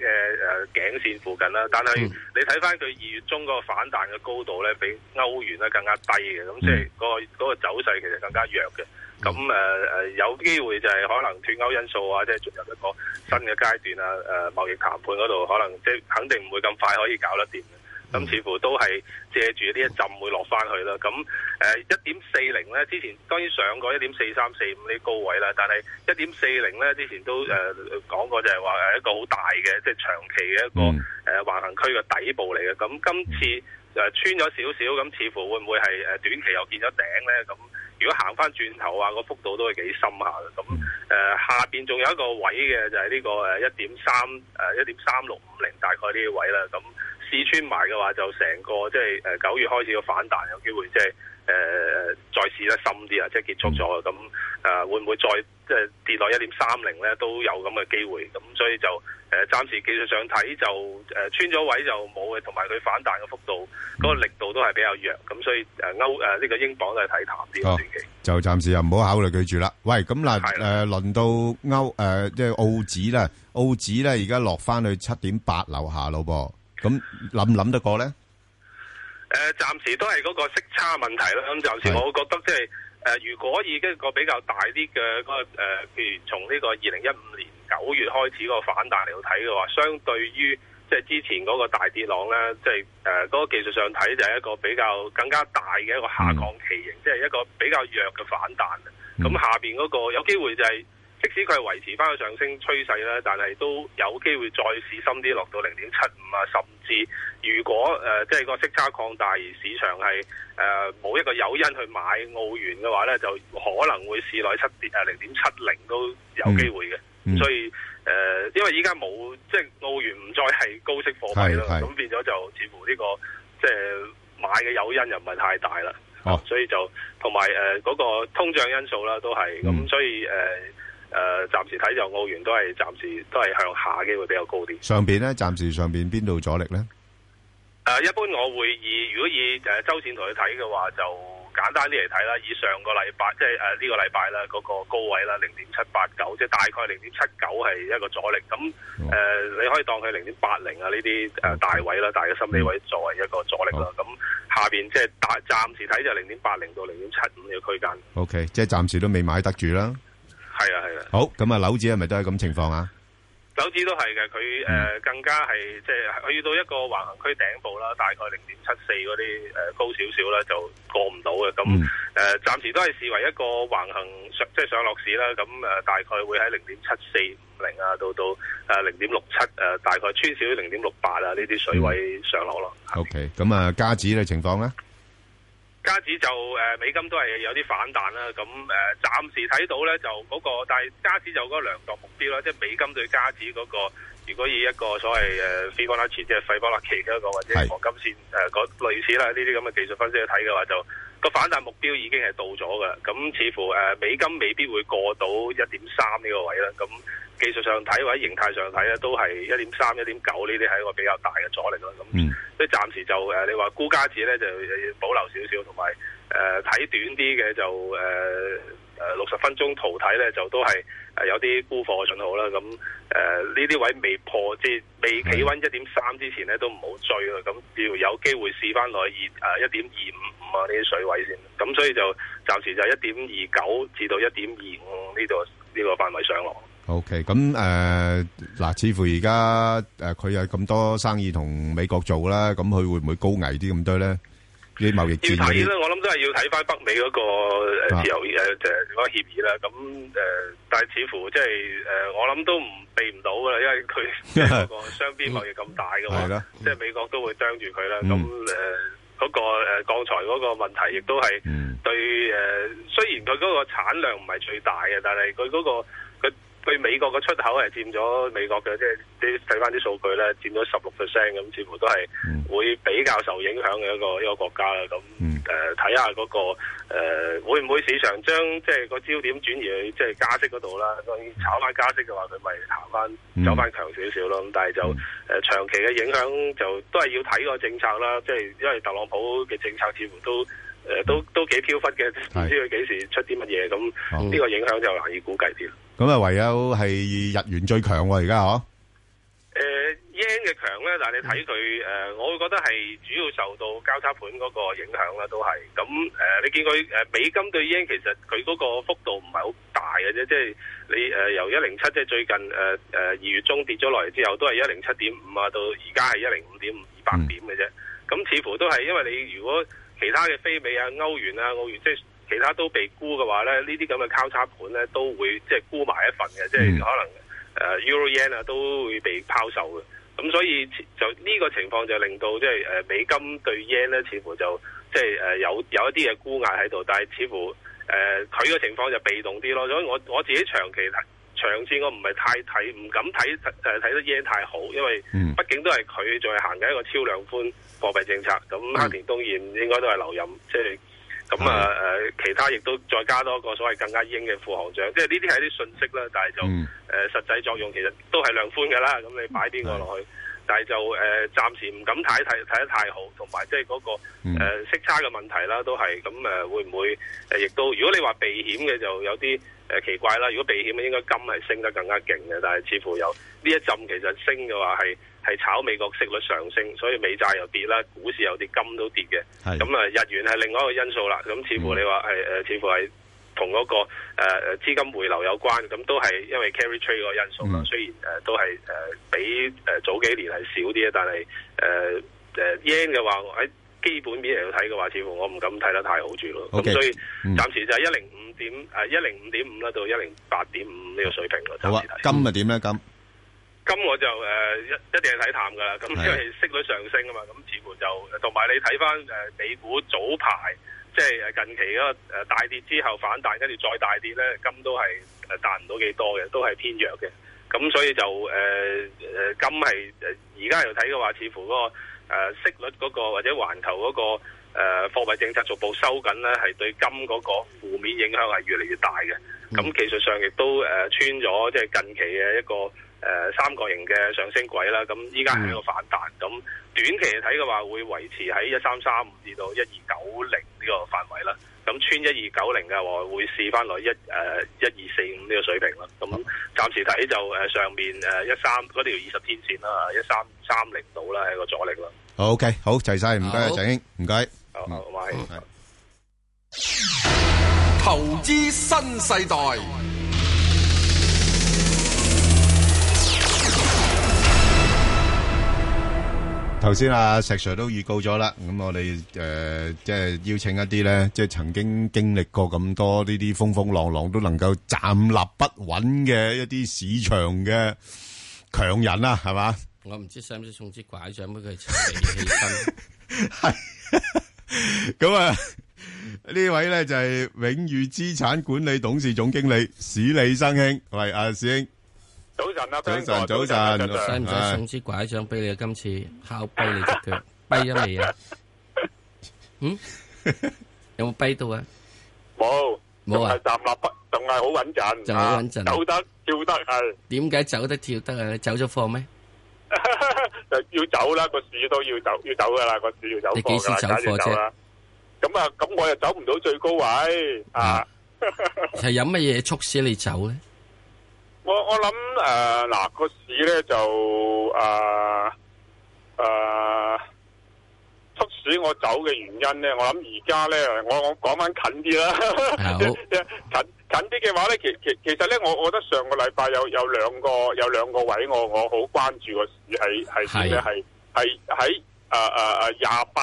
S19: 嘅誒頸線附近啦。但係你睇翻佢二月中嗰個反彈嘅高度咧，比歐元咧更加低嘅，咁即係嗰個嗰個走勢其實更加弱嘅。咁誒誒有機會就係可能脱歐因素啊，即係進入一個新嘅階段啊，誒、貿易談判嗰度可能即係肯定唔會咁快可以搞得掂嘅。咁似乎都係借住呢一浸會落翻去啦。咁誒一點四零咧，之前當然上過一點四三四五呢高位啦，但係一點四零咧之前都誒、呃、講過就係話誒一個好大嘅即係長期嘅一個誒、呃、橫行區嘅底部嚟嘅。咁今次誒、呃穿咗少少，咁似乎會唔會係誒短期又見咗頂咧？咁如果行翻轉頭啊，個幅度都係幾深下嘅。咁誒、呃下邊仲有一個位嘅就係呢、個誒一點三呃誒一點三六五零大概呢啲位啦。咁試穿埋嘅話，就成個即係誒九月開始嘅反彈有機會即係誒呃再試得深啲啊，即係結束咗啊咁誒會唔會再呃即係跌落一點三零咧都有咁嘅機會，咁所以就誒、呃、暫時技術上睇就誒、呃穿咗位就冇嘅，同埋佢反彈嘅幅度嗰、個力度都係比較弱，咁所以誒歐呃誒呢個英鎊都係睇淡啲。
S9: 哦，就暫時又唔好考慮佢住啦。喂，咁嗱，誒輪到歐誒即係澳紙啦，澳紙咧而家落翻去七點八樓下咯噃，咁諗唔諗得過咧？
S19: 誒、呃暫時都係嗰個息差問題啦。咁暫時我覺得即係誒，如果以一個比較大啲嘅嗰個誒、呃譬如從呢個二零一五年九月開始個反彈嚟到睇嘅話，相對於即係之前嗰個大跌浪咧，即係誒呃嗰個技術上睇就係一個比較更加大嘅一個下降期型，即係、一個比較弱嘅反彈。咁、下邊嗰、個有機會就係、即使佢係維持翻個上升趨勢咧，但係都有機會再試深啲，落到零點七五啊，甚至如果誒、呃即係個息差擴大，而市場係誒冇一個誘因去買澳元嘅話咧，就可能會試內七跌誒零點七零都有機會嘅。
S9: 嗯
S19: 所以誒、呃因為依家冇即係澳元唔再係高息貨幣啦，
S9: 係係
S19: 咁變咗就似乎呢、個即係買嘅誘因又唔係太大啦。
S9: 哦
S19: 所以就同埋誒嗰個通脹因素啦，都係咁，所以誒誒、呃暫時睇就澳元都係暫時都係向下機會比較高啲。
S9: 上邊咧，暫時上邊邊度阻力咧？
S19: 誒、呃一般我會以如果以誒、周線圖去睇嘅話，就簡單啲嚟睇啦。以上個禮拜即係呃誒呢個禮拜啦，嗰、個高位啦，零點七八九，即係大概零點七九係一個阻力。咁誒、你可以當佢零點八零啊呢啲誒大位啦，大嘅心理位作為一個阻力啦。咁下邊即係大暫時睇就零點八零到零點七五呢個區間。
S9: OK，即係暫時都未買得住啦。
S19: 係啊，係啊。
S9: 好，咁啊，樓指係咪都係咁情況啊？
S19: 手指都係嘅，佢誒、呃更加係即係去到一個橫行區頂部啦，大概零點七四嗰啲誒高少少啦，就過唔到嘅。咁誒、呃、暫時都係視為一個橫行上即係上落市啦。咁誒、呃大概會喺零點七四五零啊，到到誒零點六七誒，大概穿少零點六八啊呢啲水位上落咯。
S9: OK，咁啊，加指嘅情況咧？
S19: 加指就誒、呃美金都係有啲反彈啦，咁誒、呃、暫時睇到咧就嗰、個，但係加指就嗰個量度目標啦，即係美金對加指嗰、個，如果以一個所謂呃誒 f i b o n a c c i 即係費波那奇嘅一個或者
S9: 係
S19: 黃金線誒嗰、類似啦，呢啲咁嘅技術分析去睇嘅話，就個反彈目標已經係到咗嘅，咁似乎誒、呃美金未必會過到一點三呢個位啦，咁。技術上睇或者形態上睇咧，都係一點三、一點九呢啲係一個比較大嘅阻力咯。咁所以暫時就誒、呃你話估價指咧就要保留少少，同埋誒睇短啲嘅就呃誒誒六十分鐘圖睇咧，就都係誒有啲沽貨嘅信號啦。咁誒呃呢啲位未破即係未企穩一點三之前咧，都唔好追啦。咁要有機會試翻落去二誒呃一點二五五啊呢啲水位先。咁所以就暫時就一點二九至到一點二五呢度呢個範圍上落。
S9: OK，咁誒嗱，似乎而家誒佢有咁多生意同美國做啦，咁佢會唔會高危啲咁多咧？啲貿易戰
S19: 要
S9: 嗰
S19: 睇
S9: 啲
S19: 啦，我諗都係要睇翻北美嗰個呃
S9: 啊
S19: 誒自由誒誒嗰個協議啦。咁誒，但係似乎即係誒，呃我諗都唔避唔到噶啦，因為佢即係嗰個雙邊貿易咁大嘅
S9: 係啦
S19: 話，即係美國都會啄住佢啦。
S9: 嗯
S19: 咁誒。嗰個誒鋼材嗰個問題，亦都係對誒、呃雖然佢嗰個產量唔係最大嘅，但係佢嗰個佢對美國嘅出口係佔咗美國嘅，即係你睇翻啲數據咧，佔咗十六 percent 咁，似乎都係會比較受影響嘅一個一個國家啦。咁誒睇下嗰個誒、呃、會唔會市場將即係個焦點轉移去即係加息嗰度啦？當然炒翻加息嘅話，佢咪行翻走翻強少少咯。咁但係就誒、呃、長期嘅影響就都係要睇個政策啦。即係因為特朗普嘅政策似乎都。誒、都都幾飄忽嘅，唔知佢幾時出啲乜嘢，咁呢個影響就難以估計啲啦。
S9: 咁啊，唯有係日元最強喎，而家嗬。
S19: 誒呃 yen 嘅強咧，咧？但係你睇佢誒，呃我會覺得係主要受到交叉盤嗰個影響啦，都係咁誒。呃你見佢誒美金對 yen 其實佢嗰個幅度唔係好大嘅啫，即係你誒、呃由一零七即係最近誒誒二月中跌咗落嚟之後，都係一零七點五啊，到而家係一零五點五二百點嘅啫。咁似乎都係因為你如果其他嘅非美啊、歐元啊、澳元即係其他都被沽嘅話咧，呢啲咁嘅交叉盤咧都會即係沽埋一份嘅，即係可能。誒、Euro Yen 啊都會被拋售嘅。咁所以就呢個情況就令到即係誒美金對 yen 咧，似乎就即係誒有有一啲嘅沽壓喺度，但係似乎誒佢嘅情況就被動啲咯。所以我我自己長期睇長線，我唔係太睇，唔敢睇誒睇得 yen 太好，因為畢竟都係佢仲係行緊一個超量寬貨幣政策。咁黑田東彥應該都係留任，即係咁啊誒，其他亦都再加多個所謂更加鷹嘅副行長，即係呢啲係啲信息啦，但係就誒、呃、實際作用其實都係量寬㗎啦。咁你擺邊個落去？但係就誒、呃、暫時唔敢睇睇睇得太好，同埋即係嗰個、呃、息差嘅問題啦，都係咁誒會唔會誒亦都如果你話避險嘅就有啲誒、呃奇怪啦。如果避險嘅應該金係升得更加勁嘅，但係似乎有呢一陣其實升嘅話係係炒美國息率上升，所以美債又跌啦，股市又跌，金都跌嘅。咁啊日元係另外一個因素啦。咁似乎你話係誒呃似乎係。同嗰、個誒、呃、資金回流有關，咁都係因為 carry trade 個因素啦。
S9: 嗯
S19: 雖然誒、呃都係誒、呃比誒、呃早幾年係少啲嘅，但係誒誒 yen 嘅話，我喺基本面嚟睇嘅話，似乎我唔敢睇得太好住咯。咁
S9: OK，
S19: 所以
S9: 嗯
S19: 暫時就係一零五點誒一零五點五啦，到一零八點五呢個水平咯。
S9: 好啊，金啊點咧，金？
S19: 咁我就誒、呃一一定係睇淡㗎啦，咁因為息率上升啊嘛，咁似乎就同埋你睇翻誒美股早排即係誒近期嗰個呃誒大跌之後反彈，跟住再大跌咧，金都係誒彈唔到幾多嘅，都係偏弱嘅。咁所以就誒誒、呃金係誒而家嚟睇嘅話，似乎嗰、個、呃、息率嗰、個或者環球嗰、個誒、呃、貨幣政策逐步收緊咧，係對金嗰個負面影響係越嚟越大嘅。咁技術上亦都誒、呃穿咗即係近期嘅一個誒、呃三角形嘅上升軌啦。咁依家係一個反彈，咁短期嚟睇嘅話，會維持喺一三三五至到一二九零呢個範圍啦。咁穿一二九零嘅話，會試翻落一誒呃一二四五呢個水平啦。咁暫時睇就誒、呃上面誒一三嗰條二十天線啦，一三三零度啦係一個阻力啦。
S9: 好，OK，好，齊晒，唔該啊，
S19: 好。
S9: 鄭英，唔該。嗯
S19: 好，
S9: 係。
S8: 投資新世代，
S9: 頭先阿石 Sir 都預告咗啦，咁我哋誒、呃即係邀請一啲咧，即係曾經經歷過咁多呢啲風風浪浪都能夠站立不穩嘅一啲市場嘅強人啦，係嘛？
S10: 我唔知使唔使送支拐杖俾佢齊備起身。
S9: 咁啊，呢位咧就係永裕資產管理董事總經理史李生兄，喂，阿、史兄，
S10: 早晨啊
S9: 早晨 Bang 哥早晨早晨
S10: 使唔使送支拐杖俾你啊？今次敲跛你只腳，跛咗未啊？嗯，有冇跛到啊？
S4: 冇，
S10: 冇啊
S4: 仲係站立不，仲係好穩陣，
S10: 仲係好穩陣
S4: 啊走得跳得係，
S10: 點解走得跳得啊？你走咗貨咩？
S4: 就要走啦，個市都要走，要走噶啦，個市要走
S10: 你幾
S4: 貨
S10: 時
S4: 噶
S10: 走
S4: 啦，梗係要
S10: 貨
S4: 走
S10: 啫
S4: 啦？。咁啊，咁我又走唔到最高位啊！
S10: 係有乜嘢促使你走咧？
S4: 我我諗誒嗱個市咧就誒誒促使我走嘅原因咧，我諗而家咧，我我講翻近啲啦， 近近啲嘅話咧，其其其實咧，我我覺得上個禮拜有有兩個有兩個位我我好關注個市係係點咧，係係喺誒誒誒廿八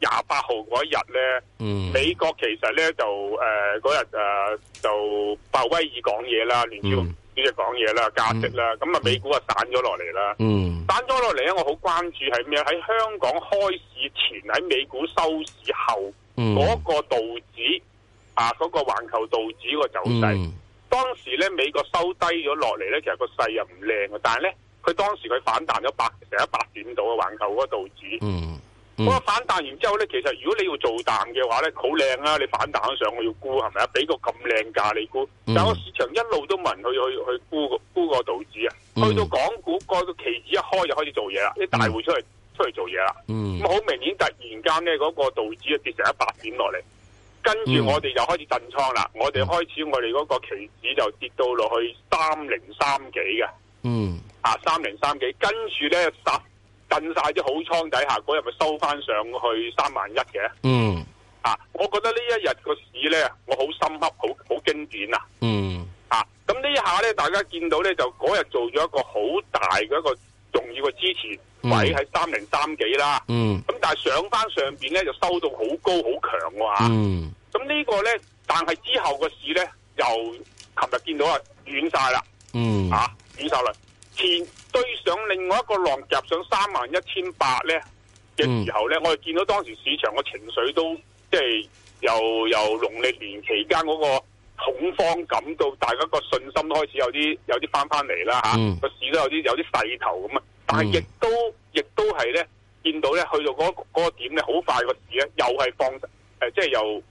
S4: 廿八號嗰一日咧。
S10: 嗯
S4: 美國其實咧就誒嗰日誒就鮑威爾講嘢啦，聯儲
S10: 嗯
S4: 主席講嘢啦，加息
S6: 嗯
S4: 啦，咁啊、美股啊散咗落嚟啦。
S10: 嗯
S4: 散咗落嚟咧，我好關注係咩？喺香港開市前，喺美股收市後嗰、
S6: 嗯
S4: 個道指啊，嗰、個環球道指個走勢。
S6: 嗯
S4: 當時咧美國收低咗落嚟咧，其實個勢又唔靚嘅，但係咧佢當時佢反彈咗百成一百點到嘅環球嗰個道指。
S10: 嗯。
S4: 咁啊反彈完之後咧，其實如果你要做淡嘅話咧，好靚啦！你反彈咗上去要沽係咪啊？俾個咁靚價你沽，
S20: 嗯
S4: 但係個市場一路都問去去去沽個沽個道指啊，
S20: 嗯
S4: 去到港股個期指一開就開始做嘢啦，啲大戶出嚟出嚟做嘢啦。
S20: 嗯
S4: 咁好明顯，突然間咧嗰個道指啊跌成一百點落嚟，跟住
S20: 嗯
S4: 我哋就開始震倉啦。我哋開始我哋嗰個期指就跌到落去三零三幾嘅。
S10: 嗯
S4: 啊三零三幾，跟住咧十震晒啲好倉底下，嗰日咪收翻上去三萬一嘅。
S10: 嗯
S4: 啊，我覺得呢一日個市咧，我好深刻，好好經典啊！
S10: 嗯
S4: 啊，咁呢一下咧，大家見到咧就嗰日做咗一個好大嘅一個重要嘅支持位喺三零三幾啦。
S10: 嗯
S4: 咁但係上翻上邊咧就收到好高好強喎嚇。
S10: 嗯
S4: 咁呢個咧，但係之後個市咧又琴日見到啊軟晒啦，
S10: 嗯
S4: 啊軟晒啦。前對上另外一個浪夾上三萬一千八咧嘅
S10: 嗯
S4: 時候咧，我哋見到當時市場個情緒都即係由由農曆年期間嗰個恐慌感到大家個信心都開始有啲有啲翻翻嚟啦嚇，
S10: 嗯
S4: 個、市都有啲有啲勢頭咁啊，但係亦都亦都係咧見到咧去到嗰、嗰個點咧，好快個市咧又係放誒、呃即係又。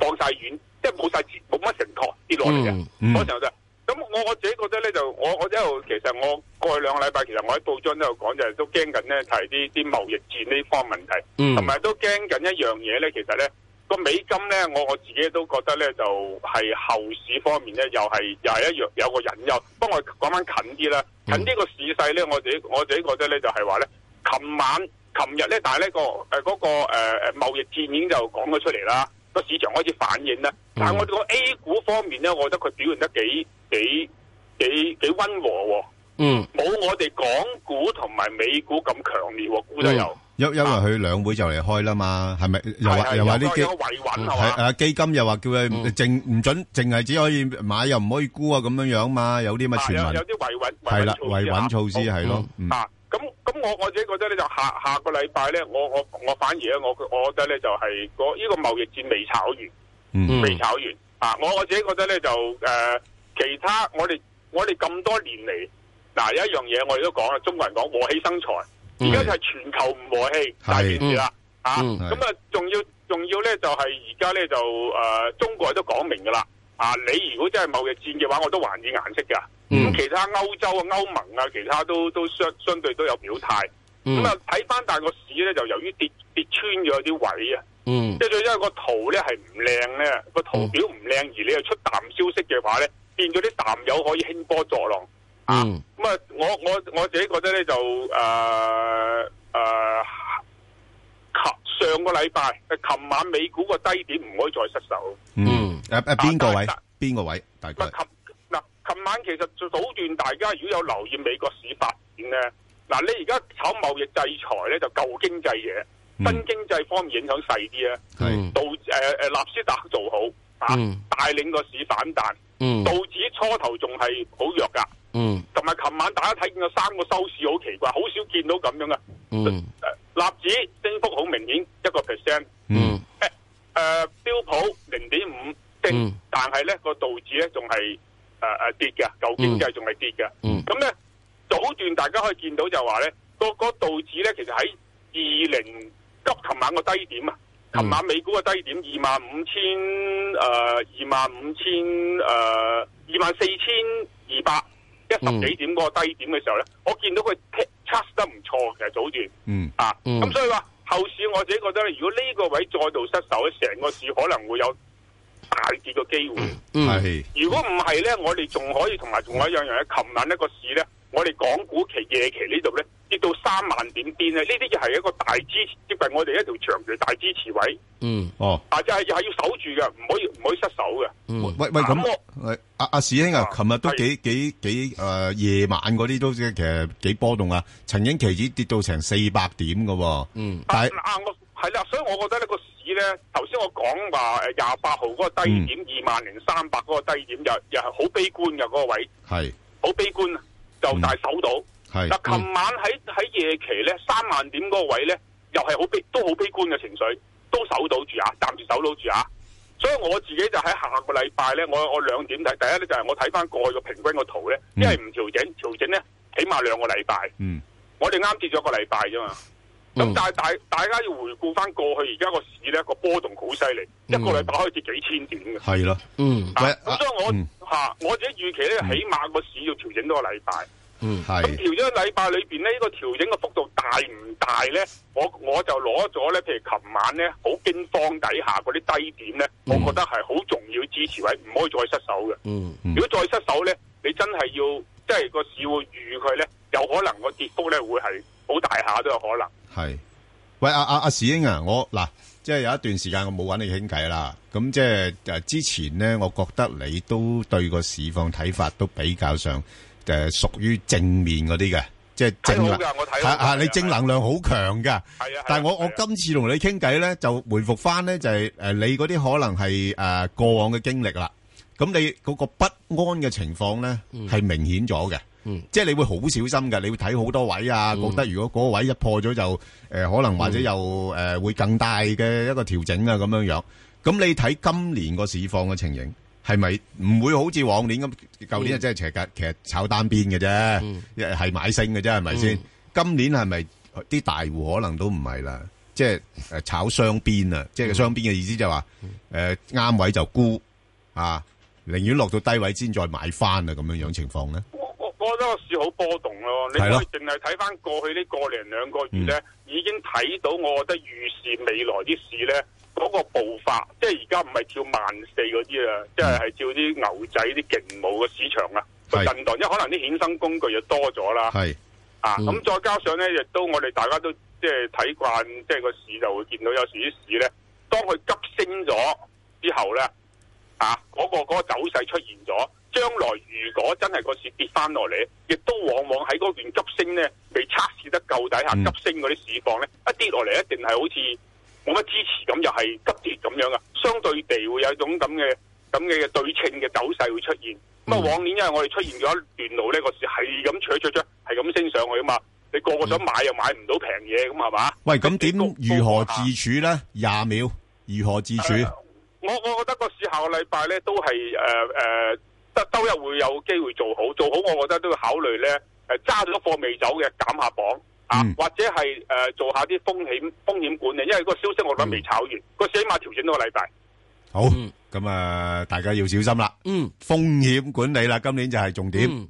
S4: 放晒遠，即係冇晒折冇乜承托跌落嚟嘅。
S6: 嗯嗯
S4: 嗰時候就咁，我我自己覺得咧，就我我一路其實我過去兩個禮拜，其實我喺報章都有講，就係都驚緊咧，就係啲啲貿易戰呢方問題，
S6: 嗯
S4: 同埋、都驚緊一樣嘢咧，其實咧。個美金咧，我我自己都覺得咧，就係、後市方面咧，又係又係一樣有個隱憂。不過我講翻近啲啦，
S6: 嗯
S4: 近呢個市勢咧，我自己我自己覺得咧，就係話咧，琴晚、琴日咧，但係呢個誒嗰、個誒誒、呃、貿易戰已經就講咗出嚟啦，個市場開始反應啦。但係我哋個 A 股方面咧，我覺得佢表現得幾幾幾幾温和喎、
S10: 嗯
S4: 冇我哋港股同埋美股咁強烈喎、估得有。
S9: 因-因為佢兩會就嚟開啦嘛，係咪？又話-
S4: 係，
S9: 又話
S4: 有個-
S9: 啲基-
S4: 有個維穩，係嘛？
S9: 係，啊，基金又話叫佢淨-唔准-淨係只可以買，又唔可以沽啊，咁樣樣嘛，有啲咁嘅
S4: 啊，
S9: 傳聞。
S4: 有有啲維穩
S9: 係啦，
S4: 維穩措施
S9: 維穩措施，係咯，嗯。
S4: 啊，咁咁我我自己覺得咧，就下下個禮拜咧，我我我反而咧，我我覺得咧就係個呢個貿易戰未炒完，
S9: 嗯
S4: 未炒完啊！我我自己覺得咧就誒、呃其他我哋我哋咁多年嚟，嗱、有一樣嘢我哋都講啦，中國人講和氣生財，而家就係全球唔和氣大件事啦啊！
S6: 嗯
S4: 咁啊，仲要仲要咧就係而家咧就誒、呃中國人都講明噶啦啊！你如果真係貿易戰嘅話，我都還以顏色㗎。咁、其他歐洲啊、歐盟啊，其他都都相相對都有表態。
S6: 嗯
S4: 咁啊、睇翻大個市咧，就由於跌跌穿咗啲位啊，
S10: 嗯
S4: 即係最因為個圖咧係唔靚咧，個圖表唔靚，而你又出淡消息嘅話咧，變咗啲淡友可以興波作浪。
S10: 嗯
S4: 咁啊，我我我自己覺得咧就誒誒、呃呃琴上個禮拜，琴晚美股個低點唔可以再失手。
S9: 誒，誒，邊個位？邊個位？大概。
S4: 嗱，琴晚其實早段大家如果有留意美國市發展咧，嗱，你而家炒貿易制裁咧就舊經濟嘢，新經濟方面影響細啲啊，
S10: 係
S4: 道誒誒納斯達克做好啊，
S10: 嗯
S4: 帶領個市反彈，
S10: 嗯
S4: 道指初頭仲係好弱噶，
S10: 嗯
S4: 同埋琴晚大家睇見個三個收市好奇怪，好少見到咁樣噶，
S10: 嗯
S4: 納指升幅好明顯一個 percent。
S10: 嗯
S4: 誒、標普零點五升，但係咧個道指咧仲係誒誒跌嘅，舊經濟仲係跌嘅。咁咧、早段大家可以見到就話咧，個個道指咧其實喺二零急琴晚個低點啊，琴晚美股個低點二萬五千誒二萬五千誒二萬四千二百一
S22: 嗯
S4: 十幾點嗰個低點嘅時候咧，我見到佢 test 得唔錯，其實早段。
S9: 嗯
S4: 啊，
S6: 嗯
S4: 咁所以話後市我自己覺得咧，如果呢個位再度失守咧，成個市可能會有大跌嘅機會。
S9: 係。
S4: 如果唔係咧，我哋仲可以同埋仲有一樣嘢，琴晚呢個市咧，我哋港股期夜期呢度咧跌到三萬點邊咧，呢啲就係一個大支持接近我哋一條長期大支持位，
S10: 嗯
S9: 哦。
S4: 啊，就係又係要守住嘅，唔可以唔可以失手嘅。
S9: 喂-喂，咁，喂，阿-阿史兄啊，琴日都幾-幾-幾，誒，夜晚嗰啲都即係其實幾波動啊，曾經期指跌到成400點㗎喎，但係-
S4: 啊，我係啦，所以我覺得呢個市咧，頭先我講話誒廿八號嗰個低點二萬零三百嗰個低點，又又係好悲觀嘅嗰個位。好悲觀啊，就但係守到。
S9: 係
S4: 嗱，琴晚喺喺夜期咧三萬點嗰個位咧，又係好悲，都好悲觀嘅情緒，都守到住啊，暫時守到住啊。所以我自己就喺下個禮拜咧，我我兩點睇，第一咧就係我睇翻過去個平均個圖咧，因為唔調整，調整咧起碼兩個禮拜。
S9: 嗯，
S4: 我哋啱跌咗一個禮拜啫嘛。
S22: 嗯
S4: 咁但係大大家要回顧翻過去而家個市咧個波動好犀利，一個禮拜可以跌幾千點嘅。
S9: 係咯。
S4: 啊
S9: 喂，
S4: 咁所以我吓我自己預期咧，起碼個市要調整多個禮拜。
S9: 係。
S4: 咁調整個禮拜裏邊呢，呢、個調整嘅幅度大唔大咧？我我就攞咗咧，譬如琴晚咧，好驚慌底下嗰啲低點咧，我覺得係好重要支持位，唔可以再失手嘅。
S10: 嗯
S4: 如果再失手咧，你真係要即係個市會預佢咧，有可能個跌幅咧會係好大下都有可能。
S9: 系，喂阿阿阿史英啊，我嗱，即係有一段時間我冇揾你傾偈啦。咁即係誒之前咧，我覺得你都對個市況睇法都比較上誒屬於正面嗰啲嘅，即係正能
S4: 睇好㗎我睇
S9: 係
S4: 好㗎
S9: 啊，你正能量好強㗎。
S4: 係啊
S9: 但係我我今次同你傾偈咧，就回復翻咧就係誒你嗰啲可能係誒過往嘅經歷啦。咁你嗰個不安嘅情況咧
S10: 嗯
S9: 係明顯咗嘅。
S10: 嗯
S9: 即係你會好小心嘅，你會睇好多位啊，
S10: 嗯
S9: 覺得如果嗰個位一破咗就誒、呃可能或者又誒、
S10: 嗯
S9: 呃、會更大嘅一個調整啊咁樣樣。咁你睇今年個市況嘅情形係咪唔會好似往年咁？舊年啊
S10: 嗯
S9: 真係其實其實炒單邊嘅啫，一係、買升嘅啫，係咪先？
S10: 嗯
S9: 今年係咪啲大户可能都唔係啦？即係誒炒雙邊啊！
S10: 嗯
S9: 即係雙邊嘅意思就係話誒啱位就沽啊，寧願落到低位先再買翻啊咁樣樣情況咧。
S4: 我我覺得個市好波動咯，你可
S9: 係咯
S4: 以淨係睇翻過去呢個零兩個月咧，已經睇到我覺得預示未來啲市咧嗰、個步伐，即係而家唔係跳慢四嗰啲啦，即係係跳啲牛仔啲勁舞嘅市場啊個
S9: 係
S4: 震盪，因為可能啲衍生工具又多咗啦。
S9: 係
S4: 啊，
S9: 嗯
S4: 咁再加上咧，亦都我哋大家都即係睇慣，即係個市就會見到有時啲市咧，當佢急升咗之後咧，啊，嗰、個嗰、個走勢出現咗，將來如果真係個市跌翻落嚟，亦都往往喺嗰段急升咧未測試得夠底下，
S9: 嗯
S4: 急升嗰啲市況咧一跌落嚟，一定係好似冇乜支持咁，又係急跌咁樣噶，相對地會有一種咁嘅咁嘅對稱嘅走勢會出現。咁啊，往年因為我哋出現咗一段路呢個市係咁扯扯扯，係咁升上去啊嘛，你個個想買又買唔到平嘢咁係嘛？
S9: 喂，咁點如何自處咧？廿秒，如何自處？
S4: 我我覺得個市下個禮拜咧都係呃誒誒，得、周一會呃有機會做好，做好我覺得都要考慮咧誒揸咗貨未走嘅減下磅啊，或者係誒、呃做下啲風險風險管理，因為個消息我覺得未炒完，個、市起碼調整到個禮拜。
S9: 好，咁啊，大家要小心啦。
S10: 嗯，
S9: 風險管理啦，今年就係重點。